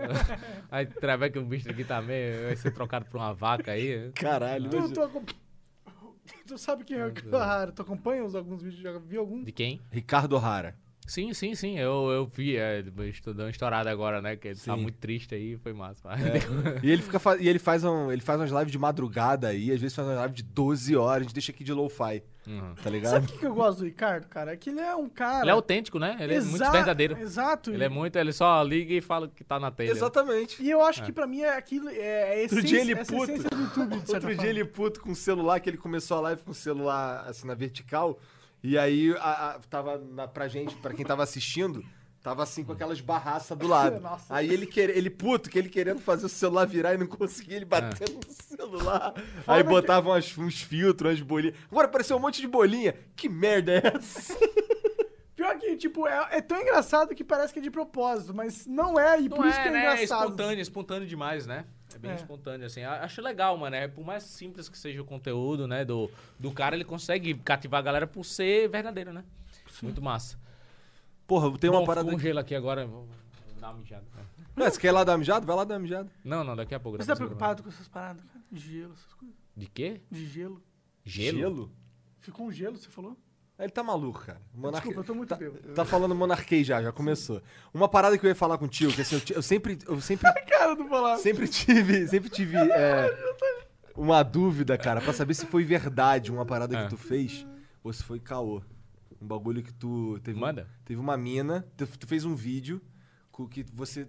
S3: Aí através que o bicho aqui também vai ser trocado por uma vaca aí.
S2: Caralho.
S1: Tu,
S2: mas-
S1: tu, Então acom- tu sabe quem é o O'Hara? Tu acompanha os- alguns vídeos? Já viu algum?
S3: De quem?
S2: Ricardo O'Hara.
S3: Sim, sim, sim. Eu, eu vi. É, estou dando uma estourada agora, né? Que ele tá
S2: Sim. É.
S3: muito triste aí, foi massa.
S2: E ele, fica fa- e ele, faz um, ele faz umas lives de madrugada aí, às vezes faz umas lives de 12 horas, a gente deixa aqui de lo-fi,
S3: Uhum.
S2: tá
S1: Sabe
S2: ligado?
S1: o que, que eu gosto do Ricardo, cara? É que ele é um cara.
S3: Ele é autêntico, né? Ele é muito
S1: Exa-
S3: verdadeiro.
S1: Exato.
S3: Ele é muito, ele só liga e fala o que tá na
S2: é
S3: telha.
S2: um Exatamente.
S1: E eu acho que pra mim é aquilo. É, é
S2: Outro
S1: essência,
S2: dia ele
S1: essa
S2: puto.
S1: essência do YouTube, de certa
S2: Outro dia
S1: forma.
S2: ele puto com o celular, que ele começou a live com o celular assim na vertical, e aí a, a- tava na, pra gente, pra quem tava assistindo, Tava assim com aquelas barraças do lado.
S1: Nossa.
S2: Aí ele, quer, ele puto, que ele querendo fazer o celular virar e não conseguia, ele batendo no celular. Aí
S1: que-
S2: botava umas- uns filtros, umas bolinhas. Agora apareceu um monte de bolinha. Que merda é essa?
S1: Pior que, tipo, é, é tão engraçado que parece que é de propósito, mas não é, e
S3: Não
S1: por isso que é
S3: né?
S1: engraçado.
S3: espontâneo, espontâneo demais, né? É bem
S1: É.
S3: espontâneo, assim. A- Acho legal, mano. É, por mais simples que seja o conteúdo, né, do, do cara, ele consegue cativar a galera por ser verdadeiro, né? Muito massa.
S2: Porra, tem uma
S3: Bom,
S2: parada.
S3: ficou um gelo aqui agora. Vou vou dar uma mijada. né?
S2: Não, você quer ir lá dar uma mijada? Vai lá dar uma mijada.
S3: Não, não, daqui a pouco.
S1: Você
S3: daqui a
S1: tá
S3: pouco.
S1: preocupado com essas paradas, cara? De gelo, essas coisas.
S3: De quê?
S1: De gelo.
S3: Gelo?
S1: Ficou um gelo, você falou?
S2: Ele tá maluco, cara. Monarque-
S1: Desculpa, eu tô muito
S2: tá,
S1: bêbado.
S2: tá falando monarquei já, já começou. Uma parada que eu ia falar contigo, que assim, eu, ti- eu sempre, eu sempre,
S1: Cara, do falar.
S2: sempre tive, sempre tive é, uma dúvida, cara, pra saber se foi verdade uma parada
S3: É.
S2: que tu fez ou se foi caô. Um bagulho que tu teve, um
S3: Manda.
S2: teve uma mina, tu, tu fez um vídeo com que você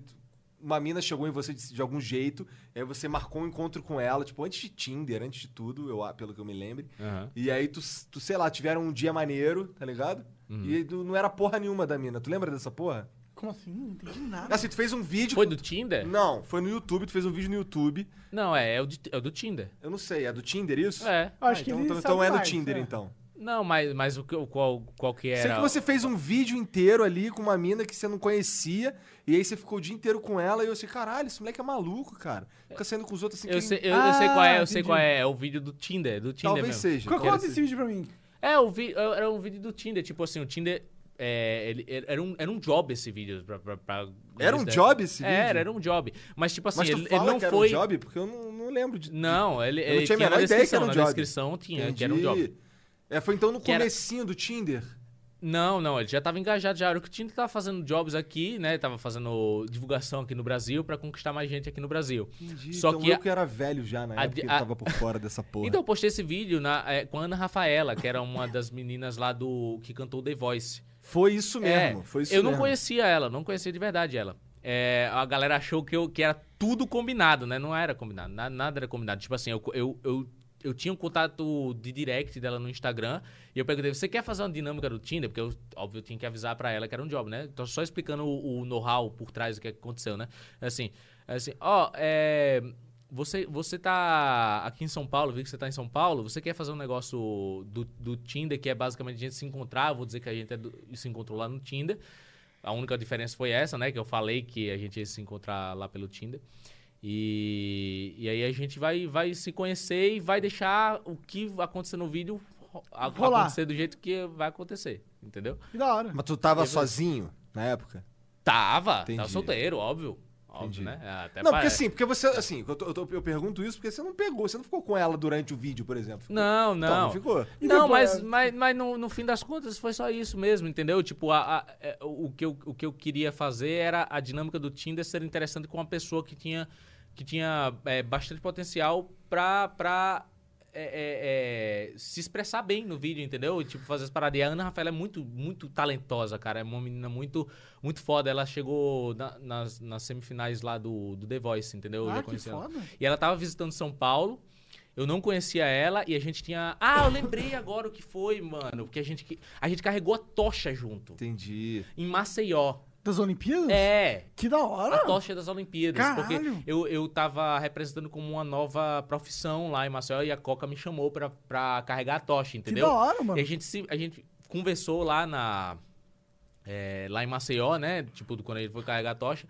S2: uma mina chegou em você de, de algum jeito, aí você marcou um encontro com ela, tipo, antes de Tinder, antes de tudo, eu, a- pelo que eu me lembre.
S3: Aham.
S2: E aí tu, tu, sei lá, tiveram um dia maneiro, tá ligado?
S3: Uhum.
S2: E aí tu não era porra nenhuma da mina. Tu lembra dessa porra?
S1: Como assim? Não entendi nada.
S2: Assim, tu fez um vídeo.
S3: Foi do Tinder?
S2: Não, foi no YouTube, tu fez um vídeo no YouTube.
S3: Não, é, é o, de- é o do Tinder.
S2: Eu não sei, é do Tinder isso?
S3: É.
S1: Eu acho que
S2: então
S1: ele
S2: então,
S1: sabe
S2: então é no
S1: mais,
S2: Tinder,
S1: é.
S2: então.
S3: Não, mas, mas o que, o qual, qual que era?
S2: Sei que você fez um vídeo inteiro ali com uma mina que você não conhecia, e aí você ficou o dia inteiro com ela, e eu assim, caralho, esse moleque é maluco, cara. Fica saindo com os outros assim.
S3: Eu
S2: que-
S3: sei, eu, eu sei qual é, eu sei
S1: Ah, entendi.
S3: qual é. É o vídeo do Tinder, do Tinder
S2: Talvez
S3: mesmo.
S2: seja.
S1: Qual-
S2: talvez
S1: Conta esse
S2: seja.
S1: vídeo pra mim.
S3: É, o vi- era um vídeo do Tinder. Tipo assim, o Tinder. é, ele, ele- era, um, era um job esse vídeo. Pra, pra- pra-
S2: Era um job esse vídeo?
S3: Era, era um job. Mas, tipo assim,
S2: Mas tu
S3: ele, ele
S2: fala
S3: não
S2: que era
S3: foi.
S2: um job? Porque eu não, não lembro de.
S3: Não, ele,
S2: não
S3: ele
S2: tinha a
S3: tinha na
S2: menor ideia que
S3: descrição.
S2: era um
S3: na
S2: job.
S3: descrição tinha que era um
S2: Entendi.
S3: job.
S2: É, foi então no
S3: Que era-
S2: comecinho do Tinder.
S3: Não, não, ele já tava engajado já. Era o que o Tinder tava fazendo jobs aqui, né? Tava fazendo divulgação aqui no Brasil pra conquistar mais gente aqui no Brasil.
S2: Entendi.
S3: Só
S2: então
S3: que
S2: eu
S3: a-
S2: que era velho já na
S3: a-
S2: época, que
S3: a-
S2: eu tava por fora dessa porra.
S3: Então eu postei esse vídeo na, eh, com a Ana Rafaela, que era uma das meninas lá do. que cantou The Voice.
S2: foi isso mesmo,
S3: É,
S2: foi isso
S3: eu
S2: mesmo.
S3: não conhecia ela, não conhecia de verdade ela. É, a galera achou que, eu, que era tudo combinado, né? Não era combinado, na- nada, era combinado. Tipo assim, eu, eu, eu, eu tinha um contato de direct dela no Instagram e eu perguntei, você quer fazer uma dinâmica do Tinder? Porque, eu, óbvio, eu tinha que avisar pra ela que era um job, né? Tô só explicando o, o know-how por trás do que aconteceu, né? Assim, assim ó, é... Você, você tá aqui em São Paulo, vi que você tá em São Paulo, você quer fazer um negócio do, do Tinder, que é basicamente a gente se encontrar, vou dizer que a gente é do- se encontrou lá no Tinder. A única diferença foi essa, né? Que eu falei que a gente ia se encontrar lá pelo Tinder. E, e aí a gente vai, vai se conhecer e vai deixar o que acontecer no vídeo ro- a-
S1: Rolar.
S3: acontecer do jeito que vai acontecer, entendeu?
S1: Que da hora.
S2: Mas tu tava sozinho na época?
S3: Tava, tava
S2: Entendi.
S3: solteiro, óbvio. Óbvio,
S2: Entendi.
S3: né? Até
S2: não, porque
S3: parece.
S2: assim, porque você, assim, eu, tô- eu tô- eu pergunto isso porque você não pegou, você não ficou com ela durante o vídeo, por exemplo. Ficou-
S3: Não, não.
S2: Então, não ficou.
S1: E
S3: não,
S1: depois-
S3: mas, mas, mas no, no fim das contas foi só isso mesmo, entendeu? Tipo, a- a- é, o, que eu, o que eu queria fazer era a dinâmica do Tinder ser interessante com uma pessoa que tinha, que tinha é, bastante potencial pra, pra é, é, é, se expressar bem no vídeo, entendeu? E, tipo, fazer as paradas. E a Ana Rafaela é muito, muito talentosa, cara. É uma menina muito, muito foda. Ela chegou na- nas, nas semifinais lá do, do The Voice, entendeu? Eu já
S1: Ah, que
S3: conheci ela.
S1: foda.
S3: E ela tava visitando São Paulo. Eu não conhecia ela e a gente tinha. Ah, eu lembrei agora o que foi, mano. Porque a gente, que- a gente carregou a tocha junto.
S2: Entendi.
S3: Em Maceió.
S1: Das Olimpíadas?
S3: É.
S1: Que da hora.
S3: A tocha das Olimpíadas.
S1: Ah. Caralho.
S3: Porque eu, eu tava representando como uma nova profissão lá em Maceió e a Coca me chamou pra, pra carregar a tocha,
S1: Que
S3: entendeu? É.
S1: da hora, mano.
S3: E a gente, se, a gente conversou lá na. é, lá em Maceió, né? Tipo, do- quando ele foi carregar a tocha.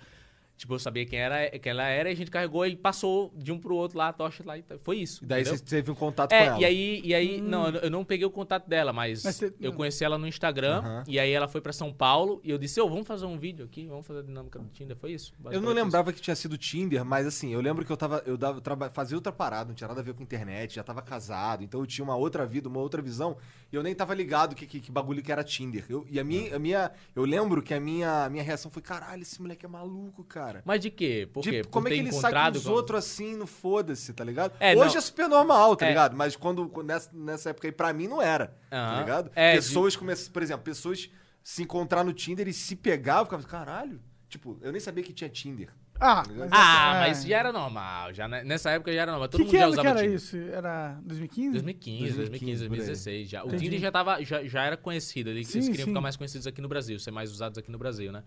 S3: Tipo, eu sabia quem, era, quem ela era, e a gente carregou, ele passou de um pro outro lá a tocha lá. e tá- Foi isso.
S2: E daí
S3: entendeu?
S2: você teve um contato com
S3: É,
S2: ela.
S3: e aí, e aí não, eu não peguei o contato dela, mas,
S1: Hum. Mas você-
S3: eu conheci ela no Instagram,
S2: Aham.
S3: e aí ela foi pra São Paulo, e eu disse, ô, vamos fazer um vídeo aqui, vamos fazer a dinâmica do Tinder, foi isso?
S2: Eu não
S3: Basicamente
S2: lembrava que tinha sido Tinder, mas assim, eu lembro que eu tava. Eu dava, traba- fazia outra parada, não tinha nada a ver com internet, já tava casado, então eu tinha uma outra vida, uma outra visão, e eu nem tava ligado que, que, que bagulho que era Tinder. Eu, e a
S3: É.
S2: minha, a minha. Eu lembro que a minha, minha reação foi: caralho, esse moleque é maluco, cara.
S3: isso. Mas de quê? Por
S2: De-
S3: quê? Por
S2: como é que
S3: ter
S2: ele sai com os
S3: com-
S2: outros assim, no foda-se, tá ligado?
S3: É,
S2: Hoje
S3: não.
S2: é super normal, tá
S3: É.
S2: ligado? Mas quando, quando nessa, nessa época aí, pra mim, não era, tá
S3: Aham.
S2: ligado?
S3: É, de-
S2: pessoas começam, por exemplo, pessoas se encontrar no Tinder e se pegar, eu ficava, caralho, tipo, eu nem sabia que tinha Tinder.
S1: Ah,
S3: Ah,
S1: é.
S3: mas já era normal, já, ne- nessa época já era normal, todo
S1: Que
S3: mundo
S1: que
S3: já
S1: ano que
S3: usava
S1: era
S3: Tinder.
S1: isso? Era 2015?
S3: 2015, 2015,
S2: 2015, por aí.
S3: 2016 já. O
S1: Entendi.
S3: Tinder já, tava, já, já era conhecido, ele- eles
S1: Sim, sim.
S3: queriam ficar mais conhecidos aqui no Brasil, ser mais usados aqui no Brasil, né?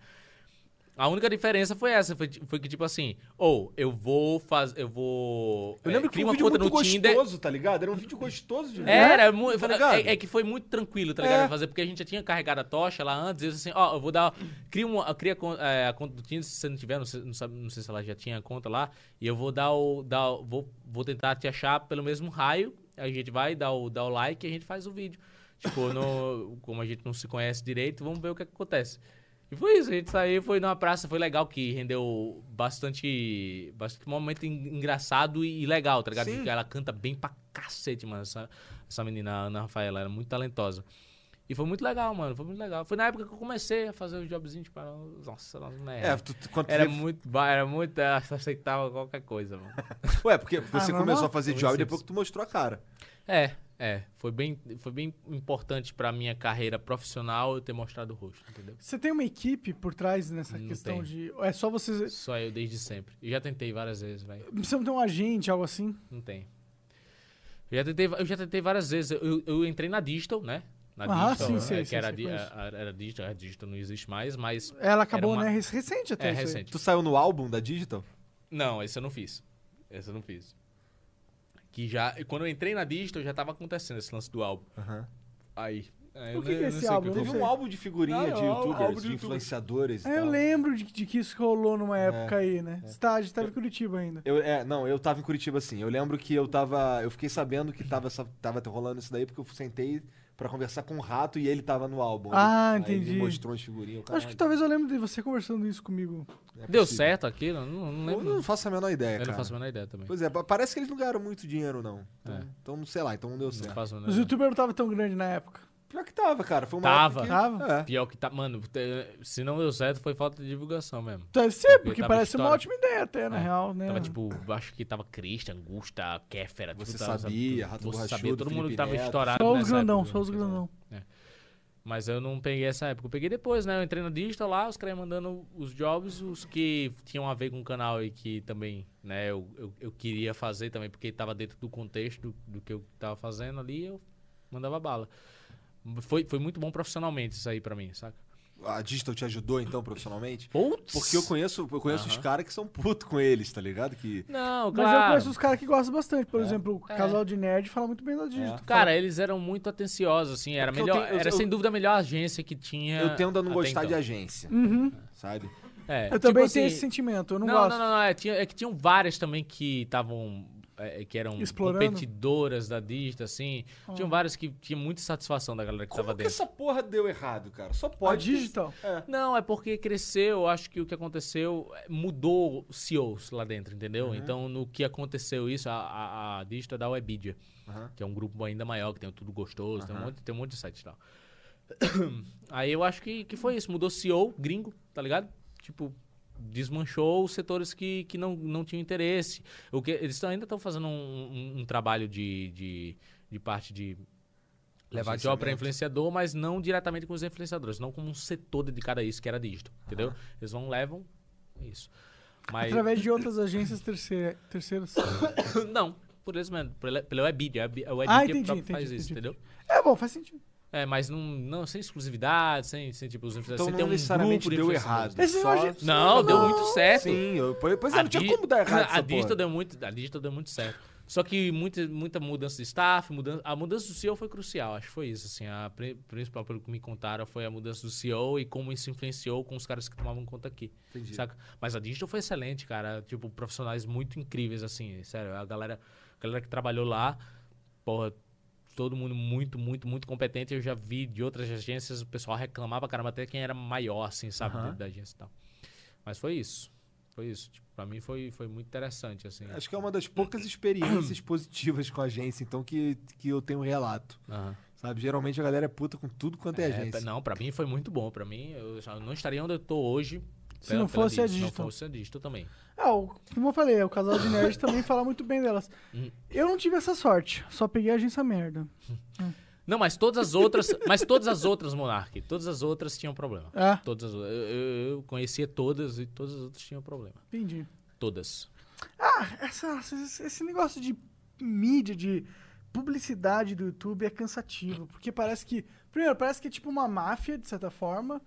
S3: A única diferença foi essa, foi, ti- foi que tipo assim, ou eu vou fazer, eu vou...
S2: Eu
S3: é,
S2: lembro que foi
S3: cria
S2: um
S3: uma
S2: vídeo
S3: conta
S2: muito
S3: no
S2: gostoso,
S3: Tinder,
S2: tá ligado? Era um vídeo gostoso de ver.
S3: era, mu-
S2: Tá ligado?
S3: é, é que foi muito tranquilo, tá ligado?
S2: É.
S3: pra Fazer, porque a gente já tinha carregado a tocha lá antes, e eu disse assim, ó, eu vou dar. Cria, uma, cria con- é, a conta do Tinder, se você não tiver, não sei, não sabe- não sei se ela já tinha a conta lá, e eu vou dar o. Dar, o- vou, vou tentar te achar pelo mesmo raio. A gente vai dar o, dar o like e a gente faz o vídeo. Tipo, no- como a gente não se conhece direito, vamos ver o que, que acontece. E foi isso, a gente saiu, foi numa praça, foi legal, que rendeu bastante, bastante momento en- engraçado e legal, tá ligado?
S2: Sim.
S3: Ela canta bem pra cacete, mano, essa, essa menina, a Ana Rafaela, ela é muito talentosa. E foi muito legal, mano, foi muito legal. Foi na época que eu comecei a fazer os jobzinhos para... Nossa, nossa, né?
S2: É, tu, tu- quando tu
S3: Era
S2: vê-
S3: muito, ba- era muito, eu aceitava qualquer coisa, mano.
S2: Ué, porque você
S1: normal.
S2: começou a fazer
S3: Foi
S2: job
S3: isso.
S2: depois que tu mostrou a cara.
S3: É, é, foi bem, foi bem importante pra minha carreira profissional eu ter mostrado o rosto, entendeu?
S1: Você tem uma equipe por trás nessa
S3: Não
S1: questão
S3: tem.
S1: de. É só você.
S3: Só eu desde sempre. Eu já tentei várias vezes, velho.
S1: Você não tem um agente, algo assim?
S3: Não tem. Eu já tentei, eu já tentei várias vezes. Eu- Eu, eu entrei na Digital, né? Na
S1: Ah, sim,
S3: né?
S1: sim,
S3: que
S1: sim,
S3: era,
S1: sim,
S3: di-
S1: conheço.
S3: a- a- era Digital, a Digital não existe mais, mas
S1: Ela acabou,
S3: uma-
S1: né? Rec- Recente até.
S3: é
S1: isso aí.
S3: recente.
S2: Tu saiu no álbum da Digital?
S3: Não, esse eu não fiz. Esse eu não fiz. Que já, quando eu entrei na Digital, já tava acontecendo esse lance do álbum.
S2: Aham.
S3: Aí. aí
S1: O
S3: eu
S1: que que é
S3: eu
S1: esse
S3: sei o
S1: álbum?
S3: eu tô
S1: Não
S2: Teve
S1: sei.
S2: um álbum de figurinha
S3: Não,
S2: de
S3: não, álbum
S2: youtubers,
S3: de
S2: de
S3: youtuber.
S2: influenciadores e
S1: É, eu
S3: Então.
S2: tal.
S1: lembro de, de que isso rolou numa época aí, né? Você tá, você tava em Curitiba ainda.
S2: Eu- é, não, eu tava em Curitiba, assim. Eu lembro que eu tava. Eu fiquei sabendo que tava, essa- tava rolando isso daí, porque eu sentei pra conversar com o rato e ele tava no álbum.
S1: Ah,
S2: Aí
S1: entendi.
S2: Ele mostrou as figurinhas.
S1: Acho que talvez eu lembre de você conversando isso comigo.
S2: que
S3: Deu certo aquilo? Não, não
S2: é né? Eu
S3: lembro.
S1: é,
S2: não faço a menor ideia.
S3: eu
S2: cara.
S3: não faço a menor ideia também.
S2: Pois é, pa- parece que eles não ganharam muito dinheiro, não. Então,
S3: É.
S2: então, sei lá, então não deu certo.
S3: Não faço a menor
S1: Os
S3: ideia.
S1: youtubers não estavam tão grandes na época.
S2: Pior que tava, cara. Foi uma época
S3: Tava.
S2: que-
S1: Tava?
S2: É.
S3: Pior que tá. Mano, te- se não deu certo, foi falta de divulgação mesmo.
S1: Deve ser,
S3: Porque
S1: porque
S3: tava
S1: é parece uma
S3: história.
S1: ótima ideia até, na
S3: É,
S1: real, né?
S3: Tava tipo, acho que tava Christian, Gusta, Kéfera.
S2: Você
S3: tipo, tava,
S2: sabia,
S3: tudo.
S2: Rato
S3: Você
S2: Borrachudo,
S3: sabia, todo mundo
S2: Felipe
S3: que tava
S2: Neto.
S3: estourado.
S1: só os
S3: nessa
S1: grandão,
S3: época,
S1: só os
S3: né?
S1: grandão.
S3: Mas eu não peguei essa época. Eu peguei depois, né? Eu entrei na Digital lá, os caras mandando os jobs, os que tinham a ver com o canal e que também, né, eu, eu, eu queria fazer também, porque tava dentro do contexto do, do que eu tava fazendo ali, eu mandava bala. Foi, foi muito bom profissionalmente isso aí pra mim, saca?
S2: A Digital te ajudou, então, profissionalmente?
S3: Putz!
S2: Porque eu conheço, eu conheço os
S3: Aham.
S2: caras que são puto com eles, tá ligado? Que.
S3: Não,
S1: Mas
S3: claro.
S1: eu conheço os caras que gostam bastante. Por exemplo, o
S3: É.
S1: casal de nerd fala muito bem da Digital.
S3: Cara, eles eram muito atenciosos, assim. Era,
S2: É porque eu
S3: melhor,
S2: tenho- eu-
S3: era
S2: eu-
S3: sem dúvida a melhor agência que tinha.
S2: Eu tendo a não
S3: É, até
S2: gostar de
S3: então.
S2: agência,
S1: Uhum.
S2: sabe?
S3: É,
S1: Eu
S3: tipo
S1: também
S3: assim,
S1: tenho esse sentimento, eu não,
S3: não,
S1: gosto.
S3: não, não, não, É, tinha- é que tinham várias também que estavam. é, que eram
S1: Explorando? Ah.
S3: competidoras da Digita, assim. Tinham várias que tinham muita satisfação da galera que
S2: Como
S3: tava
S2: que
S3: dentro.
S2: essa porra deu errado, cara? Só
S1: A
S2: pode.
S1: Digital?
S3: Não, é porque cresceu, acho que o que aconteceu é, mudou CEOs lá dentro, entendeu?
S2: Uhum.
S3: Então, no que aconteceu isso, a, a, a Digital é da Webidia,
S2: Aham.
S3: que é um grupo ainda maior, que tem o Tudo Gostoso, tem, um
S2: Aham.
S3: monte, tem um monte de sites e tal. Aí eu acho que, que foi isso, mudou CEO, gringo, tá ligado? Tipo, desmanchou os setores que, que não, não tinham interesse. O que, eles tão- ainda estão fazendo um, um- um trabalho de, de, de parte de levar job para influenciador, mas não diretamente com os influenciadores, não como um setor dedicado a isso, que era dígito, entendeu? Eles vão, levam, é isso. Mas,
S1: Através de outras agências terceira, terceiras.
S3: não, por eles mesmo, pela, pela Webidia, a Webi- a
S1: Ah,
S3: Webidia
S1: entendi,
S3: própria faz
S1: entendi,
S3: isso,
S1: entendi.
S3: entendeu?
S1: é bom, faz sentido.
S3: É, mas não, não sem exclusividade, sem, sem tipo, os
S2: Então
S3: influenciadores,
S2: não
S3: sem ter um
S2: necessariamente
S3: grupo de
S2: deu
S3: influenciadores.
S2: errado.
S1: Esse
S2: Só-
S1: imagina-
S3: Não, deu muito certo.
S2: Sim, eu, pois é,
S3: A
S2: não tinha
S3: di-
S2: como dar errado
S3: A
S2: essa
S3: digital
S2: porra.
S3: deu muito, a digital deu muito certo. Só que muita, muita mudança de staff, mudança, a mudança do CEO foi crucial, acho que foi isso. Assim, a pri- principal, pelo que me contaram, foi a mudança do CEO e como isso influenciou com os caras que tomavam conta aqui.
S2: Entendi.
S3: saca? Mas a digital foi excelente, cara. Tipo, profissionais muito incríveis, assim, sério. A galera, a galera que trabalhou lá, porra, todo mundo muito, muito, muito competente. Eu já vi de outras agências o pessoal reclamar pra caramba, até quem era maior, assim, sabe,
S2: Aham.
S3: dentro da agência e tal. Mas foi isso. Foi isso. Tipo, pra mim foi, foi muito interessante, assim.
S2: Acho que é uma das poucas experiências positivas com a agência, então, que, que eu tenho relato.
S3: Aham.
S2: Sabe? Geralmente a galera é puta com tudo quanto é,
S3: É,
S2: agência.
S3: pra- não, pra mim foi muito bom. Pra mim, eu já não estaria onde eu tô hoje.
S1: Se não fosse a
S3: Se
S1: digital.
S3: não fosse a digital também.
S1: Ah, o- como eu falei, o casal de nerd também fala muito bem delas.
S3: Hum.
S1: Eu não tive essa sorte, só peguei a agência merda.
S3: Não, mas todas as outras. mas todas as outras, Monark, todas as outras tinham problema.
S1: Ah,
S3: Todas as outras. Eu, eu- eu conhecia todas e todas as outras tinham problema.
S1: entendi.
S3: Todas.
S1: Essa- essa- esse negócio de mídia, de publicidade do YouTube é cansativo, porque parece que... Primeiro, parece que é tipo uma máfia, de certa forma,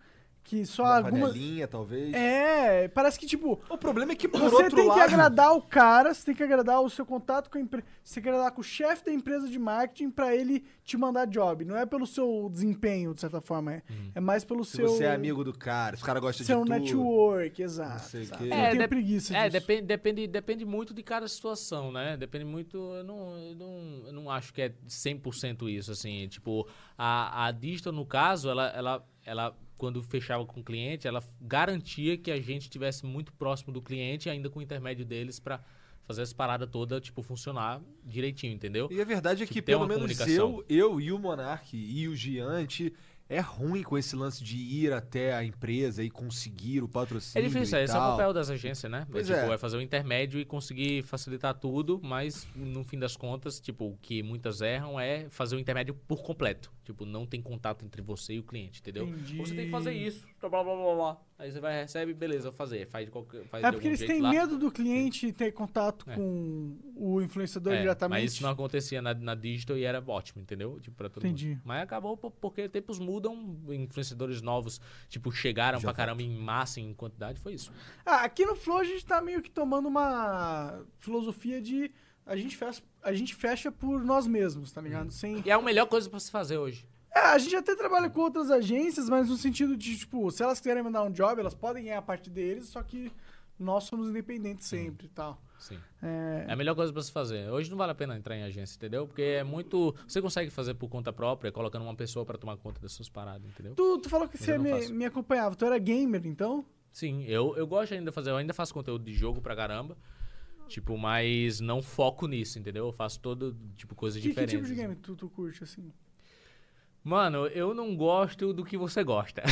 S1: que só
S2: Uma
S1: algumas.
S2: panelinha, talvez.
S1: É, parece que, tipo,
S2: O problema é que, por
S1: você
S2: outro
S1: tem
S2: lado...
S1: que agradar o cara, você tem que agradar o seu contato com a empresa, você tem que agradar com o chefe da empresa de marketing pra ele te mandar job. Não é pelo seu desempenho, de certa forma, é, é mais pelo
S2: Uhum. Se
S1: seu
S2: você é amigo do cara, se o cara gosta
S1: seu
S2: de tudo...
S1: network, exato.
S2: não sei o
S1: exato.
S2: quê.
S1: Eu
S2: É,
S1: tenho
S3: dep-
S1: preguiça
S3: é,
S1: disso.
S3: depende, depende, depende muito de cada situação, né? Depende muito. Eu não, eu não, eu não acho que é 100% isso, assim. Tipo, a, a Disto, no caso, ela, ela, ela, quando fechava com o cliente, ela garantia que a gente estivesse muito próximo do cliente, ainda com o intermédio deles, para fazer essa parada toda, tipo, funcionar direitinho, entendeu?
S2: E a verdade é que,
S3: Que tem
S2: pelo
S3: uma
S2: menos eu,
S3: comunicação.
S2: eu e o Monark e o Giante é ruim com esse lance de ir até a empresa e conseguir o
S3: É
S2: patrocínio.
S3: difícil,
S2: e
S3: esse é o
S2: tal.
S3: papel das agências, né?
S2: Pois
S3: é, tipo,
S2: é.
S3: é fazer o intermédio e conseguir facilitar tudo, mas no fim das contas, tipo, o que muitas erram é fazer o intermédio por completo. Tipo, não tem contato entre você e o cliente, entendeu?
S1: Entendi.
S3: Você tem que fazer isso, blá blá blá blá. blá. Aí você vai, recebe, beleza, vou fazer. Faz de qualquer faz
S1: É
S3: de
S1: porque
S3: algum
S1: eles
S3: jeito
S1: têm
S3: lá.
S1: medo do cliente ter contato
S3: É.
S1: com o influenciador
S3: É,
S1: diretamente.
S3: Mas isso não acontecia na, na digital e era ótimo, entendeu? Tipo, pra todo
S1: Entendi.
S3: mundo. Mas acabou po- porque tempos mudam, influenciadores novos, tipo, chegaram
S2: Já
S3: pra caramba em massa, em quantidade, foi isso.
S1: Ah, aqui no Flow a gente tá meio que tomando uma filosofia de a gente fecha, a gente fecha por nós mesmos, tá ligado? Sem...
S3: E é a melhor coisa pra se fazer hoje.
S1: É, a gente até trabalha com outras agências, mas no sentido de, tipo, se elas quiserem mandar um job, elas podem ganhar a parte deles, só que nós somos independentes sempre e tal.
S3: Sim.
S1: É,
S3: É a melhor coisa pra se fazer. Hoje não vale a pena entrar em agência, entendeu? Porque é muito. Você consegue fazer por conta própria, colocando uma pessoa pra tomar conta das suas paradas, entendeu?
S1: tu, tu falou que
S3: Mas
S1: você
S3: eu não
S1: me,
S3: faço.
S1: me acompanhava, tu era gamer, então?
S3: Sim, eu, eu gosto ainda de fazer. Eu ainda faço conteúdo de jogo pra caramba. Tipo, mas não foco nisso, entendeu? Eu faço todo tipo coisa
S1: Que, que
S3: diferente.
S1: tipo de game tu, tu curte, assim?
S3: Mano, eu não gosto do que você gosta.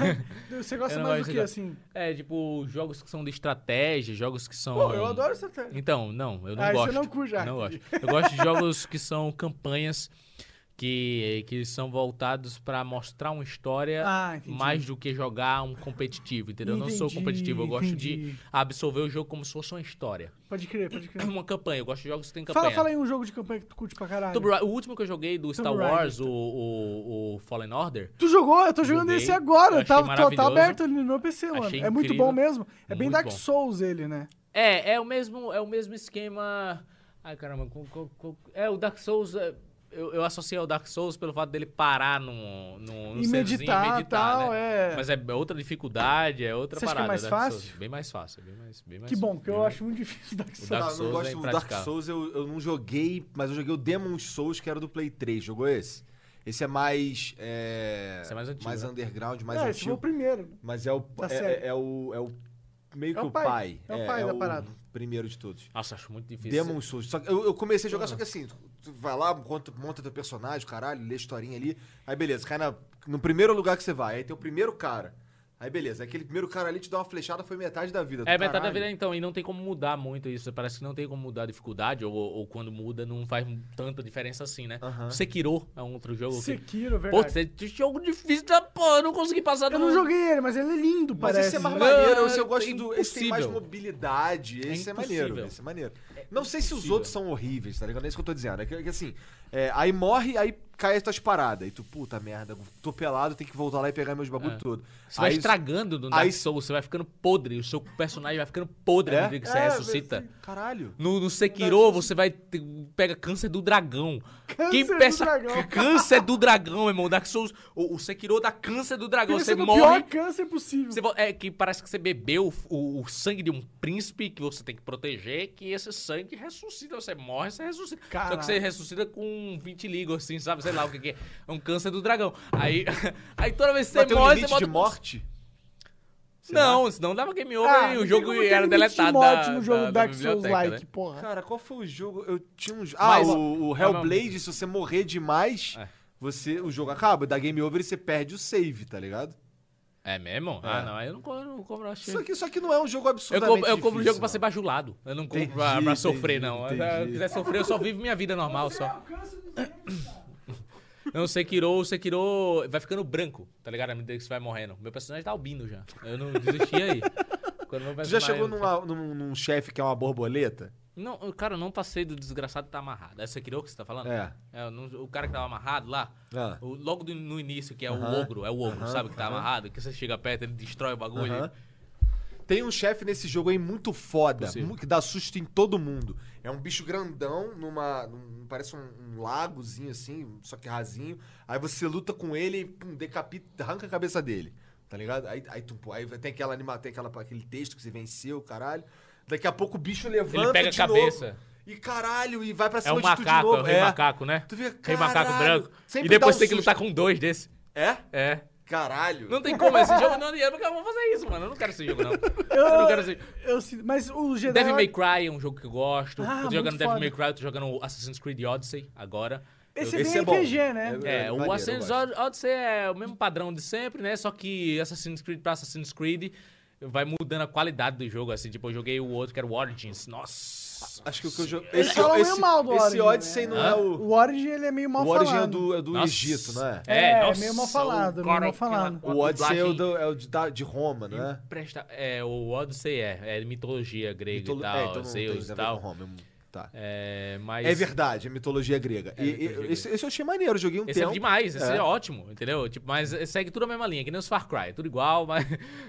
S1: Você gosta
S3: Eu não
S1: mais do
S3: gosto de
S1: que,
S3: jogar.
S1: assim?
S3: É, tipo, jogos que são de estratégia, jogos que são.
S1: Pô, eu adoro estratégia.
S3: Então, não, eu não
S1: Ah, você
S3: gosto.
S1: não curte, ah,
S3: não
S1: entendi.
S3: gosto. Eu gosto de jogos que são campanhas que, que são voltados pra mostrar uma história
S1: Ah, entendi.
S3: é mais do que jogar um competitivo, entendeu? eu não sou
S1: Entendi,
S3: competitivo, eu gosto
S1: entendi.
S3: de absorver o jogo como se fosse uma história.
S1: Pode crer, pode crer.
S3: Uma campanha, eu gosto de jogos que tem campanha.
S1: Fala, fala aí um jogo de campanha que tu curte pra caralho.
S3: Tomb Ra- o último que eu joguei do Star
S1: Tomb
S3: Wars, o, o, o Fallen Order,
S1: Tu jogou? Eu tô jogando
S3: Joguei,
S1: esse agora.
S3: achei
S1: tá, tá, tá
S3: maravilhoso.
S1: aberto ali no meu PC, mano.
S3: Achei
S1: é muito
S3: incrível,
S1: bom mesmo. É bem
S3: muito
S1: Dark
S3: bom.
S1: Souls ele, né?
S3: é, é o mesmo, é o mesmo esquema. Ai, caramba, co- co- co- é o Dark Souls. é, eu, eu associei ao Dark Souls pelo fato dele parar num, num, num
S1: e
S3: centrozinho
S1: meditar e tal,
S3: né?
S1: é.
S3: Mas é outra dificuldade, é outra
S1: Você acha que é
S3: parada.
S1: mais
S3: Dark Souls,
S1: fácil?
S3: Bem mais fácil, é bem mais, bem mais
S1: que bom, porque
S3: bem
S1: eu
S3: mais-
S1: acho muito difícil Dark Souls.
S3: Dark
S2: Tá, eu
S3: Souls
S2: não
S3: é
S2: gosto do Dark
S3: impraticável.
S2: Souls, eu, eu não joguei, mas eu joguei o Demon Souls, que era do Play 3. Jogou esse? Esse é mais. É,
S3: Esse é mais antigo, né?
S2: underground, mais
S1: é, esse foi
S2: antigo.
S1: o primeiro.
S2: Mas é o,
S1: Tá
S2: é,
S1: certo.
S2: é- é o. É o. Meio
S1: É
S2: que
S1: o
S2: o
S1: pai.
S2: pai.
S1: É o pai da parada.
S2: Primeiro de todos.
S3: Nossa, acho muito difícil.
S2: Demon Souls. Só que eu, eu comecei a
S3: Ah.
S2: jogar, só que assim, tu, tu vai lá, monta, monta teu personagem, caralho, lê a historinha ali. Aí beleza, cai na- no primeiro lugar que você vai. Aí tem o primeiro cara. Aí beleza, aquele primeiro cara ali te dá uma flechada, foi metade da vida.
S3: É,
S2: Tu,
S3: metade da
S2: caralho.
S3: vida então, e não tem como mudar muito isso. Parece que não tem como mudar a dificuldade, ou, ou quando muda, não faz tanta diferença assim, né?
S2: Aham.
S3: Sekiro é um outro jogo que.
S1: Sekiro, é
S3: Pô,
S1: verdade.
S3: esse jogo difícil da porra, eu não consegui passar
S1: Eu
S3: do-
S1: não joguei ele, mas ele é lindo,
S2: Mas
S1: parece.
S2: esse é mais
S3: Não,
S2: maneiro, esse eu
S3: é
S2: gosto do. Esse tem mais
S3: impossível.
S2: mobilidade, esse é,
S3: impossível.
S2: maneiro. Esse é maneiro. Não sei se os
S3: impossível.
S2: outros são horríveis, tá ligado? É isso que eu tô dizendo. É que, é que assim, é, aí morre, aí cai as tuas paradas. Aí tu, puta merda, tô pelado, tem que voltar lá e pegar meus bagulho
S3: É.
S2: todo.
S3: Você vai
S2: Aí-
S3: estragando no
S2: aí-
S3: Dark Souls, você vai ficando podre, o seu personagem vai ficando podre
S2: É?
S3: né? no dia que você
S1: É,
S3: ressuscita.
S2: Caralho.
S3: No, no
S1: No Dark
S3: Sekiro, você vai. ter- Pega câncer do dragão.
S1: Câncer
S3: Quem
S1: do
S3: peça
S1: dragão.
S3: câncer do dragão, irmão? Dark Souls. O, o Sekiro dá câncer do dragão.
S1: Deve
S3: Você
S1: ser do
S3: morre.
S1: pior câncer possível.
S3: Você vo- é que parece que você bebeu o, o- o sangue de um príncipe que você tem que proteger, que esse sangue ressuscita. Você morre, você ressuscita. Só
S1: Caralho.
S3: que você ressuscita com 20 ligos, assim, sabe? Sei lá o que, que é. É um câncer do dragão. Aí, aí toda vez que
S2: Mas
S3: você
S2: tem um
S3: morre,
S2: limite
S3: você bota.
S2: de morte? Será?
S3: Não, senão dava game over
S1: Ah,
S3: e
S1: não
S3: o
S1: tem
S3: jogo
S1: como ter limite
S3: era
S1: de
S3: deletado.
S1: morte
S3: da-
S1: no jogo
S3: da- da
S1: Dark Souls
S3: biblioteca, né?
S1: like, porra.
S2: Cara, qual foi o jogo? Eu tinha um. jo- Ah,
S3: Mas-
S2: o, o Hellblade, se você morrer demais,
S3: É.
S2: você, o jogo acaba, dá game over e você perde o save, tá ligado?
S3: É mesmo? Ah, não, aí eu não compro, eu não compro achei.
S2: Só que, só que não é um jogo
S3: Eu
S2: absurdamente
S3: compro, eu compro o
S2: difícil,
S3: jogo pra
S2: não.
S3: ser bajulado. Eu não compro
S2: Entendi,
S3: pra, pra sofrer,
S2: entendi,
S3: não.
S2: entendi.
S3: Se eu quiser sofrer, eu só vivo minha vida normal só. Não, Sekiro, o Sekiro vai ficando branco, tá ligado? À medida que você vai morrendo. Meu personagem tá albino já. Eu não desisti aí. Quando meu
S2: Tu já
S3: personagem-
S2: chegou numa- num, num chefe que é uma borboleta?
S3: um Não, eu, cara, eu não passei do desgraçado que tá amarrado. Essa Kirou que você tá falando?
S2: É.
S3: eu não- o cara que tava amarrado lá,
S2: Ah.
S3: o- logo do- no início, que é
S2: Aham.
S3: o ogro, é o ogro, sabe? Que tá amarrado, que você chega perto, ele destrói o bagulho.
S2: Aham. Tem um chefe nesse jogo aí muito foda,
S3: Possível.
S2: mu- que dá susto em todo mundo. É um bicho grandão, numa. num- parece um, um lagozinho assim, só que rasinho. Aí você luta com ele e pum, decapita, arranca a cabeça dele. Tá ligado? Aí, aí, tu- aí tem aquela anima, tem aquela, aquele texto que você venceu, caralho. Daqui a pouco o bicho levanta.
S3: Ele pega a
S2: de
S3: cabeça.
S2: novo. e caralho, e vai pra
S3: É
S2: cima
S3: o
S2: de tu de
S3: macaco, é
S2: novo.
S3: o rei macaco, né?
S2: Tu vê,
S3: Rei macaco
S2: caralho,
S3: branco.
S2: sempre
S3: e depois
S2: dá um
S3: tem que
S2: susto.
S3: lutar com dois desse.
S2: É?
S3: É.
S2: Caralho.
S3: Não tem como, esse jogo não adianta, porque eu vou fazer isso, mano. Eu não quero esse jogo, não.
S1: Eu,
S3: Eu não quero esse
S1: eu sinto- mas o Jedi...
S3: Devil May Cry é um jogo que eu gosto.
S1: Ah,
S3: eu tô
S1: muito
S3: jogando Devil
S1: foda.
S3: May Cry, eu tô jogando Assassin's Creed Odyssey agora.
S1: Esse
S3: Eu-
S1: é
S2: Esse
S1: bem
S2: é bom.
S1: RPG, né?
S3: É, o
S2: maneiro, eu
S3: Assassin's
S2: gosto.
S3: Od- Odyssey é o mesmo padrão de sempre, né? Só que Assassin's Creed pra Assassin's Creed vai mudando a qualidade do jogo, assim. Tipo, eu joguei o outro que era o Origins. Nossa.
S2: Acho que o que eu jogo.
S1: Eles falam meio mal do
S2: esse
S1: Origin,
S2: Odyssey
S1: né?
S2: não é o.
S1: O Origin, ele é meio mal
S2: o Origin é
S1: falado.
S2: do, é do
S3: Nossa.
S2: Egito, não é?
S1: É,
S3: nossa,
S1: meio mal
S3: o
S1: falado, meio mal
S3: cara que tem
S1: falado.
S3: uma-
S2: O
S3: uma
S2: Odyssey é o,
S3: dublagem
S2: do- é o de, da- de Roma, não é?
S3: impresta- é, o Odyssey é. É mitologia grega
S2: Mitolo-
S3: e
S2: é,
S3: tal,
S2: então não tem
S3: Zeus
S2: nada
S3: e
S2: a ver com
S3: tal.
S2: Roma. é um- Tá.
S3: É, mas...
S2: É verdade, é mitologia grega.
S3: É
S2: E-
S3: mitologia
S2: e-
S3: grega.
S2: Esse, esse eu achei maneiro, eu joguei um
S3: Esse
S2: tempo.
S3: é demais, esse
S2: É.
S3: é. ótimo, entendeu? Tipo, mas eh, segue tudo a mesma linha, que nem os Far Cry, tudo igual, mas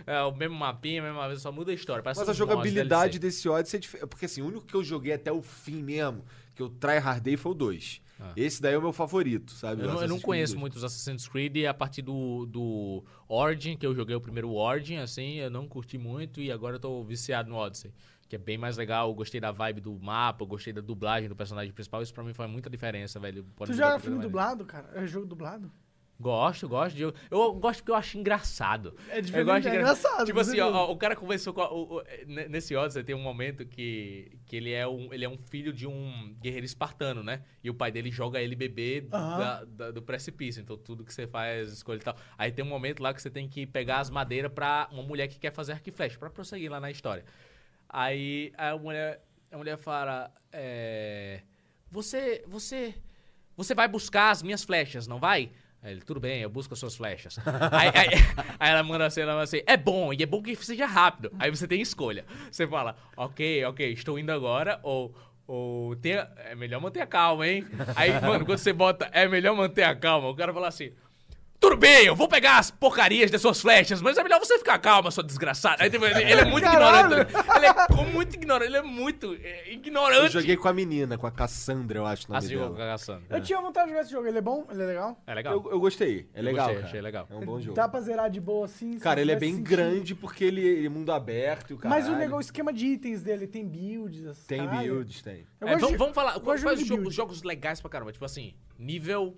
S3: é o mesmo mapinha, a mesma só muda a história. Parece
S2: Mas a
S3: um-
S2: jogabilidade
S3: nossa,
S2: desse Odyssey é diferente. Porque assim, o único que eu joguei até o fim mesmo, que eu tryhardei, foi o 2.
S3: Ah.
S2: Esse daí é o meu favorito, sabe?
S3: DLC. Eu, não- eu não
S2: Assassin's Creed
S3: conheço
S2: 2.
S3: muito os Assassin's Creed e a partir do, do Origin, que eu joguei o primeiro Origin, assim, eu não curti muito e agora eu tô viciado no Odyssey, que é bem mais legal, eu gostei da vibe do mapa, eu gostei da dublagem do personagem principal, isso pra mim faz muita diferença, velho. Pode
S1: Tu
S3: mudar
S1: joga filme
S3: completamente.
S1: dublado, cara? É jogo dublado?
S3: Gosto, gosto. de- Eu, eu gosto porque eu acho engraçado.
S1: É diferente,
S3: eu gosto
S1: é
S3: engra-
S1: engraçado,
S3: Tipo
S1: com
S3: assim, ó,
S1: certeza.
S3: ó, o cara conversou com. a- o- o- n- nesse Odyssey tem um momento que, que ele, é um, ele é um filho de um guerreiro espartano, né? E o pai dele joga ele bebê
S1: Aham.
S3: da- da- do precipício. Então tudo que você faz, escolha e tal. Aí tem um momento lá que você tem que pegar as madeiras pra uma mulher que quer fazer arco e flecha, pra prosseguir lá na história. Aí a mulher, a mulher fala: é, Você. Você. Você vai buscar as minhas flechas, não vai? Aí ele, tudo bem, eu busco as suas flechas. aí, aí- aí ela manda assim, ela manda assim, é bom, e é bom que seja rápido. Aí você tem escolha. Você fala, ok, ok, estou indo agora, ou, ou tenha, é melhor manter a calma, hein? Aí, mano, quando você bota, é melhor manter a calma, o cara fala assim, tudo bem, eu vou pegar as porcarias das suas flechas, mas é melhor você ficar calma, sua desgraçada. Aí, tipo, ele, ele é muito
S1: Caralho!
S3: ignorante. Ele é co- muito ignorante, ele é muito é,
S2: Eu
S3: ignorante.
S2: joguei com a menina, com a Cassandra, eu acho o nome
S3: Assim,
S2: dela.
S3: eu caçando.
S1: Eu tinha vontade de jogar esse jogo. Ele é bom? Ele é legal?
S3: É legal.
S2: Eu, eu gostei, é
S3: Eu
S2: legal.
S3: gostei,
S2: cara.
S3: achei legal.
S2: É um bom jogo.
S1: Dá pra zerar de boa, assim? se
S2: Cara, ele é
S1: tivesse
S2: bem
S1: sentido.
S2: grande porque ele, ele é mundo aberto e o cara.
S1: Mas o, negócio, o esquema de itens dele tem builds, essas
S2: Tem
S1: caralho.
S2: builds, tem.
S1: Eu
S3: É,
S1: gosto
S3: vamos,
S1: de-
S3: vamos falar.
S1: eu
S3: Quais
S1: gosto
S3: quais
S1: de
S3: os jogos,
S1: build.
S3: jogos legais pra caramba? Tipo assim, nível.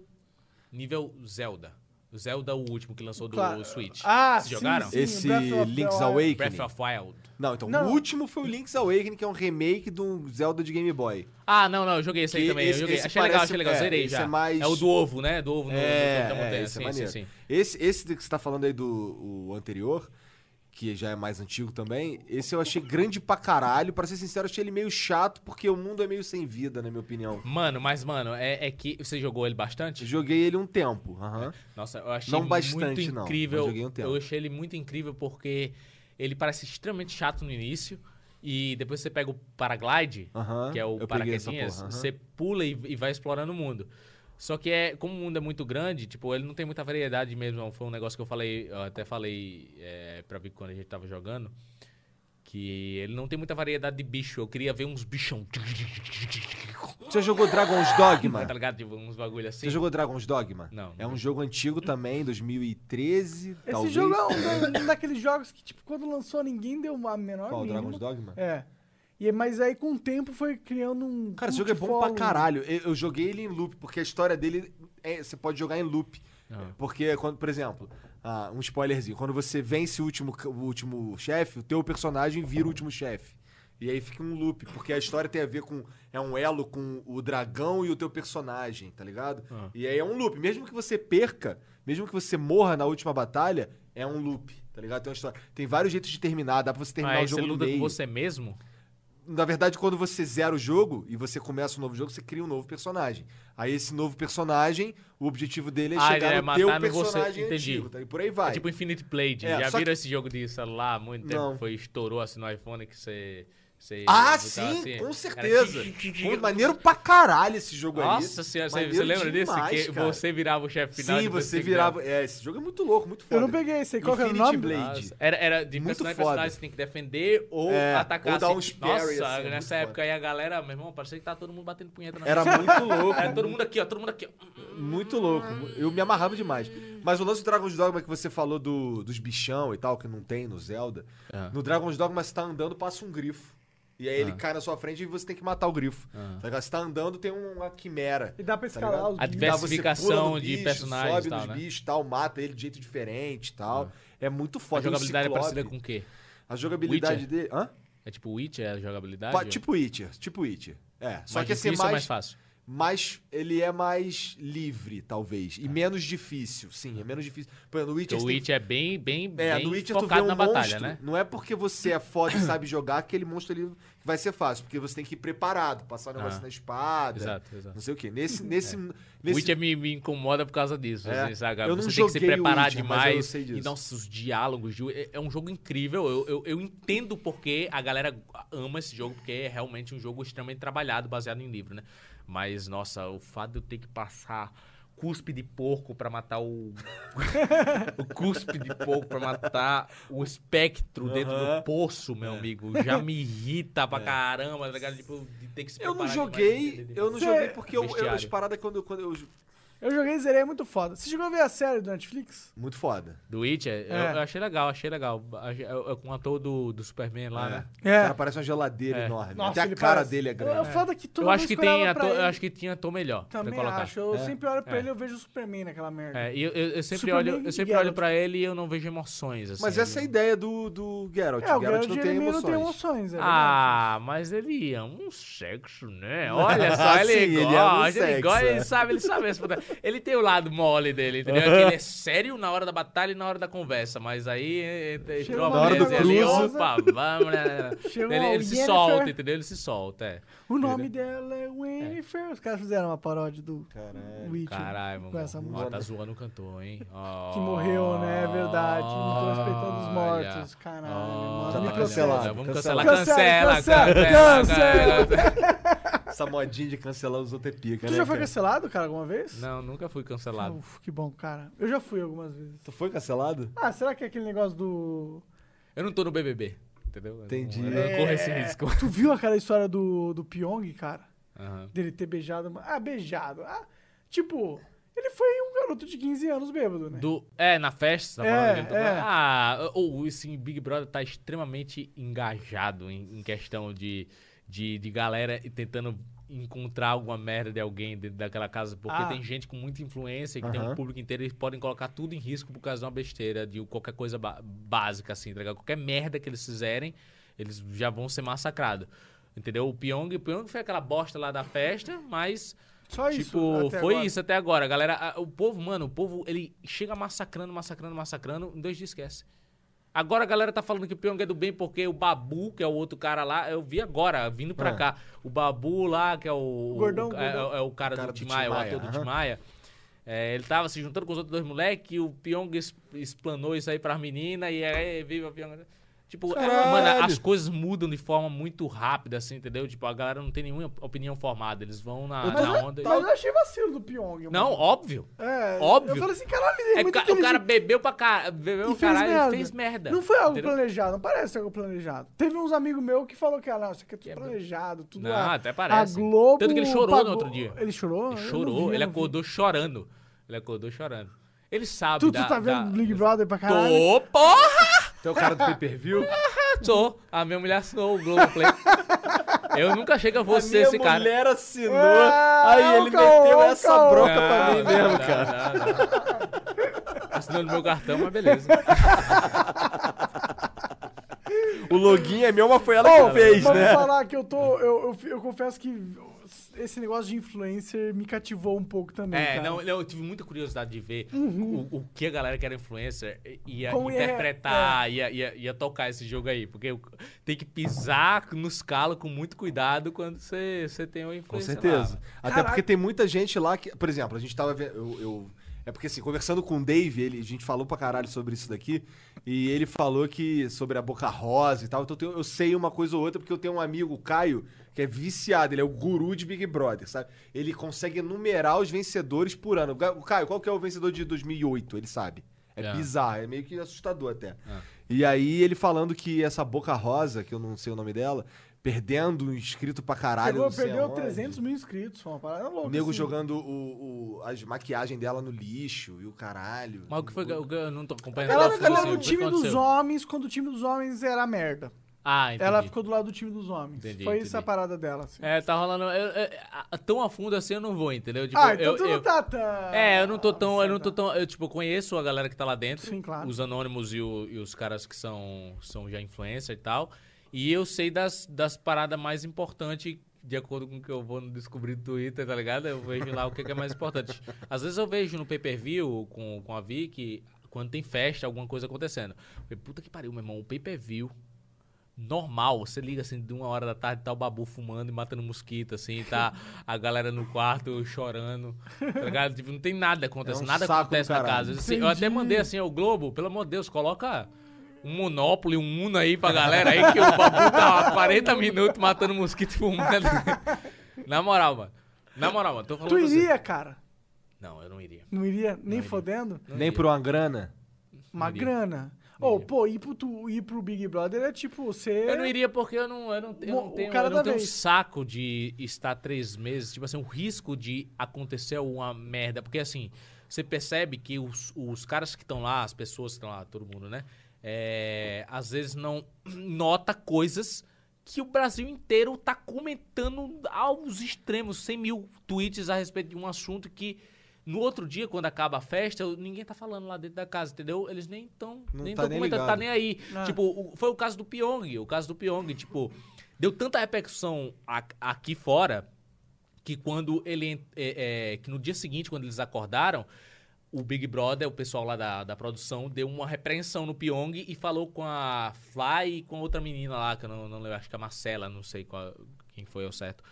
S3: Nível Zelda. Zelda, o último que lançou do
S1: Claro.
S3: Switch.
S1: Ah,
S3: Vocês
S1: sim,
S3: jogaram?
S1: sim.
S2: Esse
S1: Breath of the
S2: Link's
S1: Wild.
S2: Awakening.
S3: Breath of Wild.
S2: Não, então
S1: Não.
S2: o último foi o Link's Awakening, que é um remake do Zelda de Game Boy.
S3: Ah, não, não, eu joguei esse aí
S2: Que
S3: também.
S2: esse-
S3: eu joguei.
S2: esse
S3: achei legal,
S2: parece-
S3: achei legal.
S2: é,
S3: Zerei
S2: esse
S3: já.
S2: é mais-
S3: o do ovo, né? Do ovo no. no- no- no-
S2: É, é, esse
S3: sim,
S2: é maneiro.
S3: sim, sim.
S2: Esse, esse que você tá falando aí do o anterior, que já é mais antigo também, esse eu achei grande pra caralho. Pra ser sincero, eu achei ele meio chato, porque o mundo é meio sem vida, na minha opinião.
S3: Mano, mas, mano, é, é que. Você jogou ele bastante?
S2: Eu Joguei ele um tempo. aham.
S3: Nossa, eu achei
S2: Não bastante,
S3: muito
S2: não, mas
S3: incrível.
S2: joguei um tempo.
S3: Eu achei ele muito incrível porque ele parece extremamente chato no início. E depois você pega o paraglide,
S2: Aham,
S3: que é
S2: eu
S3: o
S2: peguei essa
S3: paraquedinhas,
S2: porra, aham.
S3: você pula e, e vai explorando o mundo. Só que é, como o mundo é muito grande, tipo, ele não tem muita variedade mesmo. Foi um negócio que eu falei, eu até falei é, pra Vic quando a gente tava jogando. Que ele não tem muita variedade de bicho. Eu queria ver uns bichão.
S2: Você jogou Dragon's
S3: Tá
S2: Dogma?
S3: ligado? Tipo, uns bagulho assim.
S2: Você jogou Dragon's Dogma?
S3: Não, não
S2: É um
S3: joguei.
S2: jogo antigo também, 2013,
S1: Esse
S2: talvez.
S1: jogo é um, da- um daqueles jogos que, tipo, quando lançou ninguém deu a menor
S2: Qual,
S1: mínima.
S2: Dragon's Dogma?
S1: É. E, mas aí com o tempo foi criando um.
S2: Cara, esse jogo é bom pra
S1: multifolio.
S2: caralho. Eu, eu joguei ele em loop, porque a história dele é- você pode jogar em loop.
S3: Ah.
S2: Porque, é quando, por exemplo, ah, um spoilerzinho, quando você vence o último, c- o último chefe, o teu personagem vira o último chefe. E aí fica um loop, porque a história tem a ver com. É um elo com o dragão e o teu personagem, tá ligado?
S3: Ah.
S2: E aí é um loop. Mesmo que você perca, mesmo que você morra na última batalha, é um loop, tá ligado? Tem uma história. Tem vários jeitos de terminar, dá pra você terminar
S3: Mas
S2: o
S3: Ah, você
S2: jogo no
S3: luta com
S2: meio.
S3: você mesmo? É
S2: Na verdade, quando você zera o jogo e você começa um novo jogo, você cria um novo personagem. Aí esse novo personagem, o objetivo dele é
S3: Ah,
S2: chegar
S3: ele é
S2: no
S3: matar
S2: teu
S3: no
S2: personagem
S3: você. Entendi.
S2: antigo, tá? E por aí vai.
S3: É tipo Infinity Blade.
S2: É,
S3: já
S2: só
S3: viram
S2: que-
S3: esse jogo de celular há muito tempo?
S2: Não.
S3: Foi, estourou assim no iPhone que você Você
S2: Ah,
S3: botava
S2: sim,
S3: assim,
S2: com
S3: era
S2: certeza.
S3: tchim, tchim, tchim,
S2: Pô, maneiro pra caralho esse jogo aí.
S3: Nossa senhora, você, você
S2: Maneiro
S3: lembra disso?
S2: demais,
S3: que
S2: cara.
S3: você virava o chefe final.
S2: Sim,
S3: e depois
S2: você
S3: que dava-
S2: virava. É, esse jogo é muito louco, muito foda.
S1: Eu não peguei esse aí. Qual que é o
S2: Infinity
S1: nome?
S2: Blade.
S3: Nossa, Era, era de
S2: Muito
S3: personagem em
S2: foda.
S3: personagem, você tem que defender ou
S2: É,
S3: atacar.
S2: ou dar
S3: assim.
S2: uns parry,
S3: Nossa,
S2: assim, é muito
S3: nessa
S2: foda.
S3: época aí a galera, meu irmão, parecia que tá todo mundo batendo punheta na
S2: Era
S3: mesa.
S2: muito louco.
S3: Era É, todo mundo aqui, ó, todo mundo aqui, ó.
S2: Muito louco. Eu me amarrava demais. Mas o lance do Dragon's Dogma que você falou do, dos bichão e tal, que não tem no Zelda.
S3: Ah.
S2: No Dragon's Dogma, você tá andando, passa um grifo. E aí ele cai na sua frente e você tem que matar o grifo.
S3: Ah.
S2: Tá ligado? você tá andando, tem uma quimera.
S1: E dá pra
S2: Tá
S1: escalar
S2: ligado?
S1: os bichos.
S3: A
S2: Dá,
S3: diversidade.
S2: você
S3: Diversificação
S2: pula no
S3: de personagens
S2: Sobe
S3: e tal,
S2: nos
S3: né? Ah.
S2: bichos tal, mata ele de jeito diferente e tal. É muito
S3: A
S2: foda. Tem um
S3: jogabilidade é
S2: ciclope.
S3: parecida com o quê?
S2: A jogabilidade
S3: Witcher?
S2: dele. Hã?
S3: É tipo Witcher, a jogabilidade?
S2: Pa- Tipo Witcher. Tipo Witcher. É. Só
S3: mais
S2: que assim, é
S3: difícil ou mais
S2: mais,
S3: fácil?
S2: mas ele é mais livre, talvez. E menos difícil, sim, é menos difícil. Por exemplo, no Witcher,
S3: Tá. Porque o
S2: você tem-
S3: Witch é bem, bem,
S2: assim, é,
S3: bem
S2: no Witcher tu vê
S3: focado
S2: um
S3: na
S2: monstro.
S3: batalha, né?
S2: Não é porque você é foda e sabe jogar que aquele monstro ali vai ser fácil, porque você tem que ir preparado, passar um negócio
S3: Ah.
S2: na espada,
S3: Exato, exato.
S2: não sei o quê. Nesse, nesse,
S3: O
S2: nesse
S3: Witcher me, me incomoda por causa disso,
S2: É,
S3: assim, sabe?
S2: eu não
S3: Você tem que se
S2: joguei o
S3: preparar
S2: Witcher, mas eu
S3: demais.
S2: sei disso.
S3: E nossa, os diálogos. de- É, é um jogo incrível. Eu, eu, eu entendo porque a galera ama esse jogo, porque é realmente um jogo extremamente trabalhado, baseado em livro, né? Mas, nossa, o fato de eu ter que passar cuspe de porco pra matar o. o cuspe de porco pra matar o espectro dentro
S2: Aham. É.
S3: do poço, meu amigo. Já me irrita pra caramba, tá ligado? Tipo, de ter que se
S2: eu não
S3: preparar demais,
S2: joguei,
S3: entender
S2: eu não
S3: demais.
S1: é
S2: joguei porque eu, eu as
S3: Vestiário.
S2: paradas quando, quando eu
S1: Eu joguei e zerei, é muito foda. Você chegou a ver a série do Netflix?
S2: muito foda.
S3: Do Witcher? Eu,
S1: É.
S3: eu achei legal, achei legal. Achei- eu- eu- é Com o ator do, do Superman lá,
S2: É.
S3: né?
S2: O cara parece uma geladeira
S3: É.
S2: enorme.
S1: Nossa,
S2: Até a
S1: ele
S2: cara
S1: parece-
S2: dele é
S1: Eu, eu
S2: grande.
S1: foda que todo
S3: Eu acho
S1: mundo
S3: que, tem
S1: escolhava pra
S3: ator, eu
S1: ele.
S3: acho que tinha ator melhor pra
S1: Também
S3: colocar.
S1: acho. Eu
S2: É.
S1: sempre olho pra
S3: É.
S1: ele e eu vejo o Superman naquela merda.
S3: É, e eu, eu- eu sempre,
S1: Superman
S3: olho,
S1: e
S3: eu sempre
S1: Geralt.
S3: olho pra ele e eu não vejo emoções, assim.
S2: Mas essa é a
S3: aí...
S2: ideia do, do Geralt.
S1: É, o
S2: Geralt
S1: Geralt
S2: não tem
S1: Jeremy não tem
S2: emoções.
S1: emoções, é verdade.
S3: Ah, mas ele ama um sexo, né? Olha só, ele,
S2: Ah, Sim, ele
S3: gosta, ele,
S2: ama um
S3: ele
S2: sexo,
S3: gosta,
S2: é.
S3: ele sabe, ele sabe. responder. Ele tem o lado mole dele, entendeu? Que ele é sério na hora da batalha e na hora da conversa, mas aí é, é,
S1: Chega
S3: entrou
S1: uma
S3: a
S2: hora do
S3: mulher ali,
S1: cruzo.
S3: assim, opa, vamos, né?
S1: Chega uma
S3: Ele, ele se
S1: Yennefer.
S3: solta, entendeu? Ele se solta, é.
S1: O nome dela é Winifred. Os caras fizeram uma paródia do
S2: Caralho.
S1: Witcher.
S3: Caralho,
S1: Com
S3: mano.
S1: essa
S3: Ó, tá
S1: música.
S3: zoando o cantor, hein? Ó.
S1: Que morreu, né? É verdade. Não tô respeitando os
S3: Olha.
S1: mortos. Caralho,
S3: Olha.
S1: mano.
S2: tá
S1: Me
S3: Olha,
S1: processa.
S2: cancelado,
S3: Vamos
S2: cancelado.
S3: cancelar,
S1: Cancela,
S3: cancela,
S1: cancela,
S3: cancela,
S1: cancela.
S3: cancela.
S2: Essa modinha de cancelar os outros é pica,
S1: Tu
S2: né,
S1: já foi
S2: cara?
S1: cancelado, cara, alguma vez?
S3: Não, nunca fui cancelado.
S1: Uf, que bom, cara. Eu já fui algumas vezes.
S2: Tu foi cancelado?
S1: Ah, será que é aquele negócio do.
S3: Eu não tô no BBB, entendeu? Eu não-
S2: Entendi.
S3: Eu não corro esse risco.
S1: Tu viu aquela história do, do Pyong, cara?
S3: Aham.
S1: Dele ter beijado. uma- Ah, beijado. Ah, tipo, ele foi um garoto de 15 anos bêbado, né?
S3: Do, é, na festa, tá
S1: É,
S3: falando? Eu tô-
S1: é.
S3: Ah, ou esse Big Brother tá extremamente engajado em, em questão de, de, de galera e tentando encontrar alguma merda de alguém dentro daquela casa, porque
S1: Ah.
S3: tem gente com muita influência que tem
S2: Aham.
S3: um público inteiro, eles podem colocar tudo em risco por causa de uma besteira, de qualquer coisa ba- básica, assim, tá ligado? qualquer merda que eles fizerem, eles já vão ser massacrados. Entendeu? O Pyong, o Pyong foi aquela bosta lá da festa, mas
S1: Só isso.
S3: Tipo,
S1: até
S3: foi
S1: agora.
S3: isso até agora, galera. A- O povo, mano, o povo, ele chega massacrando, massacrando, massacrando, em dois dias esquece. Agora a galera tá falando que o Pyong é do bem porque o Babu, que é o outro cara lá, eu vi agora, vindo pra
S2: Ah.
S3: cá. O Babu lá, que é o.
S1: É. Gordão,
S3: o- é,
S1: gordão.
S3: é o cara,
S2: O cara
S3: do
S2: do
S3: Tim Maia, o
S2: Tim
S3: ator
S2: Maia,
S3: do Tim
S2: aham.
S3: Maia. É, ele tava se juntando com os outros dois moleques e o Pyong es- explanou isso aí pras meninas e aí, viva o Pyong. Tipo, é,
S2: Caralho.
S3: mano, as coisas mudam de forma muito rápida, assim, entendeu? Tipo, a galera não tem nenhuma opinião formada. Eles vão na,
S1: Mas,
S3: Ah, na
S1: eu-
S3: onda. e-
S1: mas eu achei vacilo do Pyong. mano.
S3: não, óbvio.
S1: É,
S3: Óbvio.
S1: Eu falei assim, caralho, ele é,
S3: É
S1: muito
S3: ca- o
S1: inteligente.
S3: cara bebeu pra caralho, bebeu
S1: E
S3: pra
S1: fez
S3: caralho
S1: merda.
S3: e fez merda.
S1: Não foi algo
S3: entendeu?
S1: planejado, não parece algo planejado. Teve uns amigos meus que falaram que ah, não, isso aqui é tudo
S3: Que é-
S1: planejado, tudo
S3: Não,
S1: a-
S3: até parece.
S1: A Globo
S3: Tanto que ele chorou no
S1: pagou-
S3: outro dia.
S1: Ele chorou?
S3: Ele
S1: Eu não
S3: chorou,
S1: vi,
S3: ele
S1: eu não vi.
S3: acordou chorando. Ele acordou chorando. Ele sabe
S1: Tu, tu
S3: da...
S1: tá
S3: da-
S1: vendo Big Brother pra caralho?
S3: Tô, porra!
S2: Tu é o cara do pay-per-view?
S3: Tô. A minha mulher assinou o Globoplay. eu nunca achei que eu fosse ser esse cara.
S2: mulher assinou,
S1: Ah,
S2: aí ele
S1: caô,
S2: meteu essa
S1: caô.
S2: bronca pra mim mesmo,
S3: não,
S2: cara.
S3: não, não. Assinou no meu cartão, mas beleza.
S2: O login é meu, mas foi ela
S1: Ô,
S2: que fez,
S1: vamos
S2: né?
S1: falar que eu tô. Eu, eu, eu confesso que esse negócio de influencer me cativou um pouco também.
S3: É,
S1: cara. Uhum.
S3: não, não, eu tive muita curiosidade de ver o, o que a galera que era influencer ia
S1: Como ia- é.
S3: interpretar, ia, ia, ia tocar esse jogo aí. Porque o- tem que pisar nos calos com muito cuidado quando você, você tem uma
S2: Com
S3: influência. lá.
S2: certeza. Até
S1: Caraca.
S2: porque tem muita gente lá que. Por exemplo, a gente tava vendo. Eu, eu, É porque, assim, conversando com o Dave, ele, a gente falou pra caralho sobre isso daqui, e ele falou que sobre a boca rosa e tal. Então eu, eu sei uma coisa ou outra, porque eu tenho um amigo, o Caio, que é viciado, ele é o guru de Big Brother, sabe? Ele consegue enumerar os vencedores por ano. Ga- Caio, qual que é o vencedor de 2008? Ele sabe. É
S3: É.
S2: bizarro, é meio que assustador até.
S3: É.
S2: E aí ele falando que essa boca rosa, que eu não sei o nome dela, perdendo um inscrito pra caralho.
S1: Chegou,
S2: não sei
S1: perdeu
S2: aonde.
S1: 300 mil inscritos, foi uma parada louca.
S2: é um O nego
S1: assim.
S2: jogando o, o, as maquiagem dela no lixo e o caralho.
S3: Mas o que foi? que Eu eu não tô acompanhando.
S1: Ela
S3: nada,
S1: era galera
S3: assim, o
S1: do
S3: que
S1: time dos
S3: aconteceu?
S1: homens, quando o time dos homens era merda.
S3: Ah, entendi.
S1: Ela ficou do lado do time dos homens.
S3: Entendi,
S1: Foi essa a
S3: entendi.
S1: parada dela, assim.
S3: É, tá rolando. eu- eu- a- tão a fundo assim eu não vou, entendeu? Tipo,
S1: ah, então
S3: eu,
S1: tu
S3: eu-
S1: não tá tão...
S3: É, eu não tô tão. Eu não tô tão. Eu, tipo, conheço a galera que tá lá dentro.
S1: Tá Sim, claro.
S3: Os anônimos e, o- e os caras que são, são já influencer e tal. E eu sei das, das paradas mais importantes. De acordo com o que eu vou descobrir no Twitter, tá ligado? Eu vejo lá o que que é mais importante. Às vezes eu vejo no pay-per-view com, com a Vicky, quando tem festa, alguma coisa acontecendo. Eu falei, Puta que pariu, meu irmão. O pay-per-view normal. Você liga assim de uma hora da tarde, tá o babu fumando e matando mosquito, assim, tá a galera no quarto chorando. Tá ligado? Tipo, não tem nada acontecendo,
S2: É um
S3: nada
S2: saco do
S3: acontece na
S2: caralho.
S3: casa. Assim, eu até mandei assim, ao Globo, pelo amor de Deus, coloca. Um monópolis, um Uno aí pra galera aí, que o babu tá há 40 minutos matando mosquito e fumando. Na moral, mano. Na moral, mano, tô falando
S1: Tu
S3: pra você.
S1: iria, cara.
S3: Não, eu não iria.
S1: Não iria, nem
S3: iria.
S1: fodendo.
S3: Não
S2: Nem
S3: iria.
S2: por uma grana.
S1: Uma
S3: iria.
S1: grana. Ou,
S3: iria.
S1: pô, ir pro, tu- ir pro Big Brother é tipo ser...
S3: Eu não iria porque eu não, eu não, eu
S1: Mo-
S3: não
S1: o
S3: tenho,
S1: cara
S3: eu
S1: da
S3: não tenho um
S1: vez.
S3: saco de estar três meses. Tipo assim, o risco de acontecer uma merda. Porque assim, você percebe que os, os caras que estão lá, as pessoas que estão lá, todo mundo, né? É, às vezes não nota coisas que o Brasil inteiro tá comentando aos extremos. 100 mil tweets a respeito de um assunto que... No outro dia, quando acaba a festa, eu- ninguém tá falando lá dentro da casa, entendeu? Eles nem estão
S2: Não
S3: nem
S2: tá
S3: tão
S2: nem
S3: comentando, tá
S2: ligado.
S3: nem aí.
S1: Ah.
S3: Tipo, o- foi o caso do Pyong. O caso do Pyong, tipo, deu tanta repercussão a- aqui fora que quando ele. en- é, é, que no dia seguinte, quando eles acordaram, o Big Brother, o pessoal lá da, da produção, deu uma repreensão no Pyong e falou com a Fly e com a outra menina lá, que eu não, não lembro, acho que é a Marcela, não sei qual- quem foi ao certo.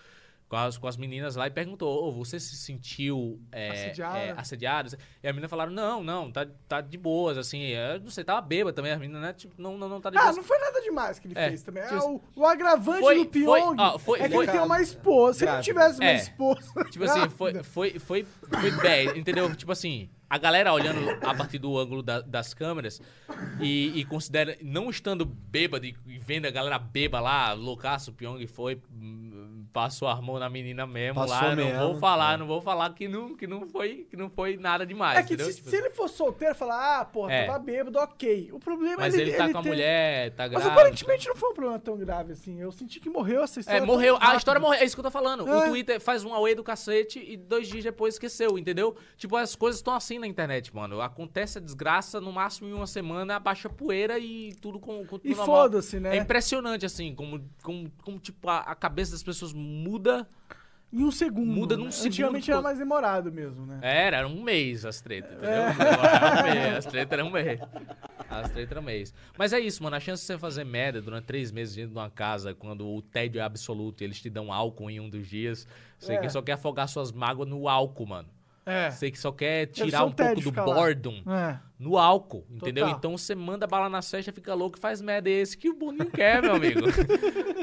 S3: Com as, com as meninas lá e perguntou: Ô, você se sentiu é,
S1: Assediada?
S3: é, assediada? E as meninas falaram: Não, não, tá, tá de boas, assim. Eu não sei, tava bêbada também, as meninas, né? Tipo, não, não, não tá de
S1: Ah,
S3: boas.
S1: não foi nada demais que ele
S3: É,
S1: fez também. É,
S3: tipo-
S1: o, o agravante
S3: Foi-
S1: do Pyong
S3: foi- ó, foi-
S1: é que
S3: foi-
S1: ele tem uma esposa. Se ele não
S2: Grávida.
S1: tivesse uma
S3: É.
S1: esposa...
S3: Tipo assim, foi, foi, foi, foi bad, entendeu? Tipo assim, a galera olhando a partir do ângulo da- das câmeras e, e considera, não estando bêbado e e vendo a galera beba lá, loucaço, o Pyong foi, hum, passou a mão na menina mesmo
S2: Passou
S3: lá,
S2: mesmo,
S3: não vou falar,
S2: é.
S3: não vou falar que não, que não, foi, que não foi nada demais,
S1: É que
S3: entendeu?
S1: se,
S3: Tipo,
S1: se ele fosse solteiro, falar, ah, porra,
S3: É.
S1: tava bêbado, ok. O problema
S3: mas
S1: é
S3: ele,
S1: ele
S3: tá
S1: ele
S3: com a
S1: ter-
S3: mulher, tá
S1: Mas
S3: grávida.
S1: aparentemente não foi um problema tão grave assim. Eu senti que morreu essa
S3: É,
S1: história.
S3: morreu.
S1: tão
S3: A
S1: rápido.
S3: história morreu. É isso que eu tô falando.
S1: É.
S3: O Twitter faz um away do cacete e dois dias depois esqueceu, entendeu? Tipo, as coisas estão assim na internet, mano. Acontece a desgraça, no máximo em uma semana, abaixa a poeira e tudo com, com tudo
S1: E
S3: normal.
S1: foda-se,
S3: É
S1: né?
S3: impressionante, assim, como, como, como tipo, a, a cabeça das pessoas muda.
S1: Em um segundo.
S3: Muda num
S1: né?
S3: segundo,
S1: Antigamente
S3: pô.
S1: era mais demorado mesmo, né?
S3: Era, era um mês as tretas, entendeu?
S1: É.
S3: Agora era um mês, as tretas eram um mês. As tretas eram um mês. Mas é isso, mano. A chance de você fazer merda durante três meses dentro de uma casa, quando o tédio é absoluto e eles te dão álcool em um dos dias, você
S1: É.
S3: que só quer afogar suas mágoas no álcool, mano.
S1: É.
S3: Você que só quer
S1: só
S3: tirar
S1: um
S3: um pouco
S1: tédio
S3: do
S1: ficar lá.
S3: boredom
S1: É.
S3: no álcool, entendeu?
S1: Total.
S3: Então você manda bala na festa, fica louco e faz merda. É esse que o Boninho quer, meu amigo.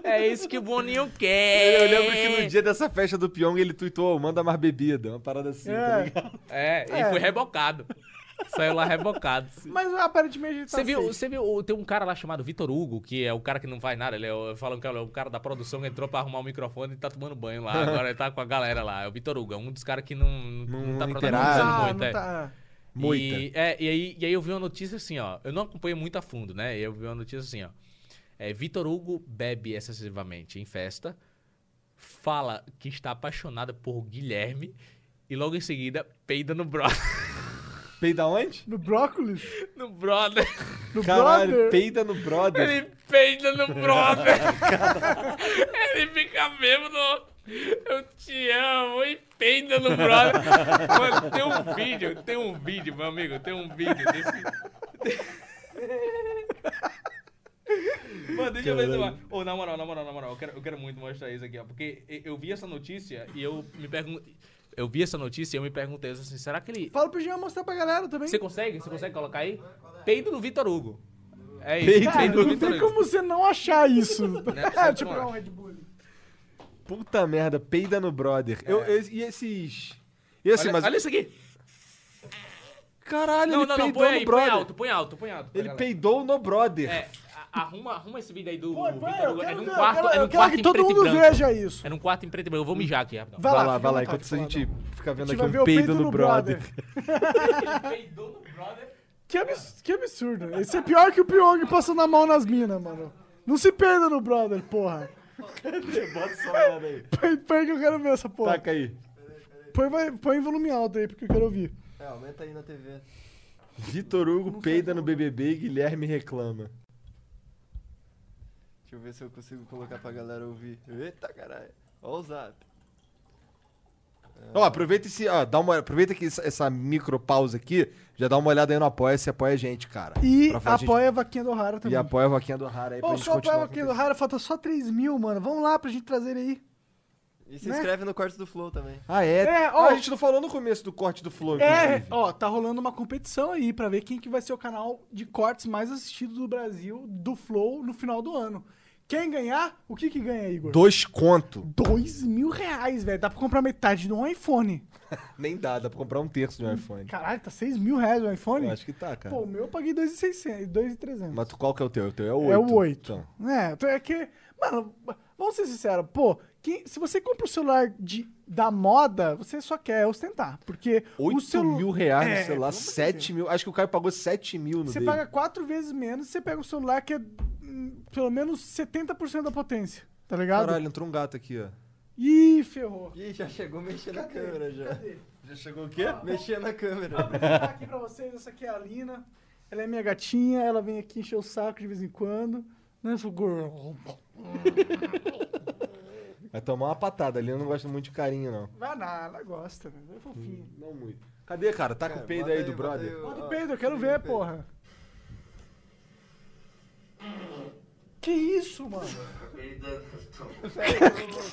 S3: É isso que o Boninho quer.
S1: É.
S2: Eu lembro que no dia dessa festa do Pyong ele tweetou, manda mais bebida, uma parada assim, tá
S1: É.
S2: ligado?
S3: É, e
S1: É.
S3: foi rebocado. Saiu lá rebocado.
S1: Mas aparentemente ele tá
S3: Você viu,
S1: safe.
S3: você viu, tem um cara lá chamado Vitor Hugo, que é o cara que não faz nada, ele é, o- falam que é o cara da produção que entrou pra arrumar o microfone e tá tomando banho lá, agora ele tá com a galera lá, é o Vitor Hugo, é um dos caras que não, não,
S2: Não
S3: tá
S2: interage.
S3: protagonizando
S1: Ah,
S3: muito,
S1: não
S3: é.
S1: tá.
S2: Moita.
S3: E, é, e aí, e aí eu vi uma notícia assim, ó, eu não acompanho muito a fundo, né, eu vi uma notícia assim, ó, é, Vitor Hugo bebe excessivamente em festa, fala que está apaixonada por Guilherme e logo em seguida peida no, bro
S2: Peida onde?
S1: No brócolis?
S3: no brother.
S1: No
S2: Caralho,
S1: brother?
S2: peida no brother.
S3: Ele peida no brother. Ele fica bêbado. Eu te amo e peida no brother. Mano, tem um vídeo, tem um vídeo, meu amigo, tem um vídeo desse. Mano, deixa eu ver se eu. Ô, na moral, na moral, na moral, eu quero, eu quero muito mostrar isso aqui, ó. Porque eu vi essa notícia e eu me pergunto. eu vi essa notícia e eu me perguntei eu disse assim, será que ele.
S1: Fala pro Jean mostrar pra galera também.
S3: Você consegue? Você consegue colocar aí? Peido do Vitor Hugo. É
S2: Peido
S3: isso,
S1: Cara,
S3: peido do
S1: não
S3: Vitor
S1: tem
S3: Hugo.
S1: como você não achar isso.
S3: Né? Você
S1: é,
S3: não
S1: tipo,
S3: acha.
S1: é um Red Bull.
S2: Puta merda, peida no brother. Eu,
S1: É.
S2: eu- e esses. E assim,
S3: Olha,
S2: mas.
S3: olha isso aqui.
S2: Caralho,
S3: Não,
S2: ele
S3: não, não,
S2: peidou
S3: põe
S2: no
S3: aí, põe
S2: brother.
S3: alto, põe alto, põe alto. pra
S2: Ele
S3: galera.
S2: peidou no brother.
S3: É, a- arruma, arruma esse vídeo aí do
S1: Pô, pô,
S3: Vitor
S1: eu
S3: Hugo. É
S1: quero,
S3: num
S1: ver, eu
S3: quarto,
S1: quero-
S3: é num
S1: eu quero
S3: quarto
S1: que
S3: em
S1: todo
S3: preto e
S1: mundo
S3: branco.
S1: veja isso.
S3: É num quarto em preto e branco. Eu vou mijar aqui rapidão.
S1: Vai,
S2: Vai
S1: lá,
S2: lá,
S1: fica
S2: vai
S1: à
S2: lá.
S1: vontade,
S2: Enquanto isso a
S1: fala,
S2: gente fica
S1: A
S2: vendo
S1: gente
S2: aqui
S1: vai
S2: um
S1: ver o
S2: peido no brother.
S3: Peidou no brother.
S1: Que, abs- que absurdo. Esse é pior que o Pyong passando a mão nas minas, mano. Não se perda no brother, porra.
S2: Bota só Tá. ela aí.
S1: Põe, põe que eu quero ver essa porra.
S2: Taca aí.
S1: Põe, vai- põe em volume alto aí, porque eu quero ouvir.
S4: É, aumenta aí na TV.
S2: Vitor Hugo peida no BBB e Guilherme reclama.
S4: Deixa eu ver se eu consigo colocar pra galera ouvir. Eita caralho. Ó o zap.
S2: Ó, aproveita esse, ó, dá uma, aproveita que essa, essa micro pausa aqui, já dá uma olhada aí no Apoia-se, apoia a gente, cara.
S1: E
S2: Pra falar, gente-
S1: apoia a vaquinha do Rara
S2: E
S1: também.
S2: apoia a Vaquinha do Rara aí pra
S1: Ô,
S2: gente
S1: só apoia
S2: continuar.
S1: a vaquinha do
S2: acontecendo.
S1: Rara, falta só 3 mil, mano. Vamos lá pra gente trazer ele aí.
S4: E se
S1: Né?
S4: inscreve no Cortes do Flow também.
S2: Ah, é?
S1: É, ó.
S2: Ah, a gente não falou no começo do corte do Flow,
S1: É,
S2: inclusive.
S1: ó, tá rolando uma competição aí pra ver quem que vai ser o canal de cortes mais assistido do Brasil, do Flow, no final do ano. Quem ganhar, o que que ganha, Igor?
S2: Dois conto.
S1: Dois mil reais, velho. Dá pra comprar metade de um iPhone.
S2: Nem dá, dá pra comprar um terço de um iPhone.
S1: Caralho, tá seis mil reais o iPhone?
S2: Eu acho que tá, cara.
S1: Pô, o meu eu paguei dois e seiscentos, dois e trezentos.
S2: Mas tu- qual que é o teu? O teu é o 8.
S1: É o oito.
S2: Então,
S1: É, então é que... Mano, vamos ser sinceros. Pô, quem- se você compra o celular de, da moda, você só quer ostentar. Porque
S2: 8
S1: o celular...
S2: mil reais
S1: É,
S2: no celular,
S1: pelo amor de
S2: 7 mil. Acho que o cara pagou 7 mil no
S1: Você
S2: dele.
S1: paga quatro vezes menos e você pega um celular que é hum, pelo menos 70% da potência, tá ligado?
S2: Caralho, entrou um gato aqui, ó.
S1: Ih, ferrou.
S4: Ih, já chegou mexendo na câmera já.
S2: Já chegou o quê?
S4: Mexendo na
S1: Vou
S4: câmera.
S1: apresentar aqui pra vocês, essa aqui é a Alina. Ela é minha gatinha, ela vem aqui encher o saco de vez em quando. Né, seu girl?
S2: Vai tomar uma patada ali, eu não gosto muito de carinho, não.
S1: Vai lá, ela gosta, velho. É fofinha.
S2: Não muito. Cadê, cara? Tá com
S4: Cara,
S2: o peido
S4: bota
S2: aí do
S4: bota
S2: brother?
S4: o-
S1: Bota
S4: ó,
S1: o Pedro, eu quero
S4: tira o
S1: ver,
S4: peido.
S1: porra. Que isso, mano? que porra é essa?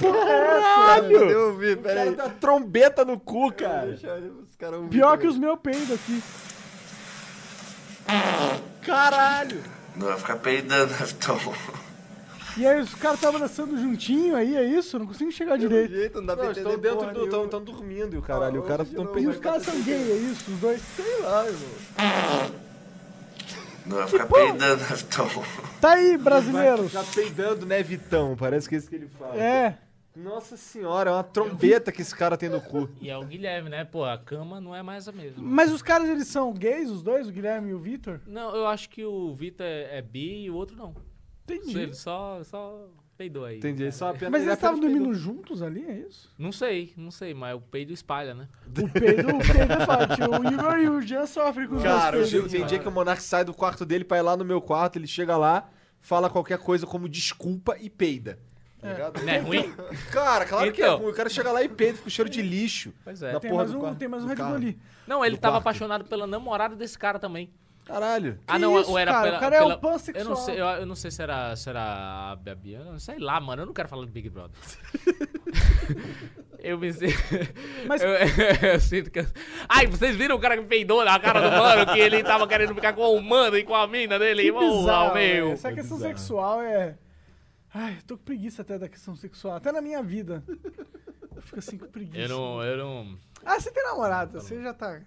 S2: Caralho!
S4: Cadê eu
S2: O
S4: ouvir? Pera
S2: cara
S4: aí.
S2: tem uma trombeta no cu, cara.
S4: Deixa eu- os caras ouvir
S1: tá- Pior
S4: também.
S1: que os meus peidos aqui.
S2: Caralho!
S5: Não vai ficar peidando, então.
S1: E aí os caras estavam dançando juntinho aí, é isso? Não consigo chegar
S4: Pelo
S1: direito.
S4: jeito, não dá pra
S2: Não,
S4: entender
S2: estão dentro
S4: porra
S2: do. Estão
S4: nenhuma.
S2: tão dormindo, e o caralho. o cara
S4: hoje
S2: tão
S4: não,
S1: E
S2: peidando.
S1: os caras são gay, é isso? Os dois.
S4: Sei lá, irmão.
S5: Não vai ficar peidando, então.
S1: Tá aí,
S2: Vai
S1: brasileiros.
S2: ficar peidando, né, Vitão? Parece que é isso que ele fala.
S1: É.
S2: Nossa senhora, é uma trombeta que esse cara tem no cu.
S3: E é o Guilherme, né? Pô, a cama não é mais a mesma.
S1: Mas os caras, eles são gays, os dois? O Guilherme e o Vitor?
S3: Não, eu acho que o Vitor é, é bi e o outro não. Ele
S1: Entendi.
S3: só, só peidou aí.
S2: Entendi, é só apenas.
S1: Mas
S2: ele
S1: eles estavam
S2: apenas
S1: dormindo
S2: peidou.
S1: juntos ali, é isso?
S3: Não sei, não sei, mas o peido espalha, né?
S1: O Pedro, o Pedro é forte. O Igor e o Jean sofrem com os
S2: Cara, eu
S1: meus
S2: chego,
S1: peidos.
S2: tem dia que o Monark sai do quarto dele pra ir lá no meu quarto, ele chega lá, fala qualquer coisa como desculpa e peida. Tá ligado?
S3: Não é ruim?
S2: Cara, claro que é
S3: Então.
S2: ruim. O cara chega lá e peida, fica com cheiro de lixo.
S3: Pois é.
S2: Na
S1: Tem
S2: porra
S1: mais
S2: do
S1: um,
S2: quarto-
S1: tem mais um
S2: do
S1: Red Bull
S2: carro.
S1: ali.
S3: Não, ele
S2: Do
S3: tava
S2: quarto.
S3: apaixonado pela namorada desse cara também.
S2: Caralho.
S3: ah, não,
S1: isso,
S3: ou era
S1: cara?
S3: pela.
S1: O cara é
S3: pela-
S1: um pansexual.
S3: Eu não sei, eu, eu não sei se era, se era a Bibiana, sei lá, mano. Eu não quero falar do Big Brother. eu pensei.
S1: Mas-
S3: Eu, eu sinto que. eu- Ai, vocês viram o cara que peidou na cara do mano, que ele tava querendo ficar com o mano e com a mina dele.
S1: Que
S3: Vamos um lá,
S1: bizarro, velho.
S3: meu.
S1: Essa
S2: É
S1: questão
S2: bizarro.
S1: sexual é. Ai, eu tô com preguiça até da questão sexual, até na minha vida. Eu fico assim com preguiça.
S3: Eu não, eu não.
S1: Ah, você tem namorada, você já tá.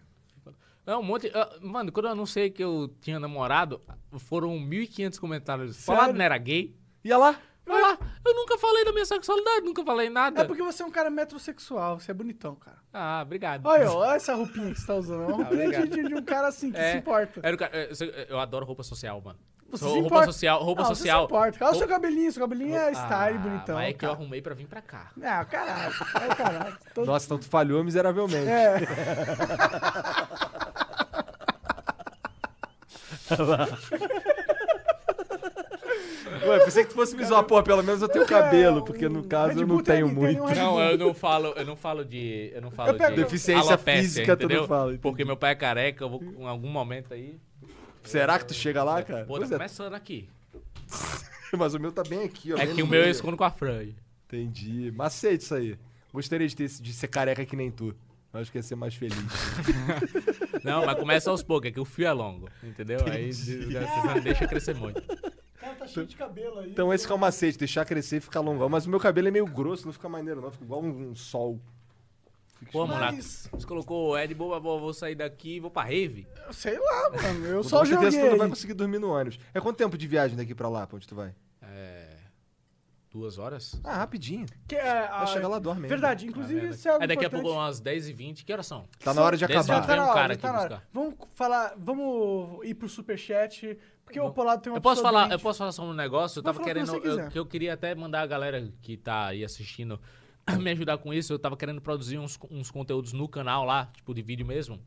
S3: É um monte. ah, Mano, quando eu anunciei que eu tinha namorado, foram 1.500 comentários.
S1: Sério?
S3: Falaram que não era gay.
S2: Ia lá.
S3: Olha lá, eu nunca falei da minha sexualidade, nunca falei nada.
S1: É porque você é um cara metrosexual, você é bonitão, cara.
S3: Ah, obrigado.
S1: Olha, olha essa roupinha que você tá usando. É uma roupinha de,
S3: Ah, obrigado.
S1: de- de um cara assim que
S3: É,
S1: se importa.
S3: era o cara- é, você- eu adoro roupa social, mano.
S1: Você
S3: Roupa
S1: se importa.
S3: social, roupa
S1: Não, Você
S3: social.
S1: se importa. Olha o seu
S3: Roupa-
S1: cabelinho, seu cabelinho é style, bonitão. Tá.
S3: Mas é que eu
S1: cara.
S3: arrumei pra vir pra cá.
S1: Ah, caralho. É o caralho. Todo-
S2: Nossa, então tu falhou miseravelmente.
S1: É.
S2: Ué, pensei que tu fosse me zoar, pô, pelo menos eu tenho cabelo, porque no caso
S1: Red
S2: eu
S1: Bull
S2: não
S1: tem-
S2: tenho
S1: tem
S2: muito.
S1: um Red
S3: Não,
S1: Bull.
S3: eu não falo, eu não falo de. Eu não falo
S1: Eu pego-
S3: de
S2: Deficiência
S3: alopecia,
S2: física, tu não
S3: entendeu?
S2: fala, entendi.
S3: Porque meu pai é careca, eu vou em algum momento aí.
S2: Será que tu chega lá, cara?
S3: Pô, tá
S2: Pois é,
S3: começando aqui.
S2: mas o meu tá bem aqui, ó.
S3: É
S2: bem
S3: que
S2: no
S3: o meu é eu
S2: meio.
S3: escondo com a Fran.
S2: Entendi. Macete isso aí. Gostaria de, ter, de ser careca que nem tu. Eu Acho que ia ser mais feliz.
S3: Não, mas começa aos poucos, é que o fio é longo, entendeu? Aí você deixa crescer muito.
S1: O cara tá cheio de cabelo aí.
S2: Então esse que é o macete, deixar crescer e ficar longão. Mas o meu cabelo é meio grosso, não fica maneiro não. Fica igual um, um sol.
S3: Pô, Monaco,
S1: Mas-
S3: você colocou o Ed Boba, vou vou sair daqui e vou pra rave.
S1: Sei lá, mano. Eu
S2: Com
S1: só
S2: certeza tu não vai
S1: joguei.
S2: conseguir dormir no ônibus. É quanto tempo de viagem daqui pra lá, pra onde tu vai?
S3: Duas horas?
S2: Ah, rapidinho.
S1: Que é, a-
S3: Ah,
S2: Vai chegar lá, dorme. ainda.
S1: Verdade, inclusive isso é algo
S3: É, daqui a
S1: importante.
S3: pouco umas 10h20, que horas são?
S2: Tá na hora de
S3: Dez
S2: acabar.
S3: minutos.
S1: Tá
S3: Vem
S1: na
S3: um
S1: hora, tá
S3: cara aqui
S1: na hora.
S3: buscar.
S1: Vamos falar, vamos ir pro superchat, porque o
S3: Vamos.
S1: Polado tem um uma
S3: Eu posso,
S1: pessoa
S3: falar,
S1: doente.
S3: eu posso falar sobre um negócio? Eu
S1: Pode
S3: tava
S1: falar o que
S3: querendo.
S1: você
S3: eu-
S1: quiser.
S3: que eu queria até mandar a galera que tá aí assistindo me ajudar com isso. Eu tava querendo produzir uns, uns conteúdos no canal lá, tipo de vídeo mesmo.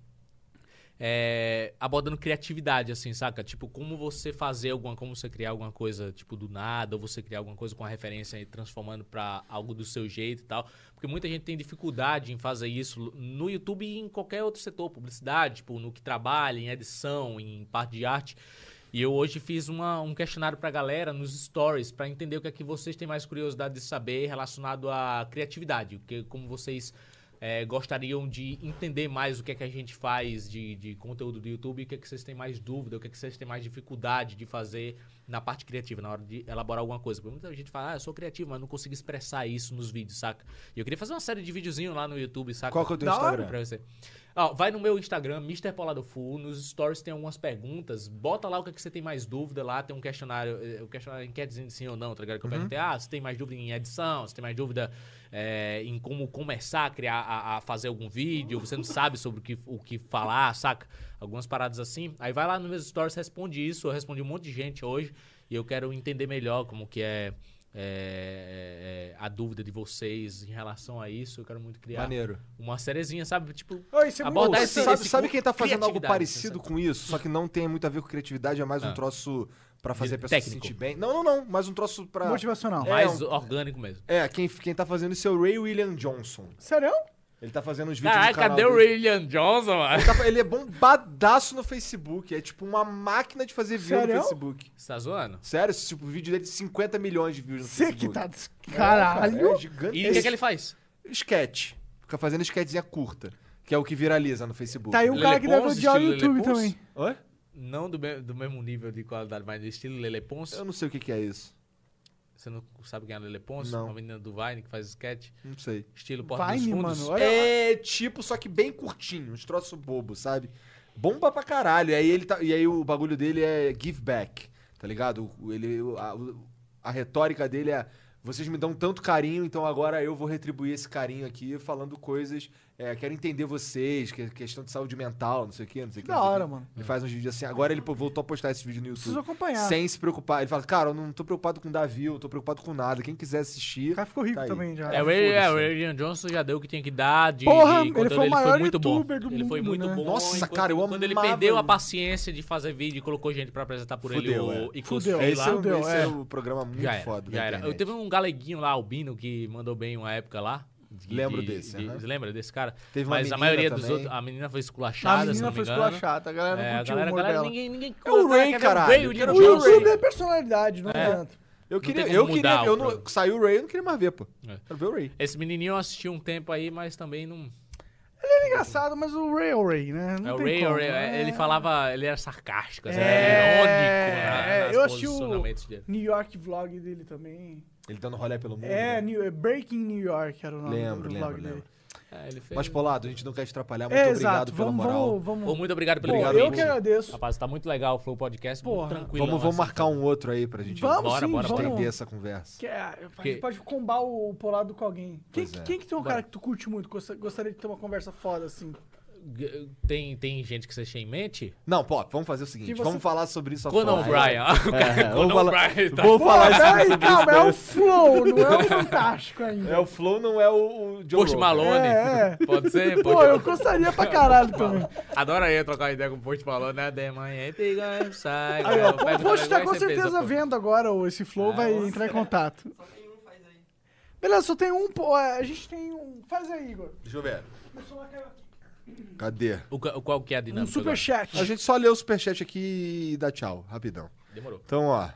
S3: É, abordando criatividade, assim, saca? Tipo, como você fazer alguma, como você criar alguma coisa, tipo, do nada, ou você criar alguma coisa com a referência e transformando pra algo do seu jeito e tal. Porque muita gente tem dificuldade em fazer isso no YouTube e em qualquer outro setor, publicidade, tipo, no que trabalha, em edição, em parte de arte. E eu hoje fiz uma- um questionário pra galera nos stories pra entender o que é que vocês têm mais curiosidade de saber relacionado à criatividade, o que, como vocês eh, gostariam de entender mais o que é que a gente faz de, de conteúdo do YouTube, o que é que vocês têm mais dúvida, o que é que vocês têm mais dificuldade de fazer na parte criativa, na hora de elaborar alguma coisa. Porque muita gente fala, ah, eu sou criativo, mas não consigo expressar isso nos vídeos, saca? E eu queria fazer uma série de videozinho lá no YouTube, saca?
S2: Qual que é o teu
S3: Da hora
S2: Instagram?
S3: pra você. Ó, vai no meu Instagram, Mr. Polado Full, nos stories tem algumas perguntas, bota lá o que, é que você tem mais dúvida lá, tem um questionário, eh, o questionário enquetezinho de sim ou não, tá ligado? Que eu perguntei, ah, você tem mais dúvida em edição, você tem mais dúvida eh, em como começar a criar, a, a fazer algum vídeo, você não sabe sobre o que, o que falar, saca? Algumas paradas assim. Aí vai lá nos meus stories, responde isso, eu respondi um monte de gente hoje e eu quero entender melhor como que é... eh, eh, a dúvida de vocês em relação a isso, eu quero muito criar
S2: Maneiro.
S3: uma sériezinha, sabe? Tipo,
S1: Ô, isso é muito
S3: Abordar
S2: Pô,
S3: esse-
S2: sabe,
S3: Tá esse
S2: sabe
S3: cu-
S2: quem tá fazendo algo
S3: criatividade,
S2: parecido
S3: sabe?
S2: com isso, só que não tem muito a ver com criatividade, é mais um
S3: Ah.
S2: troço pra fazer a
S3: De-
S2: pessoa se
S3: técnico.
S2: sentir bem. Não, não, não, mais um troço pra...
S1: Motivacional.
S2: É.
S3: mais orgânico mesmo.
S2: É, quem, quem tá fazendo isso é o Ray William Johnson.
S1: Sério?
S2: Ele tá fazendo uns vídeos
S3: Caralho,
S2: no canal
S3: cadê o
S2: dele.
S3: William Johnson, mano?
S2: Ele, tá- ele é bombadaço no Facebook, é tipo uma máquina de fazer view
S1: Sério?
S2: no Facebook.
S3: Você tá zoando?
S2: Sério, esse tipo, o vídeo dele de 50 milhões de views no
S1: Você que
S2: Facebook.
S1: tá des...
S2: É
S1: Caralho.
S2: gigante.
S3: E o que, é que ele faz?
S2: Sketch. Fica fazendo sketchzinha curta, que é o que viraliza no Facebook.
S1: Tá aí um
S3: Tipo, Lele
S1: cara que deve
S3: Pons,
S1: odiar o
S3: estilo Lele
S1: YouTube
S3: Pons?
S1: também.
S2: Oi?
S3: Não do, me- do mesmo nível de qualidade, mas do estilo Lele Pons.
S2: Eu não sei o que que é isso.
S3: Você não sabe quem é a Lele Pons?
S2: Não.
S3: Uma menina do Vine que faz sketch.
S2: Não sei.
S3: Estilo Porta dos
S1: Vine,
S3: Fundos.
S1: mano. Olha
S2: É tipo, só que bem curtinho, uns troços bobo, sabe? Bomba pra caralho. E aí, ele tá, e aí o bagulho dele é give back, tá ligado? O- Ele, o- a, o- a retórica dele é: vocês me dão tanto carinho, então agora eu vou retribuir esse carinho aqui falando coisas. é, quero entender vocês, que é questão de saúde mental, não sei o quê, não sei o
S1: Que
S2: quê.
S1: da
S2: não sei o
S1: hora,
S2: quê.
S1: mano.
S2: Ele faz uns vídeos assim. Agora ele pô, voltou a postar esse vídeo no
S1: Preciso
S2: YouTube.
S1: acompanhar.
S2: Sem se preocupar. Ele fala, cara, eu não tô preocupado com o Davi, eu tô preocupado com nada. Quem quiser
S1: O
S2: assistir.
S1: cara ficou rico
S2: Tá aí.
S1: também já.
S3: É, o William, é, o William Johnson já deu o que tinha que dar de,
S1: Porra,
S3: de
S1: ele
S3: conteúdo,
S1: foi o maior
S3: muito bom.
S1: youtuber do
S3: Ele foi
S1: mundo,
S3: muito
S1: né?
S3: bom.
S2: Nossa,
S3: enquanto-
S2: cara, eu
S3: Quando ele
S2: amava
S3: perdeu a
S2: ele.
S3: paciência de fazer vídeo e colocou gente pra apresentar por
S2: Fudeu,
S3: ele o
S2: é.
S3: Icos
S1: Fudeu.
S3: Free
S2: Esse,
S3: lá.
S2: é, o-
S1: Fudeu,
S2: esse
S1: é.
S2: é o programa muito
S3: já era,
S2: foda.
S3: já
S2: da
S3: era. Eu
S2: internet.
S3: teve um galeguinho lá, albino, que mandou bem uma época lá. de-
S2: Lembro
S3: de-
S2: desse,
S3: de-
S2: aham.
S3: Lembra desse cara?
S2: Teve uma
S3: Mas a
S2: menina
S3: maioria dos
S2: também.
S3: outros. A menina foi
S1: A
S3: esculachada, se
S1: menina
S3: não
S1: foi
S3: me engano.
S1: esculachada, a galera
S3: É,
S1: não
S3: a
S1: curtiu o
S3: galera,
S1: humor
S3: galera
S1: dela.
S3: ninguém, ninguém
S2: É o Ray,
S3: quer ver um
S2: caralho.
S3: Ray,
S2: Eu
S3: William
S2: quero
S1: O
S2: ver
S3: Johnson.
S1: YouTube é personalidade, não adianta.
S2: Eu queria,
S3: tem
S2: eu
S3: como
S2: queria,
S3: mudar
S2: eu
S3: o
S2: não,
S3: programa.
S2: saiu o Ray, eu não queria mais ver, pô.
S3: É.
S2: Quero ver o Ray.
S3: Esse menininho eu assisti um tempo aí, mas também não.
S1: É engraçado, mas o Ray é o Ray, né? Não
S3: é, o
S1: tem
S3: Ray,
S1: como.
S3: o Ray, é, ele falava. Ele era sarcástico, assim,
S1: É,
S3: era irônico. né,
S1: é,
S3: nas
S1: eu assisti o-
S3: posicionamentos dele.
S1: New York vlog dele também.
S2: Ele dando rolé pelo mundo.
S1: É,
S2: né?
S1: New, é Breaking New York era o nome
S2: Lembro,
S1: do
S2: lembro,
S1: vlog
S2: lembro.
S1: dele.
S3: É, ele fez.
S2: Mas, Polado, a gente não quer te atrapalhar. Muito
S1: é,
S2: obrigado
S1: exato.
S2: pela
S1: Vamos,
S2: moral.
S1: vamos, vamos.
S3: Pô, muito obrigado pelo
S1: Pô,
S2: obrigado
S1: eu
S2: mesmo.
S1: que agradeço.
S3: Rapaz, tá muito legal o Flow Podcast. Muito
S1: Porra.
S3: tranquilo. Assim,
S2: Vamos, vamos marcar um outro aí pra gente
S1: Vamos
S3: Bora,
S1: sim,
S3: bora,
S1: vamos.
S3: bora.
S2: estender essa conversa.
S1: Que é, a gente
S3: Que-
S1: pode combar o polado com alguém. Quem,
S2: Pois é.
S1: quem que tem um
S3: Bora.
S1: cara que tu curte muito, que você gostaria de ter uma conversa foda assim?
S3: G- Tem, tem gente que você tinha em mente?
S2: Não, pô, vamos fazer o
S1: Que
S2: seguinte.
S1: você-
S2: Vamos falar sobre isso
S3: Conan
S2: afora.
S3: O'Brien. é um O cara
S2: É, vamos
S3: Conan
S2: falar-
S3: O'Brien. tá-
S2: Vou falar
S1: Pô,
S2: isso
S1: peraí,
S2: sobre isso
S1: calma, é
S2: daí.
S1: o Flow, não é o Fantástico ainda.
S2: É, o Flow não é o, o Joe
S3: Post
S2: Rogan.
S3: Malone.
S1: É, é.
S3: Pode ser?
S1: Pô,
S3: Pode
S1: eu gostaria pra caralho também.
S3: Adora aí trocar ideia com o Post Malone, né? De manhã tem ganho, sai.
S1: Aí, ó, o Post tá com certeza vendo agora o- esse Flow,
S3: Ah,
S1: vai
S3: nossa.
S1: entrar em contato.
S5: Só tem um, faz aí.
S1: Beleza, só tem um, pô, a gente tem um. Faz aí, Igor.
S2: Deixa eu ver.
S1: Meu celular caiu aqui.
S2: É. Cadê?
S3: O, ca- qual que é a
S1: Um
S3: dinâmica? agora?
S1: superchat.
S2: A gente só lê o superchat aqui e dá tchau, rapidão.
S3: Demorou.
S2: Então, ó.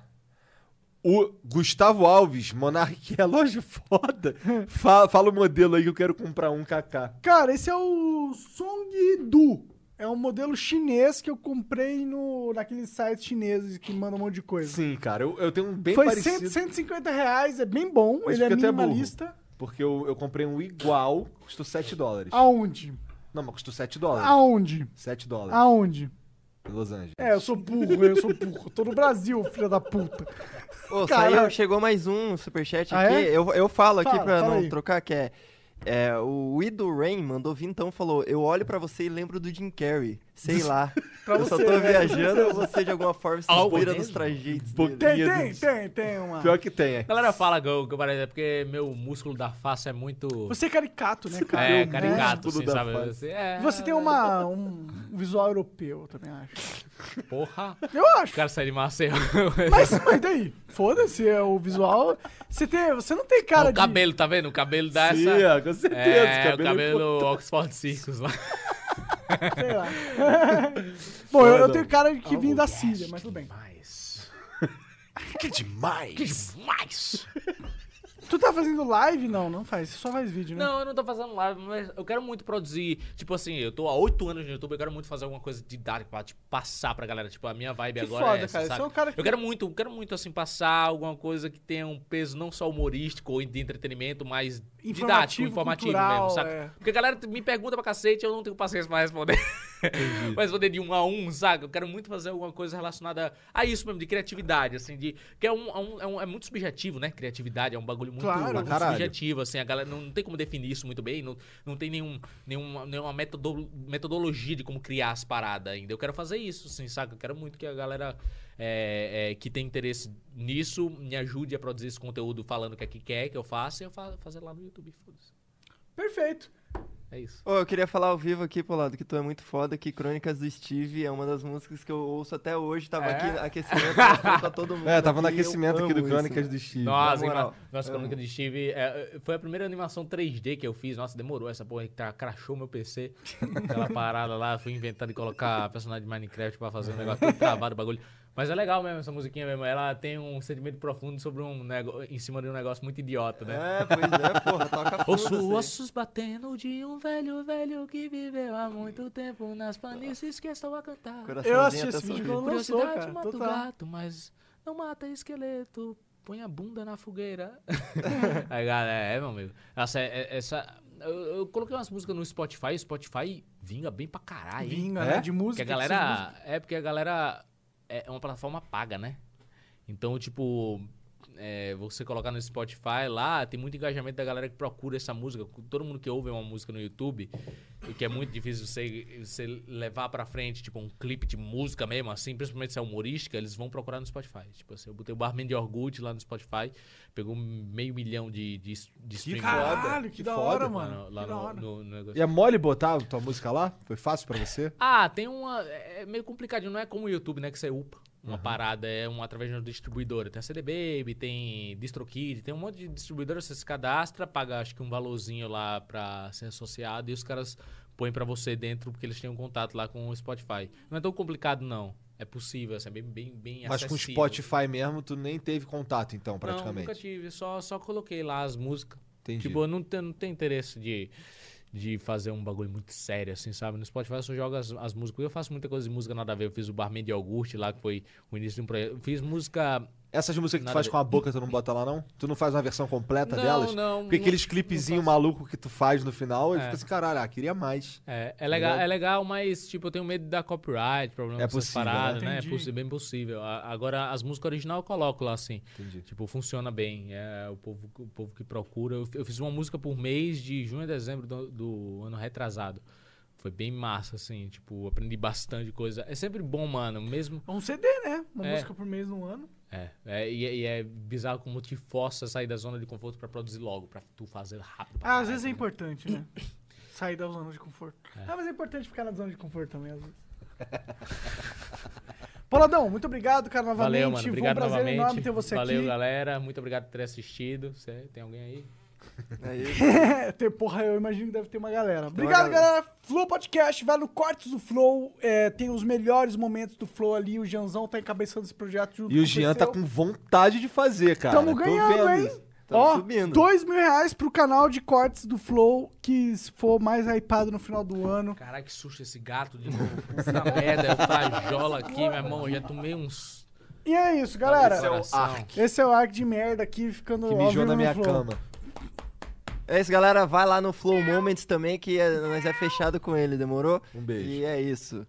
S2: O Gustavo Alves, Monark é loja foda. Fa- fala o modelo aí que eu quero comprar um KK.
S1: Cara, esse é o Song Du. É um modelo chinês que eu comprei no, naqueles sites chineses que mandam um monte de coisa.
S2: Sim, cara, eu, eu tenho um bem
S1: Foi
S2: parecido.
S1: 100, 150 reais, é bem bom,
S2: Mas
S1: ele é
S2: fica até burro.
S1: minimalista.
S2: Porque eu, eu comprei um igual, custou 7 dólares.
S1: Aonde?
S2: Não, mas custou 7 dólares.
S1: Aonde?
S2: 7 dólares.
S1: Aonde?
S2: Em Los Angeles.
S1: É, eu sou burro, eu sou burro. Tô no Brasil, filha da puta.
S4: Ô,
S1: Cara.
S4: saiu, chegou mais um superchat
S1: Ah,
S4: aqui.
S1: é?
S4: Eu, eu falo aqui
S1: Fala,
S4: pra
S1: fala
S4: não
S1: aí.
S4: trocar, que é, é, O Ido Rain mandou vir então falou: Eu olho pra você e lembro do Jim Carrey. Sei lá. eu só
S1: você,
S4: tô
S1: né?
S4: viajando ou você de alguma forma se
S3: Algo
S4: inspira
S3: mesmo?
S4: nos trajeitos
S2: Bo-
S4: dele.
S1: Tem,
S2: Minha
S1: tem,
S2: do-
S1: tem, tem uma.
S2: Pior que tem, é.
S3: A galera fala que eu, que eu pareço, é porque meu músculo da face é muito.
S1: Você é caricato, né, cara?
S3: é,
S1: Né?
S3: caricato, assim,
S2: músculo da
S3: sabe?
S2: face.
S3: Você, é,
S1: Você tem uma, um visual europeu, eu também acho.
S3: Porra.
S1: Eu
S3: O
S1: acho.
S3: cara sai de Maceió.
S1: Mas, mas daí? Foda-se, é o visual. Você, tem, você não tem cara
S3: o
S1: de.
S3: cabelo, tá vendo? O cabelo dá
S2: Sim,
S3: essa.
S2: é, com certeza.
S3: É, o
S2: cabelo é
S3: cabelo Oxford Circus lá.
S1: Sei lá. Bom, eu, eu
S2: Foda.
S1: tenho cara de que vim da Síria, mas tudo bem.
S3: Mas.
S2: Que demais!
S3: Que demais!
S1: Tu tá fazendo live? Não, não faz. Você só faz vídeo, né?
S3: Não, eu não tô fazendo live, mas eu quero muito produzir. Tipo assim, eu tô há oito anos no YouTube, eu quero muito fazer alguma coisa didática pra tipo, passar pra galera. Tipo, a minha vibe
S1: Que
S3: agora
S1: foda,
S3: é essa,
S1: cara. Você
S3: sabe?
S1: é um cara que-
S3: Eu quero muito, eu quero muito, assim, passar alguma coisa que tenha um peso não só humorístico ou de entretenimento, mas didático,
S1: Informativo,
S3: informativo
S1: cultural,
S3: mesmo, saca?
S1: é.
S3: Porque a galera me pergunta pra cacete, eu não tenho paciência pra responder. pra responder de um a um, saca? Eu quero muito fazer alguma coisa relacionada a isso mesmo, de criatividade, assim, de... Que é, um, é, um- é um- é muito subjetivo, né? Criatividade é um bagulho muito,
S1: Claro.
S3: muito
S2: Pra caralho.
S3: subjetivo, assim. A galera não, não tem como definir isso muito bem, não, não tem nenhum, nenhuma, nenhuma metodo- metodologia de como criar as paradas ainda. Eu quero fazer isso, assim, saca? Eu quero muito que a galera é, é, que tem interesse nisso me ajude a produzir esse conteúdo falando o que é que quer que eu faça e eu fa fazer lá no YouTube, foda-se.
S1: Perfeito.
S3: É isso.
S4: Ô, eu queria falar ao vivo aqui, Polado, que tu é muito foda, que Crônicas do Steve é uma das músicas que eu ouço até hoje. Tava
S3: É?
S4: aqui no aquecimento, mostrando pra todo mundo.
S2: É, tava no
S4: aqui, eu
S2: aquecimento aqui do
S4: amo
S2: Crônicas
S4: isso.
S2: do Steve.
S3: Nossa,
S4: na
S3: hein,
S4: moral.
S3: mano. nossa Crônica de Steve é, é, foi a primeira animação 3D que eu fiz. Nossa, demorou essa porra que tá, crashou meu PC. Aquela parada lá, fui inventando de colocar personagem de Minecraft pra fazer um negócio tudo travado, o bagulho. Mas é legal mesmo essa musiquinha mesmo. Ela tem um sentimento profundo sobre um nego... em cima de um negócio muito idiota, né?
S4: É, pois é, porra, toca
S3: Osso,
S4: foda-se.
S3: ossos batendo de um velho, velho que viveu há muito tempo nas planícies que estão a cantar.
S4: Coraçãozinho
S1: Eu assisti
S4: até
S1: esse vídeo
S4: sorriu.
S1: quando lançou,
S3: Curiosidade
S1: cara.
S3: mata o
S1: Total.
S3: gato, mas não mata esqueleto. Põe a bunda na fogueira. Aí, galera, é, meu amigo. Essa, é- é- essa, eu, eu coloquei umas músicas no Spotify. O Spotify vinga bem pra caralho. hein?
S1: Vinga,
S2: É?
S1: né? De
S3: Porque
S1: música.
S3: a
S1: de música.
S3: galera. É porque a galera é é uma plataforma paga, né? Então, tipo, é, você colocar no Spotify lá, tem muito engajamento da galera que procura essa música. Todo mundo que ouve uma música no YouTube, e que é muito difícil você, você levar pra frente, tipo, um clipe de música mesmo, assim, principalmente se é humorística, eles vão procurar no Spotify. Tipo assim, eu botei o Barman de Orgut lá no Spotify, pegou meio milhão de, de, de streams lá,
S1: Caralho, que,
S2: Que
S1: da
S2: foda,
S1: hora,
S3: lá
S1: mano.
S3: no- lá
S1: que da
S3: no-
S1: hora.
S3: no- no negócio.
S2: E é mole botar tua música lá? Foi fácil pra você?
S3: Ah, tem uma. É meio complicadinho, não é como o YouTube, né? Que você upa uma
S2: Uhum.
S3: parada, é um através de uma distribuidora. Tem a CD Baby, tem DistroKid, tem um monte de distribuidora, você se cadastra, paga acho que um valorzinho lá pra ser associado e os caras põem pra você dentro porque eles têm um contato lá com o Spotify. Não é tão complicado, não. É possível, assim, é bem, bem, bem
S2: Mas com o
S3: acessível.
S2: Spotify mesmo, tu nem teve contato, então,
S3: Não,
S2: praticamente.
S3: nunca tive, só, só coloquei lá as músicas.
S2: Entendi.
S3: Tipo, eu não tenho, não tenho interesse de, de fazer um bagulho muito sério, assim, sabe? No Spotify eu só jogo as, as músicas. Eu faço muita coisa de música nada a ver. Eu fiz o Barman de Auguste lá, que foi o início de um projeto. Eu Fiz música.
S2: Essas músicas que tu
S3: Nada a
S2: faz
S3: ver.
S2: com a boca, tu não bota lá, não? Tu não faz uma versão completa
S3: Não,
S2: Tá delas?
S3: não,
S2: Porque
S3: não-
S2: aqueles
S3: não
S2: clipezinho maluco que tu faz no final, eu fico assim, caralho, ah, queria mais.
S3: É, é, legal, é legal, mas, tipo, eu tenho medo da copyright, problema
S2: É
S3: com essas
S2: possível, né?
S3: paradas, né? É
S1: Entendi.
S3: possi- bem possível. A- Agora, as músicas originais eu coloco lá, assim.
S2: Entendi.
S3: Tipo, funciona bem. É o povo, o povo que procura. Eu, eu fiz uma música por mês de junho a dezembro do, do ano retrasado. Foi bem massa, assim, tipo, aprendi bastante coisa. É sempre bom, mano, mesmo.
S1: É um CD, né? Uma
S3: É.
S1: música por mês no ano.
S3: É, é, e, é- e é bizarro como te força a sair da zona de conforto pra produzir logo, pra tu fazer rápido. pra
S1: Ah, às
S3: caralho,
S1: vezes é
S3: né?
S1: importante, né? Sair da zona de conforto. Ah, mas é importante ficar na zona de conforto também, às vezes. Pauladão, muito obrigado, cara, novamente.
S3: Valeu, mano.
S1: Foi um
S3: Obrigado
S1: prazer
S3: novamente.
S1: enorme ter você
S3: Valeu,
S1: aqui.
S3: galera. Muito obrigado por ter assistido. Você tem alguém aí?
S4: Aí,
S1: É, Tem, porra, eu imagino que deve ter uma galera.
S4: Tem uma
S1: Obrigado,
S4: galera.
S1: galera. Flow Podcast, vai no Cortes do Flow. é, tem os melhores momentos do Flow ali. O Janzão tá encabeçando esse projeto junto
S2: E o Jean tá
S1: seu.
S2: com vontade de fazer, cara.
S1: Tamo
S2: Tô
S1: ganhando,
S2: vendo.
S1: hein?
S4: Tamo
S1: Ó,
S4: subindo.
S1: dois mil reais pro canal de cortes do Flow, que se for mais hypado no final do ano.
S3: Caralho, que susto esse gato de novo. Puta merda, é o frajola aqui, meu irmão. Eu já tomei uns.
S1: E é isso, galera.
S3: Esse é o Ark.
S1: Esse é o arco de merda aqui, ficando
S2: Que
S1: ao vivo
S2: mijou na
S1: no
S2: minha
S1: Flow.
S2: cama.
S4: é isso, galera. Vai lá no Flow Moments também, que é- nós é fechado com ele, demorou?
S2: Um beijo.
S4: E é isso.